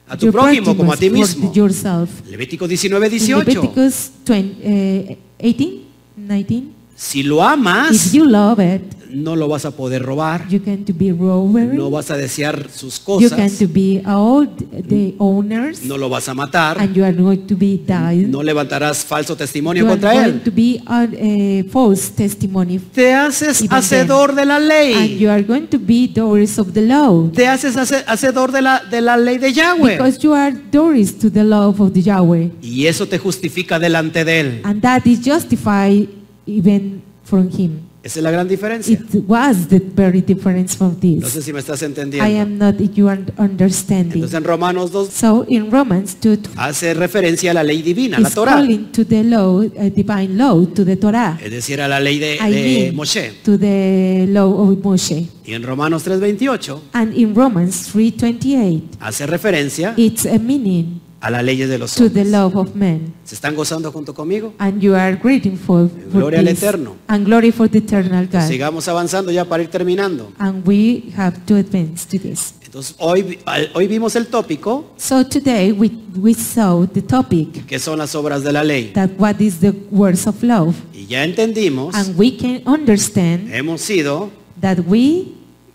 [SPEAKER 1] A tu
[SPEAKER 2] your
[SPEAKER 1] prójimo como a ti
[SPEAKER 2] prójimos for
[SPEAKER 1] mismo.
[SPEAKER 2] yourself.
[SPEAKER 1] Levítico 19,
[SPEAKER 2] In
[SPEAKER 1] 18.
[SPEAKER 2] Leviticus 20, eh, 18, 19.
[SPEAKER 1] Si lo
[SPEAKER 2] If
[SPEAKER 1] amas,
[SPEAKER 2] you love it,
[SPEAKER 1] no lo vas a poder robar.
[SPEAKER 2] you can to be rover.
[SPEAKER 1] No vas a desear sus
[SPEAKER 2] You can
[SPEAKER 1] cosas.
[SPEAKER 2] to be all the owners
[SPEAKER 1] No lo vas a matar.
[SPEAKER 2] and you are going to be died.
[SPEAKER 1] No levantarás falso testimonio
[SPEAKER 2] you are
[SPEAKER 1] contra
[SPEAKER 2] going
[SPEAKER 1] él.
[SPEAKER 2] to be a false testimony
[SPEAKER 1] Te haces
[SPEAKER 2] Even
[SPEAKER 1] hacedor de la
[SPEAKER 2] and
[SPEAKER 1] ley.
[SPEAKER 2] you are going to be doors of the law
[SPEAKER 1] Te haces hace- hacedor de la, de la ley de Yahweh.
[SPEAKER 2] because you are doors to the love of the Yahweh
[SPEAKER 1] Y eso te justifica delante de él.
[SPEAKER 2] and that is justified even from him.
[SPEAKER 1] Esa es la gran diferencia.
[SPEAKER 2] It was the very difference from
[SPEAKER 1] No
[SPEAKER 2] this.
[SPEAKER 1] sé si me estás
[SPEAKER 2] I
[SPEAKER 1] entendiendo.
[SPEAKER 2] am not you are understanding.
[SPEAKER 1] Entonces en Romanos 2
[SPEAKER 2] So in Romans 2
[SPEAKER 1] hace referencia a la ley divina, a la
[SPEAKER 2] is
[SPEAKER 1] Torah.
[SPEAKER 2] calling to the law, uh, divine law, to the Torah.
[SPEAKER 1] Es decir, a la ley de,
[SPEAKER 2] I
[SPEAKER 1] de
[SPEAKER 2] mean,
[SPEAKER 1] Eh, Moshe.
[SPEAKER 2] to the law of Moshe.
[SPEAKER 1] Y en Romanos 3.28
[SPEAKER 2] And in Romans 3:28,
[SPEAKER 1] hace referencia
[SPEAKER 2] it's a meaning
[SPEAKER 1] a las leyes de los
[SPEAKER 2] to the
[SPEAKER 1] hombres.
[SPEAKER 2] love of men.
[SPEAKER 1] ¿Se están gozando junto conmigo?
[SPEAKER 2] And you are grateful for
[SPEAKER 1] Gloria al
[SPEAKER 2] this,
[SPEAKER 1] Eterno.
[SPEAKER 2] and glory for the eternal God.
[SPEAKER 1] Sigamos avanzando ya para ir terminando.
[SPEAKER 2] And we have to advance to this.
[SPEAKER 1] Entonces, hoy, vi- al- hoy vimos el tópico,
[SPEAKER 2] So today we, we saw the topic
[SPEAKER 1] que son las obras de la ley.
[SPEAKER 2] that what is the words of love.
[SPEAKER 1] Y ya entendimos,
[SPEAKER 2] And we can understand
[SPEAKER 1] hemos sido
[SPEAKER 2] that we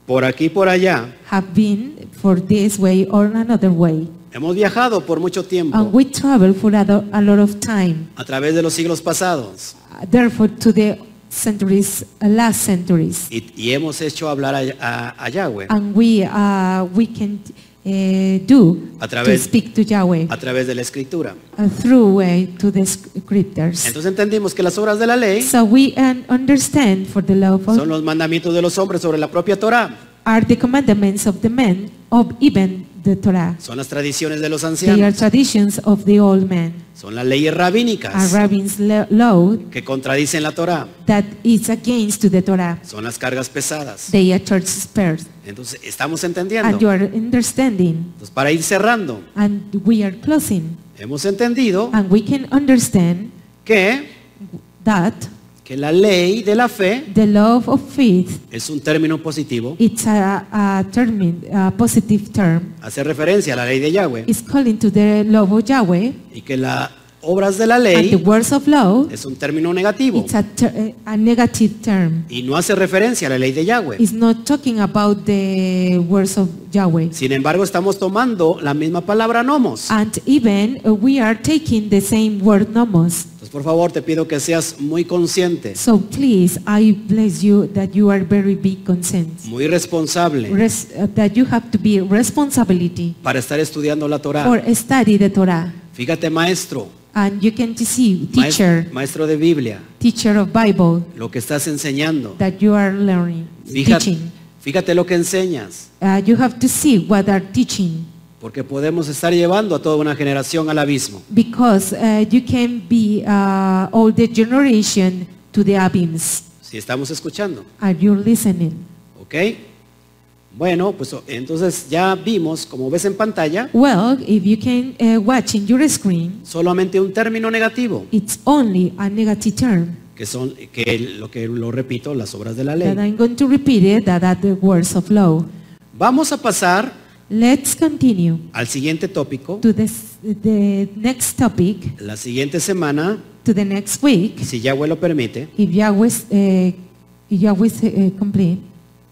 [SPEAKER 1] por aquí y por allá,
[SPEAKER 2] have been for this way or another way.
[SPEAKER 1] hemos viajado por mucho
[SPEAKER 2] And
[SPEAKER 1] tiempo
[SPEAKER 2] we travel for a, lo- a lot of time.
[SPEAKER 1] a través de los siglos pasados
[SPEAKER 2] Therefore, to the centuries, uh, last centuries.
[SPEAKER 1] y, y hemos hecho hablar a, a- a Yahweh
[SPEAKER 2] And we, uh, we can eh, do
[SPEAKER 1] A
[SPEAKER 2] to
[SPEAKER 1] través-
[SPEAKER 2] speak to Yahweh
[SPEAKER 1] a través de la escritura.
[SPEAKER 2] uh, through way to the scriptures.
[SPEAKER 1] Entonces entendimos que las obras de la ley
[SPEAKER 2] So we can understand for the love of
[SPEAKER 1] son los mandamientos de los hombres sobre la propia Torah,
[SPEAKER 2] are the commandments of the men of even the Torah.
[SPEAKER 1] son las tradiciones de los
[SPEAKER 2] They are
[SPEAKER 1] ancianos,
[SPEAKER 2] traditions of the old men.
[SPEAKER 1] son las leyes
[SPEAKER 2] Are
[SPEAKER 1] rabínicas
[SPEAKER 2] rabbin's lo- law
[SPEAKER 1] que contradicen la Torah,
[SPEAKER 2] that is against to the Torah.
[SPEAKER 1] son las cargas pesadas.
[SPEAKER 2] They are church spared.
[SPEAKER 1] Entonces estamos
[SPEAKER 2] And you
[SPEAKER 1] entendiendo.
[SPEAKER 2] are understanding.
[SPEAKER 1] Entonces, para ir cerrando,
[SPEAKER 2] And we are closing.
[SPEAKER 1] hemos entendido
[SPEAKER 2] And we can understand
[SPEAKER 1] que,
[SPEAKER 2] that
[SPEAKER 1] que la ley de la fe
[SPEAKER 2] the love of faith
[SPEAKER 1] es un término positivo,
[SPEAKER 2] it's a, a term, a positive term.
[SPEAKER 1] hace referencia a la ley de Yahweh,
[SPEAKER 2] It's calling to the love of Yahweh.
[SPEAKER 1] y que las obras de la
[SPEAKER 2] And the
[SPEAKER 1] ley
[SPEAKER 2] words of law
[SPEAKER 1] es un término negativo
[SPEAKER 2] it's a, ter- a negative term.
[SPEAKER 1] y no hace referencia a la ley de Yahweh.
[SPEAKER 2] It's not talking about the words of Yahweh.
[SPEAKER 1] Sin embargo, estamos tomando la misma palabra nomos.
[SPEAKER 2] And even uh, we are taking the same word nomos.
[SPEAKER 1] Entonces, por favor, te pido que seas muy consciente,
[SPEAKER 2] So please, I bless you that you are very big consent.
[SPEAKER 1] muy responsable
[SPEAKER 2] Res- uh, that you have to be responsibility
[SPEAKER 1] para estar estudiando la Torah.
[SPEAKER 2] for study the Torah.
[SPEAKER 1] Fíjate, maestro,
[SPEAKER 2] And you can see
[SPEAKER 1] maes-
[SPEAKER 2] teacher,
[SPEAKER 1] maestro de Biblia,
[SPEAKER 2] teacher of Bible,
[SPEAKER 1] lo que estás enseñando.
[SPEAKER 2] that you are learning,
[SPEAKER 1] Fíjate,
[SPEAKER 2] teaching.
[SPEAKER 1] fíjate lo que enseñas,
[SPEAKER 2] Uh, you have to see what are teaching
[SPEAKER 1] porque podemos estar llevando a toda una generación al abismo.
[SPEAKER 2] because uh, you can be uh, all the generation to the abyss.
[SPEAKER 1] Si estamos escuchando.
[SPEAKER 2] Are you listening?
[SPEAKER 1] ¿Ok? Bueno, pues o- entonces ya vimos, como ves en pantalla,
[SPEAKER 2] Well, if you can uh, watch in your screen,
[SPEAKER 1] solamente un término negativo,
[SPEAKER 2] it's only a negative term.
[SPEAKER 1] que son, que lo que lo repito, las obras de la ley.
[SPEAKER 2] That I'm going to repeat it, that are the words of law.
[SPEAKER 1] Vamos a pasar
[SPEAKER 2] Let's continue
[SPEAKER 1] al siguiente tópico,
[SPEAKER 2] to this, the next topic,
[SPEAKER 1] la siguiente semana,
[SPEAKER 2] to the next week.
[SPEAKER 1] si Yahweh lo permite,
[SPEAKER 2] If Yahweh, uh, Yahweh uh, complete,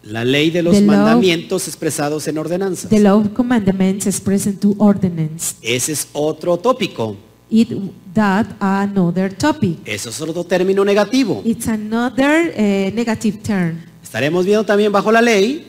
[SPEAKER 1] la ley de los
[SPEAKER 2] The law-
[SPEAKER 1] mandamientos expresados en ordenanzas.
[SPEAKER 2] the law of commandments is present to ordinance.
[SPEAKER 1] Ese es otro tópico,
[SPEAKER 2] It that another topic.
[SPEAKER 1] eso es otro término negativo.
[SPEAKER 2] It's another uh, negative term,
[SPEAKER 1] Estaremos viendo también bajo la ley,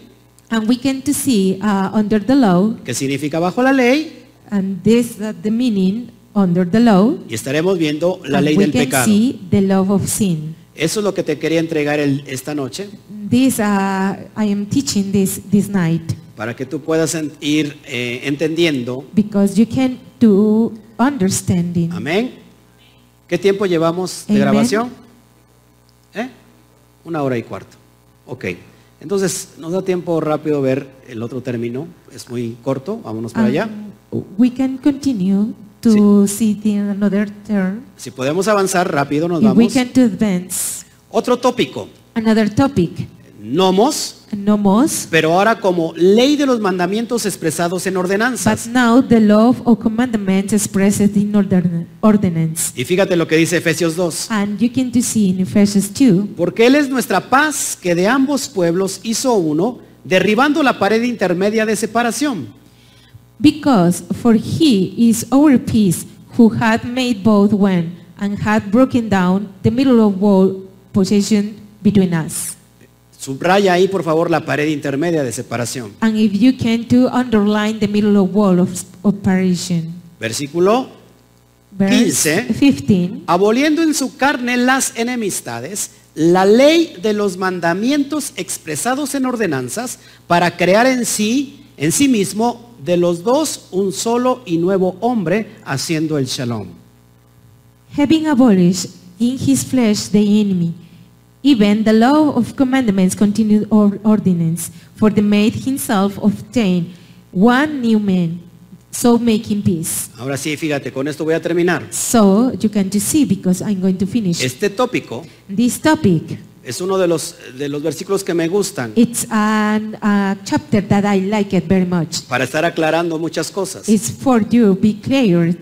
[SPEAKER 2] and we can to see uh, under the law
[SPEAKER 1] que significa bajo la ley,
[SPEAKER 2] And this is the meaning under the law.
[SPEAKER 1] y estaremos viendo la
[SPEAKER 2] and
[SPEAKER 1] ley
[SPEAKER 2] we
[SPEAKER 1] del
[SPEAKER 2] can
[SPEAKER 1] pecado.
[SPEAKER 2] see the love of sin.
[SPEAKER 1] Eso es lo que te quería entregar el- esta noche
[SPEAKER 2] This uh, I am teaching this this night
[SPEAKER 1] para que tú puedas en- ir eh, entendiendo.
[SPEAKER 2] because you can do understanding.
[SPEAKER 1] Amén. ¿Qué tiempo llevamos de
[SPEAKER 2] Amén.
[SPEAKER 1] grabación? ¿Eh? Una hora y cuarto. Ok. Entonces, nos da tiempo rápido ver el otro término. Es muy corto. Vámonos para allá.
[SPEAKER 2] Um, we can continue to see the another term.
[SPEAKER 1] Si podemos avanzar rápido, nos
[SPEAKER 2] If we
[SPEAKER 1] vamos.
[SPEAKER 2] can to advance
[SPEAKER 1] Otro tópico.
[SPEAKER 2] another topic,
[SPEAKER 1] Nomos,
[SPEAKER 2] nomos,
[SPEAKER 1] pero ahora como ley de los mandamientos expresados en
[SPEAKER 2] but
[SPEAKER 1] ordenanzas.
[SPEAKER 2] now the law or commandment expressed in ordern- ordinance.
[SPEAKER 1] Y fíjate lo que dice Efesios 2.
[SPEAKER 2] And you can to see in Ephesians 2
[SPEAKER 1] Porque Él es nuestra paz que de ambos pueblos hizo uno, derribando la pared intermedia de separación.
[SPEAKER 2] Because for he is our peace, who hath made both one, and hath broken down the middle of wall possession between us.
[SPEAKER 1] Subraya ahí por favor la pared intermedia de separación.
[SPEAKER 2] And if you can to underline the middle of wall of operation.
[SPEAKER 1] Versículo,
[SPEAKER 2] Verse
[SPEAKER 1] Quince.
[SPEAKER 2] 15.
[SPEAKER 1] aboliendo en su carne las enemistades, la ley de los mandamientos expresados en ordenanzas, para crear en sí, en sí mismo, de los dos un solo y nuevo hombre, haciendo el shalom.
[SPEAKER 2] Having abolished in his flesh the enemy, even the law of commandments continued or ordinance, for the made himself obtain one new man, so making peace.
[SPEAKER 1] Ahora sí, fíjate, con esto voy a terminar.
[SPEAKER 2] So you can just see because I'm going to finish.
[SPEAKER 1] Este tópico
[SPEAKER 2] this topic,
[SPEAKER 1] es uno de los, de los versículos que me gustan
[SPEAKER 2] it's an uh, chapter that I like it very much.
[SPEAKER 1] para estar aclarando muchas cosas.
[SPEAKER 2] It's for you be clear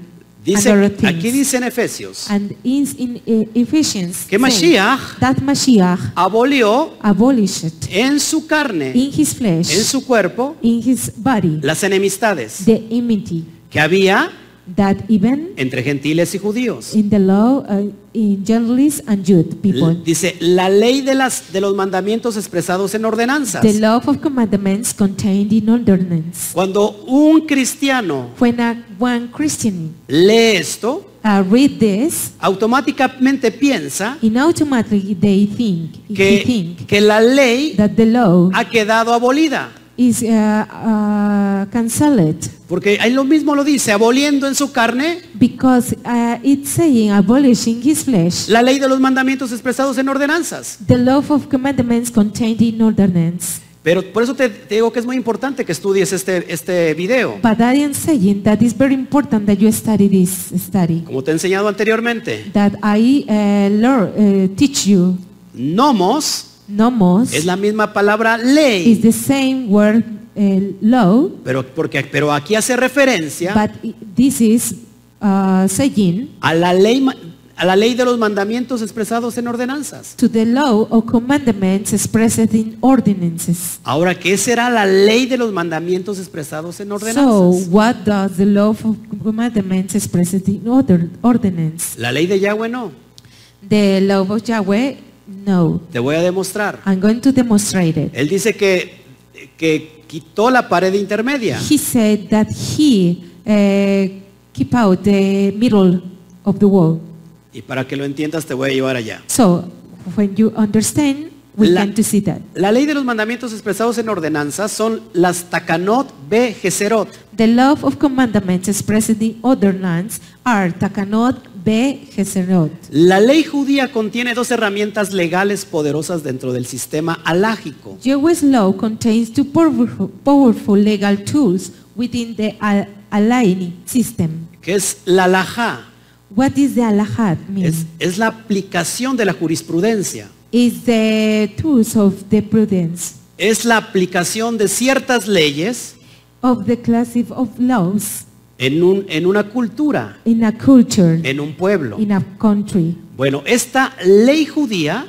[SPEAKER 1] Dice,
[SPEAKER 2] and other things.
[SPEAKER 1] aquí dice en Efesios
[SPEAKER 2] and in, in uh, Ephesians
[SPEAKER 1] que
[SPEAKER 2] says
[SPEAKER 1] Mashiach
[SPEAKER 2] that Mashiach
[SPEAKER 1] abolió
[SPEAKER 2] abolished
[SPEAKER 1] en su carne,
[SPEAKER 2] in his flesh,
[SPEAKER 1] en su cuerpo,
[SPEAKER 2] in his body,
[SPEAKER 1] las enemistades
[SPEAKER 2] the enmity
[SPEAKER 1] que había
[SPEAKER 2] that even
[SPEAKER 1] entre gentiles y judíos.
[SPEAKER 2] in the law uh, in Gentiles and Jude people.
[SPEAKER 1] L- Dice, la ley de, las, de los mandamientos expresados en ordenanzas.
[SPEAKER 2] The law of commandments contained in ordinance.
[SPEAKER 1] Cuando un cristiano
[SPEAKER 2] When a, one Christian
[SPEAKER 1] lee esto,
[SPEAKER 2] uh, read this,
[SPEAKER 1] automáticamente piensa
[SPEAKER 2] in automatically they think, they
[SPEAKER 1] que,
[SPEAKER 2] think
[SPEAKER 1] que la ley
[SPEAKER 2] that the law
[SPEAKER 1] ha quedado abolida.
[SPEAKER 2] is uh, uh, cancelled
[SPEAKER 1] Porque ahí lo mismo lo dice, aboliendo en su carne
[SPEAKER 2] because uh, it's saying abolishing his flesh.
[SPEAKER 1] la ley de los mandamientos expresados en ordenanzas.
[SPEAKER 2] The law of commandments contained in ordinance.
[SPEAKER 1] Pero por eso te, te digo que es muy importante que estudies este, este video.
[SPEAKER 2] But I am saying that it's very important that you study this study.
[SPEAKER 1] Como te he enseñado anteriormente,
[SPEAKER 2] That I uh, learn, uh, teach you
[SPEAKER 1] nomos
[SPEAKER 2] nomos.
[SPEAKER 1] es la misma palabra
[SPEAKER 2] is
[SPEAKER 1] ley,
[SPEAKER 2] the same word uh, law,
[SPEAKER 1] pero, porque, pero aquí hace referencia
[SPEAKER 2] but i- this is uh, saying
[SPEAKER 1] a la ley, ma- a la ley de los mandamientos expresados en ordenanzas.
[SPEAKER 2] to the law or commandments expressed in ordinances.
[SPEAKER 1] Ahora, ¿qué será la ley de los mandamientos expresados en
[SPEAKER 2] So
[SPEAKER 1] ordenanzas?
[SPEAKER 2] what does the law of commandments expressed in order, ordinance?
[SPEAKER 1] La ley de Yahweh no.
[SPEAKER 2] The law of Yahweh? No.
[SPEAKER 1] Te voy a demostrar.
[SPEAKER 2] I'm going to demonstrate it.
[SPEAKER 1] Él dice que, que quitó la pared intermedia.
[SPEAKER 2] He said that he uh, keep out the middle of the wall.
[SPEAKER 1] Y para que lo entiendas te voy a llevar allá.
[SPEAKER 2] So when you understand, we
[SPEAKER 1] La-
[SPEAKER 2] can to see that.
[SPEAKER 1] La ley de los mandamientos expresados en ordenanzas son las takanot be geserot.
[SPEAKER 2] The love of commandments expressed in other lands are Takanot be Heserot.
[SPEAKER 1] La ley judía contiene dos herramientas legales poderosas dentro del sistema alágico.
[SPEAKER 2] Jewish law contains two powerful, powerful legal tools within the al- Alaini system.
[SPEAKER 1] que es la alajá.
[SPEAKER 2] What is the Alahat mean?
[SPEAKER 1] Es, es la aplicación de la jurisprudencia.
[SPEAKER 2] Is the tools of the prudence
[SPEAKER 1] Es la aplicación de ciertas leyes
[SPEAKER 2] of the class of laws
[SPEAKER 1] en, un- en una cultura,
[SPEAKER 2] in a culture,
[SPEAKER 1] en un pueblo.
[SPEAKER 2] in a country.
[SPEAKER 1] Bueno, esta ley judía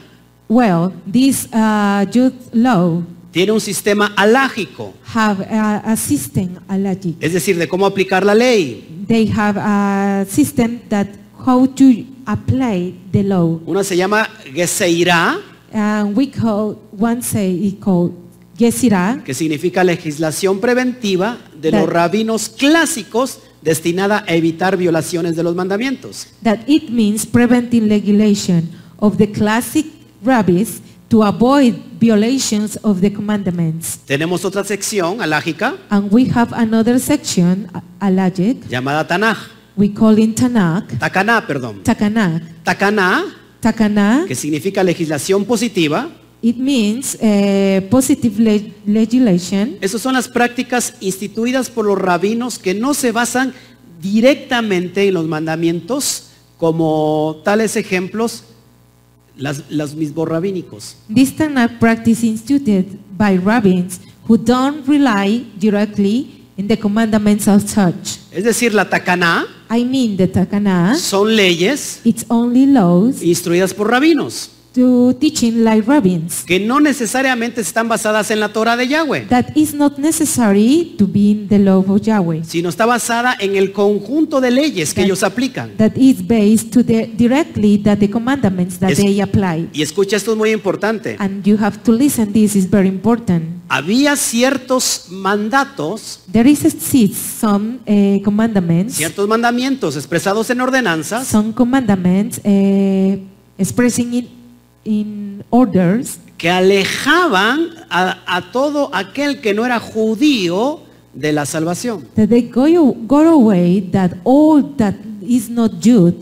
[SPEAKER 2] Well, this uh, youth law
[SPEAKER 1] tiene un sistema alágico,
[SPEAKER 2] have uh, a, a system, a logic.
[SPEAKER 1] es decir, de cómo aplicar la ley.
[SPEAKER 2] they have a system that how to apply the law.
[SPEAKER 1] Una se llama Geseirá,
[SPEAKER 2] And we call, one say it called Yesira,
[SPEAKER 1] que significa legislación preventiva de
[SPEAKER 2] That-
[SPEAKER 1] los rabinos clásicos destinada a evitar violaciones de los mandamientos.
[SPEAKER 2] that it means preventing legislation of the classic rabbis to avoid violations of the commandments.
[SPEAKER 1] Tenemos otra sección alágica
[SPEAKER 2] And we have another section, Alagic,
[SPEAKER 1] llamada Tanaj,
[SPEAKER 2] we call it Tanakh,
[SPEAKER 1] Takaná, perdón.
[SPEAKER 2] Takanakh.
[SPEAKER 1] Takaná,
[SPEAKER 2] Takanakh,
[SPEAKER 1] que significa legislación positiva.
[SPEAKER 2] it means eh, positive leg- legislation
[SPEAKER 1] Esas son las prácticas instituidas por los rabinos que no se basan directamente en los mandamientos, como tales ejemplos, las, los mismos rabínicos.
[SPEAKER 2] This Tanakh practice instituted by rabbins who don't rely directly in the commandments of such.
[SPEAKER 1] Es decir, la Takaná
[SPEAKER 2] I mean the Takana,
[SPEAKER 1] son leyes
[SPEAKER 2] it's only laws
[SPEAKER 1] instruidas por rabinos,
[SPEAKER 2] to teaching like rabbins.
[SPEAKER 1] que no necesariamente están basadas en la Torah de Yahweh,
[SPEAKER 2] That is not necessary to be in the law of Yahweh.
[SPEAKER 1] sino está basada en el conjunto de leyes que ellos aplican.
[SPEAKER 2] That is based to the directly that the commandments that
[SPEAKER 1] Es-
[SPEAKER 2] they apply.
[SPEAKER 1] Y escucha, esto es muy importante.
[SPEAKER 2] And you have to listen, this is very important.
[SPEAKER 1] Había ciertos mandatos,
[SPEAKER 2] There is exists some eh, commandments
[SPEAKER 1] ciertos mandamientos expresados en ordenanzas
[SPEAKER 2] some commandments eh, expressing it in orders
[SPEAKER 1] que alejaban a, a todo aquel que no era judío de la salvación.
[SPEAKER 2] that they go, go away that all that is not Jude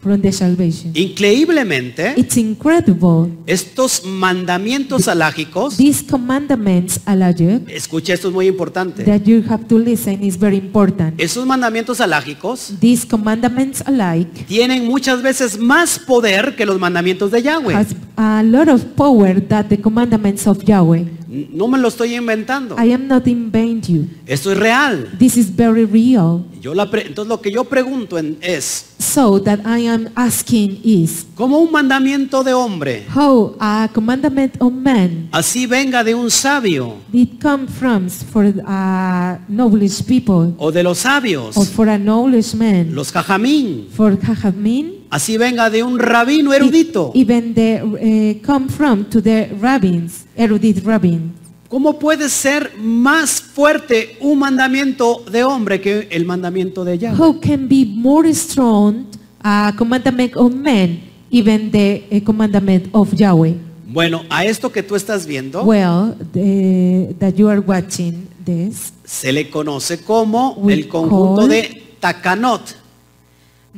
[SPEAKER 2] from the salvation.
[SPEAKER 1] Increíblemente,
[SPEAKER 2] It's incredible.
[SPEAKER 1] estos mandamientos alágicos,
[SPEAKER 2] These commandments, Elijah,
[SPEAKER 1] escucha, esto es muy importante.
[SPEAKER 2] that you have to listen is very important.
[SPEAKER 1] Esos mandamientos alágicos
[SPEAKER 2] These commandments alike
[SPEAKER 1] tienen muchas veces más poder que los mandamientos de Yahweh.
[SPEAKER 2] has a lot of power that the commandments of Yahweh.
[SPEAKER 1] N- No me lo estoy inventando.
[SPEAKER 2] I am not inventing you.
[SPEAKER 1] Esto es real.
[SPEAKER 2] This is very real.
[SPEAKER 1] Yo la pre- Entonces lo que yo pregunto en- es,
[SPEAKER 2] So that I am asking is
[SPEAKER 1] ¿cómo un mandamiento de hombre
[SPEAKER 2] how a commandment of man
[SPEAKER 1] así venga de un sabio
[SPEAKER 2] did come from for a knowledge people
[SPEAKER 1] o de los sabios,
[SPEAKER 2] or for a knowledge man
[SPEAKER 1] los jajamín,
[SPEAKER 2] for Jajamín e
[SPEAKER 1] así venga de un rabino erudito?
[SPEAKER 2] even the uh, come from to the rabbins erudite rabbin
[SPEAKER 1] ¿Cómo puede ser más fuerte un mandamiento de hombre que el mandamiento de Yahweh?
[SPEAKER 2] How can be more strong a commandment of man even the uh, commandment of Yahweh
[SPEAKER 1] Bueno, a esto que tú estás viendo
[SPEAKER 2] well the, that you are watching this
[SPEAKER 1] se le conoce como
[SPEAKER 2] We
[SPEAKER 1] el conjunto
[SPEAKER 2] call-
[SPEAKER 1] de takanot.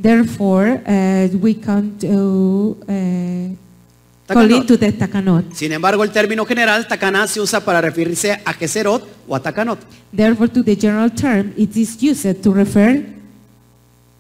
[SPEAKER 2] therefore uh, we can to uh, call
[SPEAKER 1] Takanot.
[SPEAKER 2] it to the takanot
[SPEAKER 1] Sin embargo, el término general takaná se usa para referirse a Geserot o a takanot.
[SPEAKER 2] Therefore, to the general term, it is used to refer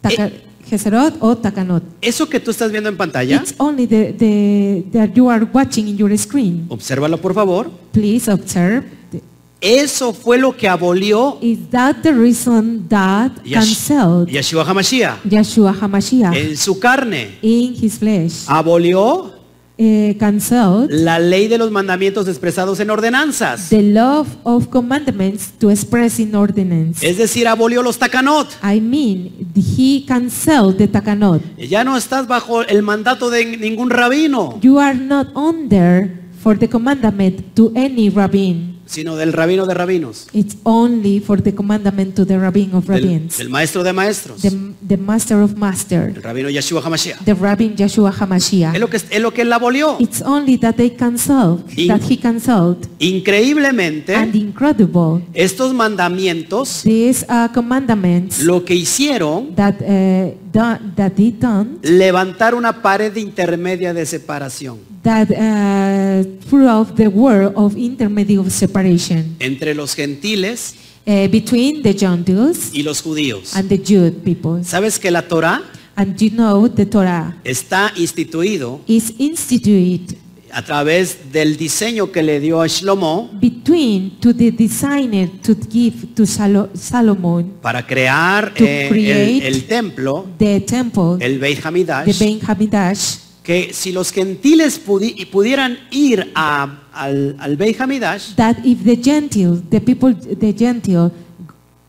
[SPEAKER 2] taka, Geserot or Takanot.
[SPEAKER 1] Eso que tú estás viendo en pantalla,
[SPEAKER 2] It's only the, the that you are watching in your screen.
[SPEAKER 1] obsérvalo por favor.
[SPEAKER 2] Please observe. the-
[SPEAKER 1] Eso fue lo que abolió
[SPEAKER 2] Is that the reason that
[SPEAKER 1] Yash-
[SPEAKER 2] canceled
[SPEAKER 1] Yeshua HaMashiach
[SPEAKER 2] Yeshua HaMashiach
[SPEAKER 1] en su carne.
[SPEAKER 2] in his flesh?
[SPEAKER 1] Abolió
[SPEAKER 2] Eh, canceled
[SPEAKER 1] la ley de los mandamientos expresados en ordenanzas.
[SPEAKER 2] the love of commandments to express in ordinance.
[SPEAKER 1] Es decir, abolió los takanot.
[SPEAKER 2] I mean, he canceled the Takanot.
[SPEAKER 1] Ya no estás bajo el mandato de ningún rabino,
[SPEAKER 2] You are not under for the commandment to any rabbin.
[SPEAKER 1] sino del rabino de rabinos,
[SPEAKER 2] It's only for the commandment to the rabbin of
[SPEAKER 1] del,
[SPEAKER 2] rabbins,
[SPEAKER 1] del maestro de maestros,
[SPEAKER 2] the, the master of master,
[SPEAKER 1] el rabino Yeshua HaMashiach.
[SPEAKER 2] the rabbin Yeshua
[SPEAKER 1] Es
[SPEAKER 2] HaMashiach.
[SPEAKER 1] lo que, es lo que él abolió.
[SPEAKER 2] It's only that they cancelled,
[SPEAKER 1] In-
[SPEAKER 2] that he cancelled. And
[SPEAKER 1] Increíblemente,
[SPEAKER 2] incredible,
[SPEAKER 1] estos mandamientos
[SPEAKER 2] these are commandments
[SPEAKER 1] lo que hicieron,
[SPEAKER 2] that uh, done, that he done,
[SPEAKER 1] levantar una pared intermedia de separación
[SPEAKER 2] that uh, throughout the world of intermediate of separation
[SPEAKER 1] entre los gentiles
[SPEAKER 2] uh, between the Gentiles
[SPEAKER 1] y los judíos.
[SPEAKER 2] and the Jude people.
[SPEAKER 1] ¿Sabes que la Torah
[SPEAKER 2] And you know the Torah
[SPEAKER 1] está instituido
[SPEAKER 2] is instituted
[SPEAKER 1] a través del diseño que le dio a Shlomo
[SPEAKER 2] between to the designer to give to Salo- Solomon
[SPEAKER 1] para crear
[SPEAKER 2] To
[SPEAKER 1] eh, el,
[SPEAKER 2] create
[SPEAKER 1] el templo,
[SPEAKER 2] the temple,
[SPEAKER 1] el Beit
[SPEAKER 2] the
[SPEAKER 1] Hamidash,
[SPEAKER 2] Ben Hamidash,
[SPEAKER 1] que si los gentiles pudi- pudieran ir a- al, al Beit Hamidash,
[SPEAKER 2] that if the Gentile, the people, the Gentile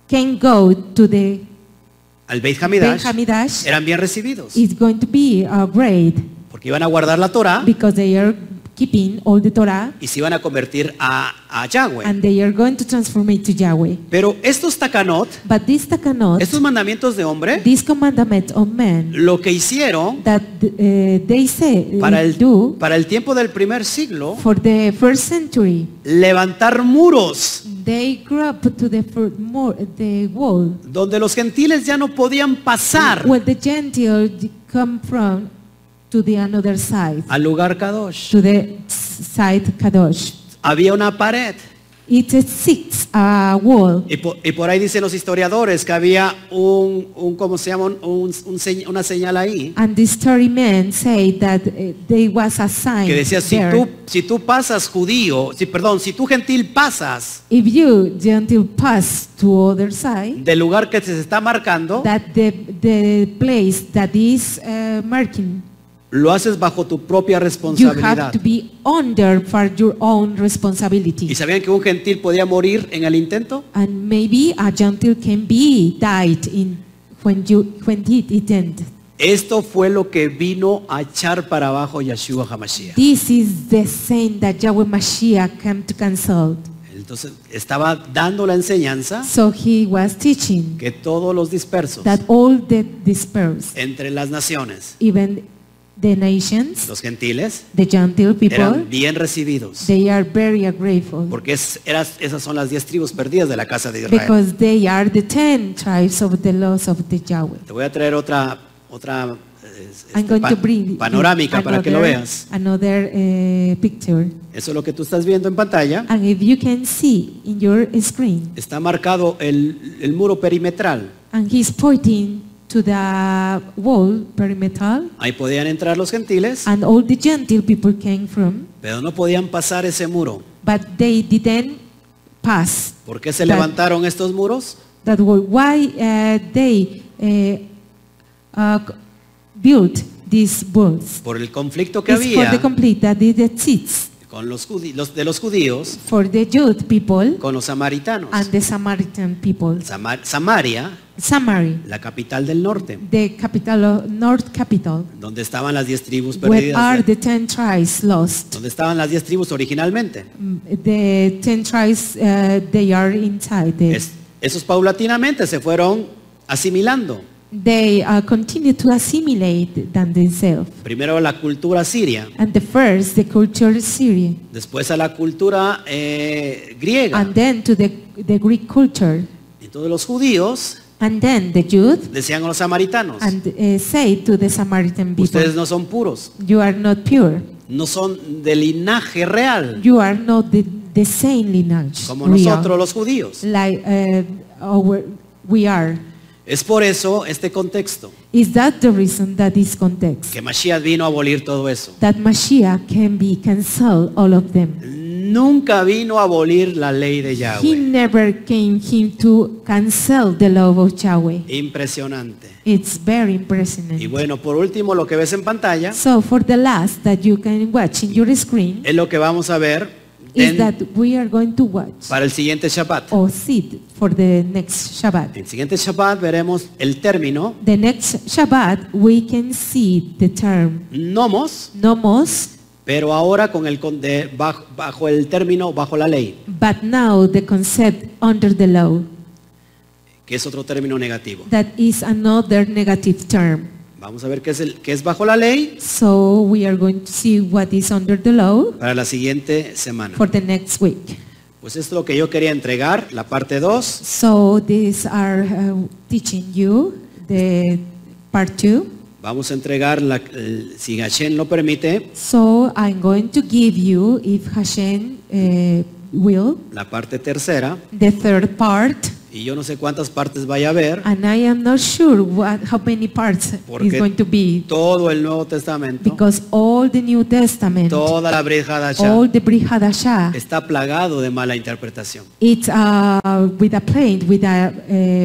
[SPEAKER 2] can go to the
[SPEAKER 1] al Beit
[SPEAKER 2] Ben
[SPEAKER 1] Hamidash,
[SPEAKER 2] Hamidash,
[SPEAKER 1] eran bien recibidos,
[SPEAKER 2] it's going to be a great
[SPEAKER 1] porque iban a guardar la Torah
[SPEAKER 2] because they are keeping all the Torah
[SPEAKER 1] y se iban a convertir a, a Yahweh.
[SPEAKER 2] and they are going to transform it to Yahweh.
[SPEAKER 1] Pero estos takanot,
[SPEAKER 2] But this
[SPEAKER 1] estos
[SPEAKER 2] Takanot,
[SPEAKER 1] mandamientos de hombre,
[SPEAKER 2] this commandment of man
[SPEAKER 1] lo que hicieron
[SPEAKER 2] that uh, they say
[SPEAKER 1] para el,
[SPEAKER 2] do
[SPEAKER 1] para el tiempo del primer siglo,
[SPEAKER 2] for the first century
[SPEAKER 1] levantar muros
[SPEAKER 2] They grew up to the fir- more the wall
[SPEAKER 1] donde los gentiles ya no podían pasar
[SPEAKER 2] where the Gentile come from to the another side,
[SPEAKER 1] al lugar Kadosh.
[SPEAKER 2] to the s- side Kadosh.
[SPEAKER 1] Había una pared.
[SPEAKER 2] It exists uh, a wall.
[SPEAKER 1] Y po- y por, ahí dicen los historiadores que había un, un ¿cómo se llama? Un- un- un señ- una señal ahí
[SPEAKER 2] And the story men say that eh, there was a sign
[SPEAKER 1] que decía, si
[SPEAKER 2] there.
[SPEAKER 1] tú, si tú pasas judío, si, perdón, si tú gentil pasas
[SPEAKER 2] If you Gentile pass to other side,
[SPEAKER 1] del lugar que se está marcando,
[SPEAKER 2] that the, the place that is uh, marking,
[SPEAKER 1] lo haces bajo tu propia
[SPEAKER 2] you have
[SPEAKER 1] responsabilidad.
[SPEAKER 2] to be under for your own responsibility.
[SPEAKER 1] ¿Y sabían que un gentil podía morir en el intento?
[SPEAKER 2] And maybe a Gentile can be died in when you when it didn't.
[SPEAKER 1] Esto fue lo que vino a echar para abajo Yeshua HaMashiach.
[SPEAKER 2] This is the sin that Yahweh Mashiach came to cancel.
[SPEAKER 1] Entonces estaba dando la enseñanza
[SPEAKER 2] So he was teaching
[SPEAKER 1] que todos los dispersos
[SPEAKER 2] that all the dispersed,
[SPEAKER 1] entre las naciones,
[SPEAKER 2] even the nations,
[SPEAKER 1] los gentiles,
[SPEAKER 2] the Gentile people,
[SPEAKER 1] eran bien recibidos.
[SPEAKER 2] they are very grateful
[SPEAKER 1] Porque es- eras- esas son las diez tribus perdidas de la casa de Israel.
[SPEAKER 2] because they are the ten tribes of the laws of the Yahweh.
[SPEAKER 1] Te voy a traer otra, otra eh, es-
[SPEAKER 2] I'm going
[SPEAKER 1] pa-
[SPEAKER 2] to bring
[SPEAKER 1] panorámica para que lo
[SPEAKER 2] another-
[SPEAKER 1] veas.
[SPEAKER 2] Another eh, picture.
[SPEAKER 1] Eso es lo que tú estás viendo en pantalla.
[SPEAKER 2] And if you can see in your screen,
[SPEAKER 1] Está marcado el, el muro perimetral.
[SPEAKER 2] and he's pointing to the wall perimeter,
[SPEAKER 1] Ahí podían entrar los gentiles,
[SPEAKER 2] and all the Gentile people came from,
[SPEAKER 1] pero no podían pasar ese muro.
[SPEAKER 2] but they didn't pass
[SPEAKER 1] ¿Por qué se
[SPEAKER 2] Claro.
[SPEAKER 1] levantaron estos muros?
[SPEAKER 2] that were why uh, they uh, uh, built these walls.
[SPEAKER 1] Por el conflicto que
[SPEAKER 2] It's for the
[SPEAKER 1] había
[SPEAKER 2] complete that it exists
[SPEAKER 1] con los, judi- los- de los judíos
[SPEAKER 2] for the Jude people
[SPEAKER 1] con los samaritanos.
[SPEAKER 2] and the Samaritan people.
[SPEAKER 1] Samar- Samaria,
[SPEAKER 2] Samari,
[SPEAKER 1] la capital del norte,
[SPEAKER 2] the capital of North capital,
[SPEAKER 1] donde estaban las diez tribus
[SPEAKER 2] where are
[SPEAKER 1] perdidas,
[SPEAKER 2] the ten tribes lost.
[SPEAKER 1] donde estaban las diez tribus originalmente.
[SPEAKER 2] Mm, The ten tribes uh, they are inside. The,
[SPEAKER 1] Es- esos paulatinamente se fueron asimilando.
[SPEAKER 2] They uh, continue to assimilate than themselves.
[SPEAKER 1] Primero a la cultura siria,
[SPEAKER 2] And the first, the culture is Syrian.
[SPEAKER 1] después a la cultura eh, griega.
[SPEAKER 2] and then to the, the Greek culture,
[SPEAKER 1] Entonces los judíos
[SPEAKER 2] and then the Jude,
[SPEAKER 1] decían a los samaritanos,
[SPEAKER 2] and uh, say to the Samaritan people,
[SPEAKER 1] ustedes no son puros,
[SPEAKER 2] you are not pure,
[SPEAKER 1] no son de linaje real,
[SPEAKER 2] you are not the, the same lineage,
[SPEAKER 1] como
[SPEAKER 2] real,
[SPEAKER 1] nosotros los judíos.
[SPEAKER 2] like uh, our, we are.
[SPEAKER 1] Es por eso este contexto,
[SPEAKER 2] Is that the reason that this context,
[SPEAKER 1] que Mashiach vino a abolir todo eso.
[SPEAKER 2] that Mashiach can be cancel all of them?
[SPEAKER 1] Nunca vino a abolir la ley de
[SPEAKER 2] He
[SPEAKER 1] Yahweh.
[SPEAKER 2] never came him to cancel the love of Yahweh.
[SPEAKER 1] Impresionante.
[SPEAKER 2] It's very
[SPEAKER 1] Y
[SPEAKER 2] impressive.
[SPEAKER 1] bueno, por último, lo que ves en pantalla
[SPEAKER 2] So for the last that you can watch in your screen,
[SPEAKER 1] es lo que vamos a ver
[SPEAKER 2] is
[SPEAKER 1] en-
[SPEAKER 2] that Oh. we are going to watch
[SPEAKER 1] para el siguiente Shabbat.
[SPEAKER 2] or sit for the next Shabbat.
[SPEAKER 1] El siguiente Shabbat veremos el término
[SPEAKER 2] The next Shabbat we can see the term
[SPEAKER 1] nomos,
[SPEAKER 2] nomos,
[SPEAKER 1] pero ahora con el con- de- bajo, bajo el término bajo la ley,
[SPEAKER 2] but now the concept under the law.
[SPEAKER 1] que es otro término negativo.
[SPEAKER 2] That is another negative term.
[SPEAKER 1] Vamos a ver qué es el qué es bajo la ley
[SPEAKER 2] So we are going to see what is under the law
[SPEAKER 1] para la siguiente semana.
[SPEAKER 2] for the next week.
[SPEAKER 1] Pues esto es lo que yo quería entregar, la parte 2.
[SPEAKER 2] So these are uh, teaching you the part two.
[SPEAKER 1] Vamos a entregar, la- el- si Hashem lo permite,
[SPEAKER 2] So I'm going to give you, if Hashem uh, will,
[SPEAKER 1] la parte tercera.
[SPEAKER 2] the third part,
[SPEAKER 1] Y yo no sé cuántas partes vaya a haber.
[SPEAKER 2] and I am not sure what, how many parts is going to be,
[SPEAKER 1] Porque todo el Nuevo Testamento,
[SPEAKER 2] because all the New Testament, all
[SPEAKER 1] toda la breja de Hashem
[SPEAKER 2] the Brit Hadashah,
[SPEAKER 1] está plagado de mala interpretación.
[SPEAKER 2] it's uh, with a plain, with a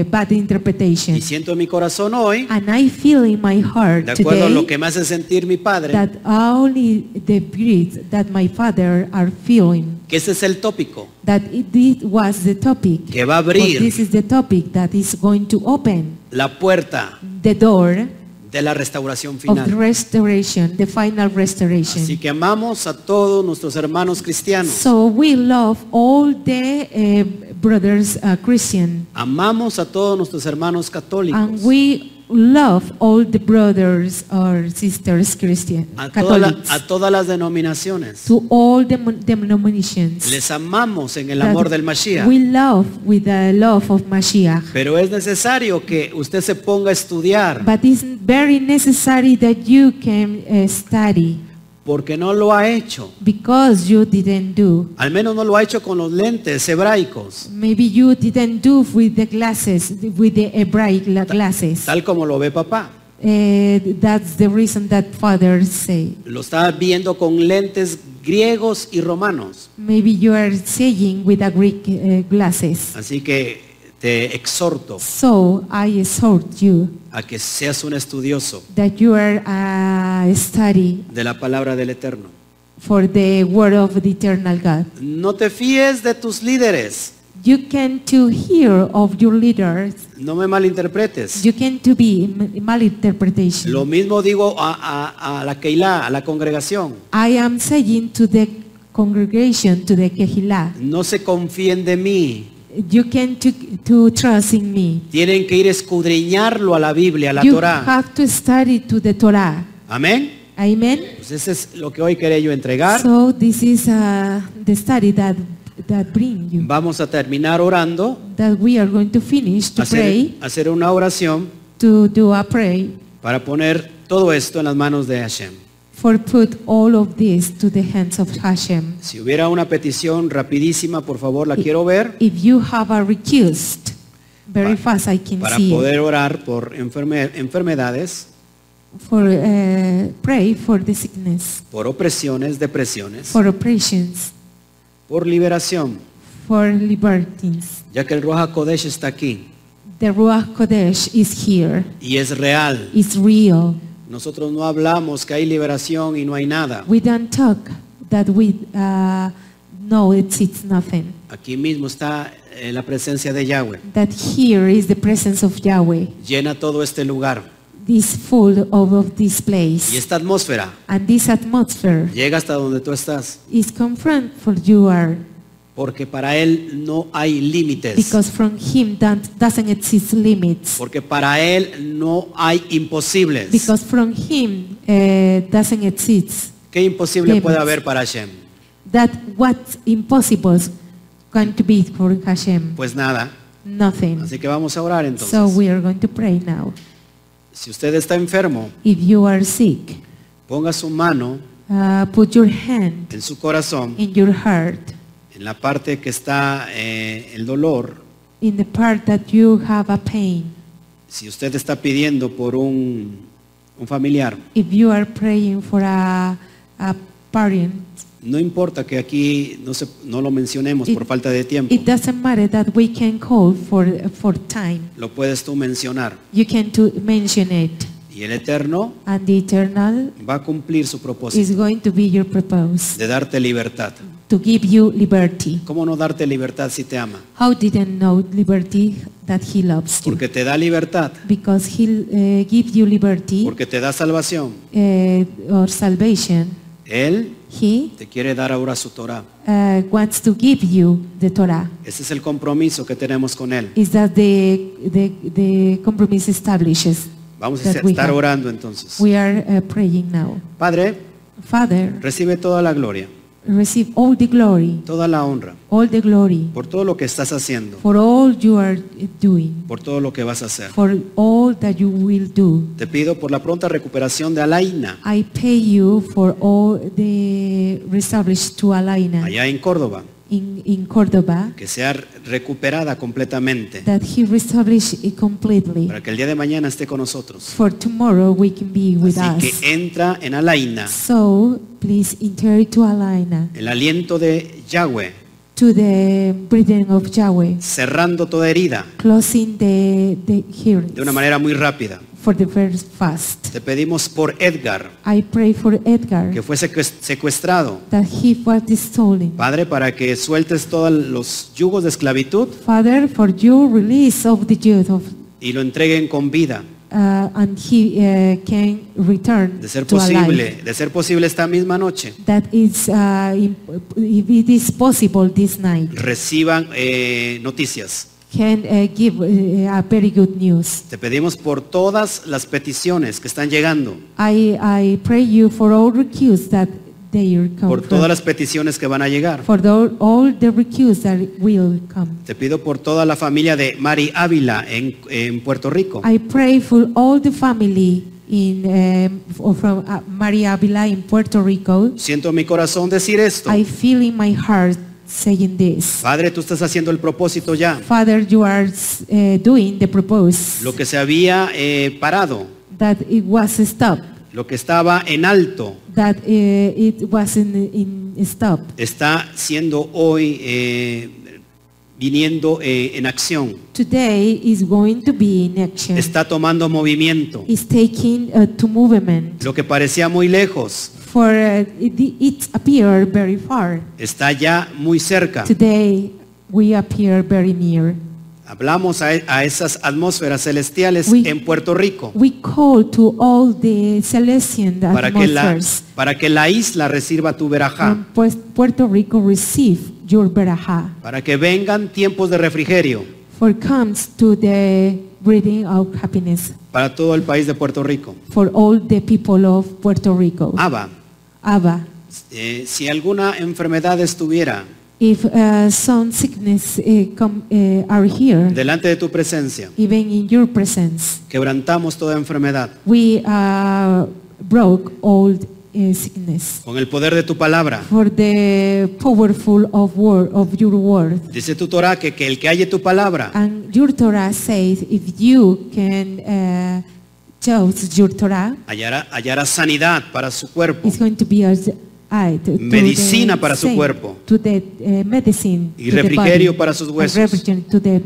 [SPEAKER 2] uh, bad interpretation.
[SPEAKER 1] Y siento en mi corazón hoy,
[SPEAKER 2] And I feel in my heart
[SPEAKER 1] de acuerdo a lo
[SPEAKER 2] today
[SPEAKER 1] que me hace sentir mi padre,
[SPEAKER 2] that only the Brits that my father are feeling,
[SPEAKER 1] que ese es el tópico
[SPEAKER 2] that it, it was the topic,
[SPEAKER 1] que va a
[SPEAKER 2] or
[SPEAKER 1] abrir
[SPEAKER 2] this is the topic that is going to open
[SPEAKER 1] la puerta
[SPEAKER 2] the door
[SPEAKER 1] de la restauración
[SPEAKER 2] of the
[SPEAKER 1] final.
[SPEAKER 2] restoration, the final restoration.
[SPEAKER 1] Así que amamos a todos nuestros hermanos cristianos,
[SPEAKER 2] So we love all the eh, brothers uh, Christian,
[SPEAKER 1] amamos a todos nuestros hermanos
[SPEAKER 2] and
[SPEAKER 1] católicos,
[SPEAKER 2] we love all the brothers or sisters Christian,
[SPEAKER 1] a, toda la-
[SPEAKER 2] Catholics,
[SPEAKER 1] a todas las denominaciones.
[SPEAKER 2] to all the mon- denominations.
[SPEAKER 1] Les amamos en el
[SPEAKER 2] that
[SPEAKER 1] amor del Mashiach.
[SPEAKER 2] We love with the love of Mashiach.
[SPEAKER 1] Pero es necesario que usted se ponga a estudiar
[SPEAKER 2] But it's very necessary that you can eh, study
[SPEAKER 1] porque no lo ha hecho.
[SPEAKER 2] because you didn't do.
[SPEAKER 1] Al menos no lo ha hecho con los lentes hebraicos,
[SPEAKER 2] Maybe you didn't do with the glasses, with the Hebraic la- glasses.
[SPEAKER 1] tal como lo ve papá.
[SPEAKER 2] Eh, that's the reason that father say.
[SPEAKER 1] Lo está viendo con lentes griegos y romanos.
[SPEAKER 2] Maybe you are saying with a Greek eh, glasses.
[SPEAKER 1] Así que te exhorto
[SPEAKER 2] So I exhort you
[SPEAKER 1] a que seas un estudioso
[SPEAKER 2] that you are a study
[SPEAKER 1] de la palabra del Eterno.
[SPEAKER 2] for the word of the eternal God.
[SPEAKER 1] No te fíes de tus líderes,
[SPEAKER 2] You can to hear of your leaders.
[SPEAKER 1] no me malinterpretes.
[SPEAKER 2] You can to be in malinterpretation.
[SPEAKER 1] Lo mismo digo a, a- a la Keilah, a la congregación.
[SPEAKER 2] I am saying to the congregation, to the Kehillah,
[SPEAKER 1] No se confíen de mí.
[SPEAKER 2] you can to, to trust in me.
[SPEAKER 1] Tienen que ir a escudriñarlo a la Biblia, a la
[SPEAKER 2] you
[SPEAKER 1] Torá.
[SPEAKER 2] have to study to the Torah.
[SPEAKER 1] Amén.
[SPEAKER 2] Amen.
[SPEAKER 1] Pues ese es lo que hoy quería yo entregar.
[SPEAKER 2] So this is uh, the study that that bring you.
[SPEAKER 1] Vamos a terminar orando,
[SPEAKER 2] That we are going to finish to
[SPEAKER 1] hacer,
[SPEAKER 2] pray,
[SPEAKER 1] hacer una oración
[SPEAKER 2] to do a pray
[SPEAKER 1] para poner Todo esto en las manos de Hashem.
[SPEAKER 2] For put all of this to the hands of Hashem.
[SPEAKER 1] Si hubiera una petición rapidísima, por favor, la quiero ver
[SPEAKER 2] If you have a request, very
[SPEAKER 1] Pa-
[SPEAKER 2] fast I can
[SPEAKER 1] para
[SPEAKER 2] see it.
[SPEAKER 1] poder orar por enferme- enfermedades,
[SPEAKER 2] for uh, pray for the sickness,
[SPEAKER 1] por opresiones, depresiones,
[SPEAKER 2] for oppressions,
[SPEAKER 1] por liberación.
[SPEAKER 2] for libertines.
[SPEAKER 1] Ya que el Roja Kodesh está aquí
[SPEAKER 2] The Ruach Kodesh is here.
[SPEAKER 1] y es real.
[SPEAKER 2] It's real.
[SPEAKER 1] Nosotros no hablamos que hay liberación y no hay nada.
[SPEAKER 2] We don't talk that we uh, know it's, it's nothing.
[SPEAKER 1] Aquí mismo está eh, la presencia de Yahweh.
[SPEAKER 2] That here is the presence of Yahweh.
[SPEAKER 1] Llena todo este lugar
[SPEAKER 2] This full of, of this
[SPEAKER 1] y
[SPEAKER 2] place.
[SPEAKER 1] esta atmósfera
[SPEAKER 2] And this atmosphere
[SPEAKER 1] llega hasta donde tú estás,
[SPEAKER 2] is confront for you are.
[SPEAKER 1] porque para él no hay límites,
[SPEAKER 2] Because from him that doesn't exist limits.
[SPEAKER 1] porque para él no hay imposibles.
[SPEAKER 2] Because from him uh, doesn't exist.
[SPEAKER 1] ¿Qué imposible puede
[SPEAKER 2] Limits.
[SPEAKER 1] haber para Hashem?
[SPEAKER 2] That what's impossible going to be for Hashem.
[SPEAKER 1] Pues nada.
[SPEAKER 2] Nothing.
[SPEAKER 1] Así que vamos a orar
[SPEAKER 2] So
[SPEAKER 1] entonces.
[SPEAKER 2] we are going to pray now.
[SPEAKER 1] Si usted está enfermo,
[SPEAKER 2] If you are sick,
[SPEAKER 1] ponga su mano
[SPEAKER 2] uh, put your hand
[SPEAKER 1] en su corazón,
[SPEAKER 2] in your heart,
[SPEAKER 1] en la parte que está eh, el dolor.
[SPEAKER 2] in the part that you have a pain.
[SPEAKER 1] Si usted está pidiendo por un, un familiar,
[SPEAKER 2] If you are praying for a, a parent,
[SPEAKER 1] no importa que aquí no, se, no lo mencionemos por falta de tiempo,
[SPEAKER 2] it doesn't matter that we can call for, for time.
[SPEAKER 1] lo puedes tú mencionar.
[SPEAKER 2] You can to mention it,
[SPEAKER 1] Y el Eterno
[SPEAKER 2] and the eternal
[SPEAKER 1] va a cumplir su
[SPEAKER 2] is
[SPEAKER 1] propósito
[SPEAKER 2] going to be your purpose
[SPEAKER 1] de darte libertad.
[SPEAKER 2] to give you liberty.
[SPEAKER 1] ¿Cómo no darte libertad si te ama?
[SPEAKER 2] How didn't know liberty that He loves you?
[SPEAKER 1] Porque te da libertad,
[SPEAKER 2] Because He uh, gives you liberty
[SPEAKER 1] porque te da salvación.
[SPEAKER 2] uh, or salvation,
[SPEAKER 1] Él
[SPEAKER 2] He
[SPEAKER 1] te quiere dar ahora su Torah.
[SPEAKER 2] uh, wants to give you the Torah.
[SPEAKER 1] Ese es el compromiso que tenemos con Él.
[SPEAKER 2] Is that the the, the compromise establishes?
[SPEAKER 1] Vamos a
[SPEAKER 2] that we
[SPEAKER 1] estar
[SPEAKER 2] have.
[SPEAKER 1] orando entonces.
[SPEAKER 2] We are uh, praying now.
[SPEAKER 1] Padre,
[SPEAKER 2] Father,
[SPEAKER 1] recibe toda la gloria,
[SPEAKER 2] receive all the glory,
[SPEAKER 1] toda la honra,
[SPEAKER 2] all the glory
[SPEAKER 1] por todo lo que estás haciendo,
[SPEAKER 2] for all you are doing,
[SPEAKER 1] por todo lo que vas a hacer.
[SPEAKER 2] for all that you will do.
[SPEAKER 1] Te pido por la pronta recuperación de Alaina,
[SPEAKER 2] I pay you for all the reestablished to Alaina
[SPEAKER 1] allá en Córdoba,
[SPEAKER 2] in, in Cordoba,
[SPEAKER 1] que sea recuperada completamente,
[SPEAKER 2] that he reestablished it completely.
[SPEAKER 1] para que el día de mañana esté con nosotros.
[SPEAKER 2] For tomorrow we can be with
[SPEAKER 1] Así
[SPEAKER 2] us.
[SPEAKER 1] que eh, entra en Alaina,
[SPEAKER 2] So please enter to Alaina,
[SPEAKER 1] el aliento de Yahweh,
[SPEAKER 2] to the breathing of Yahweh,
[SPEAKER 1] cerrando toda herida
[SPEAKER 2] closing the, the
[SPEAKER 1] de una
[SPEAKER 2] hearings
[SPEAKER 1] manera muy rápida.
[SPEAKER 2] for the first fast.
[SPEAKER 1] Te pedimos por Edgar,
[SPEAKER 2] I pray for Edgar
[SPEAKER 1] que fue secuest- secuestrado.
[SPEAKER 2] that he was stolen.
[SPEAKER 1] Padre, para que sueltes todos los yugos de esclavitud
[SPEAKER 2] Father, for your release of the youth of,
[SPEAKER 1] y lo entreguen con vida.
[SPEAKER 2] uh, and he uh, can return
[SPEAKER 1] De ser
[SPEAKER 2] to alive.
[SPEAKER 1] posible, de ser posible esta misma noche,
[SPEAKER 2] That is, uh, imp- if it is possible this night,
[SPEAKER 1] reciban eh, noticias.
[SPEAKER 2] can uh, give uh, a very good news.
[SPEAKER 1] Te pedimos por todas las peticiones que están llegando,
[SPEAKER 2] I, I pray you for all recuse that they are come
[SPEAKER 1] por todas las peticiones que van a llegar.
[SPEAKER 2] for the, all the recuse that will come.
[SPEAKER 1] Te pido por toda la familia de Mari Ávila en, en Puerto Rico,
[SPEAKER 2] I pray for all the family in um, or from uh, Maria Avila in Puerto Rico.
[SPEAKER 1] Siento en mi corazón decir esto.
[SPEAKER 2] I feel in my heart saying this.
[SPEAKER 1] Padre, tú estás haciendo el propósito ya.
[SPEAKER 2] Father, you are uh, doing the propose
[SPEAKER 1] Lo que se había eh, parado,
[SPEAKER 2] that it was stopped,
[SPEAKER 1] lo que estaba en alto,
[SPEAKER 2] that uh, it wasn't in, in stop.
[SPEAKER 1] está siendo hoy eh, viniendo eh, en acción.
[SPEAKER 2] Today is going to be in action.
[SPEAKER 1] Está tomando movimiento.
[SPEAKER 2] is taking uh, to movement.
[SPEAKER 1] Lo que parecía muy lejos
[SPEAKER 2] For uh, it, it appear very far.
[SPEAKER 1] está ya muy cerca.
[SPEAKER 2] Today we appear very near.
[SPEAKER 1] Hablamos a, e- a esas atmósferas celestiales
[SPEAKER 2] We-
[SPEAKER 1] en Puerto Rico
[SPEAKER 2] We call to all the Celestian
[SPEAKER 1] para que, la,
[SPEAKER 2] atmospheres
[SPEAKER 1] para que la isla reciba tu verajá,
[SPEAKER 2] from Pu- Puerto Rico receive your beraha.
[SPEAKER 1] para que vengan tiempos de refrigerio
[SPEAKER 2] For comes to the breathing of happiness
[SPEAKER 1] para todo el país de Puerto Rico.
[SPEAKER 2] for all the people of
[SPEAKER 1] Ah.
[SPEAKER 2] Puerto Rico.
[SPEAKER 1] Abba,
[SPEAKER 2] Abba,
[SPEAKER 1] eh, si alguna enfermedad estuviera
[SPEAKER 2] If uh, some sickness uh, come, uh, are here,
[SPEAKER 1] delante de tu presencia.
[SPEAKER 2] even in your presence,
[SPEAKER 1] Quebrantamos toda enfermedad
[SPEAKER 2] we uh, broke all uh, sickness.
[SPEAKER 1] con el poder de tu palabra.
[SPEAKER 2] For the powerful of word of your word,
[SPEAKER 1] Dice tu Torah que, que el que halle tu palabra
[SPEAKER 2] and your Torah says, if you can uh, choose your Torah,
[SPEAKER 1] hallará, hallará sanidad para su cuerpo
[SPEAKER 2] it's going to be as aid to
[SPEAKER 1] Medicina
[SPEAKER 2] the
[SPEAKER 1] para su
[SPEAKER 2] same,
[SPEAKER 1] cuerpo.
[SPEAKER 2] to the uh, medicine,
[SPEAKER 1] Y
[SPEAKER 2] to the
[SPEAKER 1] refrigerio
[SPEAKER 2] body,
[SPEAKER 1] para sus
[SPEAKER 2] and
[SPEAKER 1] huesos.
[SPEAKER 2] refrigerant to the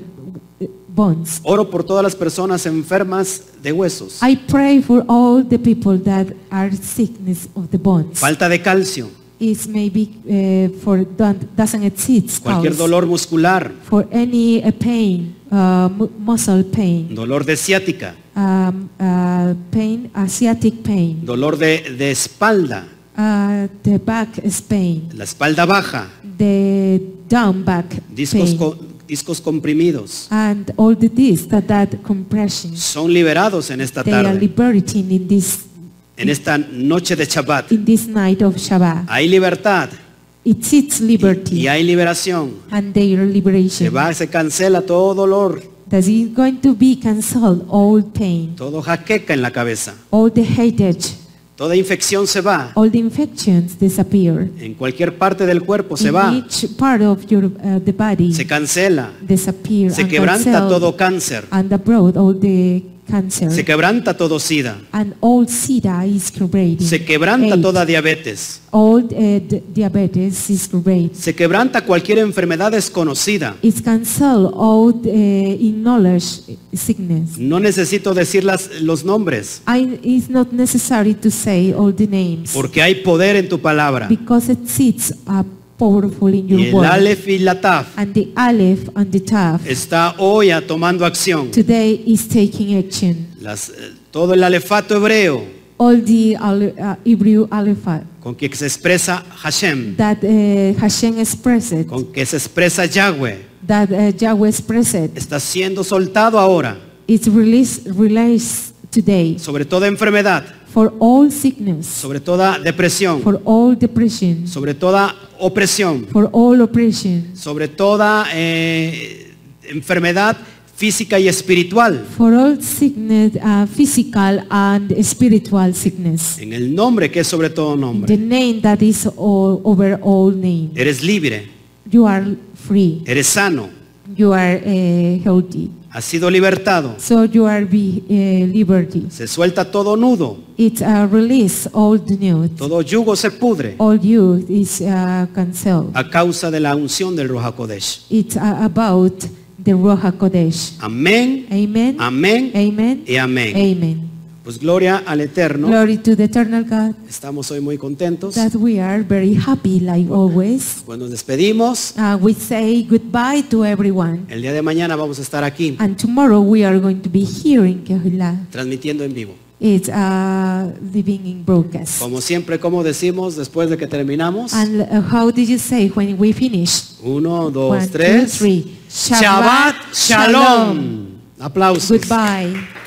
[SPEAKER 2] uh, bones.
[SPEAKER 1] Oro por todas las personas enfermas de huesos,
[SPEAKER 2] I pray for all the people that are sickness of the bones.
[SPEAKER 1] falta de calcio,
[SPEAKER 2] It's maybe uh, for don't, doesn't exist
[SPEAKER 1] cualquier
[SPEAKER 2] cause.
[SPEAKER 1] dolor muscular,
[SPEAKER 2] for any uh, pain, uh, mu- muscle pain,
[SPEAKER 1] dolor de ciática,
[SPEAKER 2] um, uh, pain, asiatic pain,
[SPEAKER 1] dolor de, de espalda,
[SPEAKER 2] uh, the back is pain,
[SPEAKER 1] la espalda baja,
[SPEAKER 2] the down back
[SPEAKER 1] discos,
[SPEAKER 2] pain,
[SPEAKER 1] co- discos comprimidos,
[SPEAKER 2] and all the this that that compression.
[SPEAKER 1] son liberados en esta
[SPEAKER 2] They are
[SPEAKER 1] tarde,
[SPEAKER 2] liberating in this
[SPEAKER 1] en esta noche de Shabbat.
[SPEAKER 2] in this night of Shabbat.
[SPEAKER 1] Hay libertad
[SPEAKER 2] It's its liberty
[SPEAKER 1] y hay liberación.
[SPEAKER 2] and their
[SPEAKER 1] Se
[SPEAKER 2] liberation.
[SPEAKER 1] va, se cancela todo dolor,
[SPEAKER 2] That is going to be cancelled all pain,
[SPEAKER 1] todo jaqueca en la cabeza,
[SPEAKER 2] all the hatred,
[SPEAKER 1] toda infección se va.
[SPEAKER 2] all the infections disappear.
[SPEAKER 1] En cualquier parte del cuerpo se
[SPEAKER 2] In
[SPEAKER 1] va,
[SPEAKER 2] each part of your uh, the body
[SPEAKER 1] se cancela,
[SPEAKER 2] disappear
[SPEAKER 1] se
[SPEAKER 2] and
[SPEAKER 1] quebranta
[SPEAKER 2] cancel
[SPEAKER 1] todo cáncer,
[SPEAKER 2] and abroad all the cancer
[SPEAKER 1] se quebranta todo sida,
[SPEAKER 2] and all sida is curated.
[SPEAKER 1] se quebranta
[SPEAKER 2] AIDS,
[SPEAKER 1] toda diabetes,
[SPEAKER 2] all uh, d- diabetes is curated.
[SPEAKER 1] se quebranta cualquier enfermedad desconocida.
[SPEAKER 2] It's cancel all the uh, in knowledge sickness.
[SPEAKER 1] No necesito decir las- los nombres,
[SPEAKER 2] I, it's not necessary to say all the names
[SPEAKER 1] porque hay poder en tu palabra.
[SPEAKER 2] because it sits up powerful in
[SPEAKER 1] Y
[SPEAKER 2] your
[SPEAKER 1] el
[SPEAKER 2] word.
[SPEAKER 1] Aleph y la Taf
[SPEAKER 2] and the Aleph and the Tav
[SPEAKER 1] está hoy a- tomando acción.
[SPEAKER 2] today is taking action.
[SPEAKER 1] Las, eh, todo el alefato hebreo
[SPEAKER 2] All the Ale- uh, Hebrew Aleph
[SPEAKER 1] con que se expresa Hashem,
[SPEAKER 2] that uh, Hashem expressed,
[SPEAKER 1] con que se expresa Yahweh,
[SPEAKER 2] that uh, Yahweh expressed,
[SPEAKER 1] está siendo soltado ahora
[SPEAKER 2] it's released, released today
[SPEAKER 1] sobre toda enfermedad.
[SPEAKER 2] for all sickness,
[SPEAKER 1] sobre toda depresión,
[SPEAKER 2] for all depression,
[SPEAKER 1] sobre toda opresión,
[SPEAKER 2] for all oppression,
[SPEAKER 1] sobre toda eh, enfermedad física y espiritual.
[SPEAKER 2] for all sickness, uh, physical and spiritual sickness.
[SPEAKER 1] En el nombre que es sobre todo nombre.
[SPEAKER 2] The name that is all, over all name.
[SPEAKER 1] Eres libre,
[SPEAKER 2] You are free.
[SPEAKER 1] eres sano,
[SPEAKER 2] You are uh, healthy.
[SPEAKER 1] has sido libertado.
[SPEAKER 2] So you are be, uh, liberty.
[SPEAKER 1] Se suelta todo nudo,
[SPEAKER 2] It's a release all the news.
[SPEAKER 1] todo yugo se pudre
[SPEAKER 2] All you is uh, cancelled.
[SPEAKER 1] a causa de la unción del Roja Kodesh.
[SPEAKER 2] It's uh, about the Roha Kodesh.
[SPEAKER 1] Amén,
[SPEAKER 2] Amen.
[SPEAKER 1] amén
[SPEAKER 2] Amen.
[SPEAKER 1] y amén.
[SPEAKER 2] Amen.
[SPEAKER 1] Pues gloria al Eterno.
[SPEAKER 2] Glory to the eternal God
[SPEAKER 1] Estamos hoy muy contentos.
[SPEAKER 2] that we are very happy like always.
[SPEAKER 1] Pues nos despedimos.
[SPEAKER 2] Uh, we say goodbye to everyone.
[SPEAKER 1] El día de mañana vamos a estar aquí
[SPEAKER 2] And tomorrow we are going to be here in Kehila.
[SPEAKER 1] transmitiendo en vivo.
[SPEAKER 2] It's uh, living in broadcast.
[SPEAKER 1] Como siempre, como decimos después de que terminamos,
[SPEAKER 2] And uh, how did you say when we finish?
[SPEAKER 1] uno, dos,
[SPEAKER 2] One, two,
[SPEAKER 1] tres.
[SPEAKER 2] three.
[SPEAKER 1] Shabbat Shalom. Aplausos.
[SPEAKER 2] Goodbye.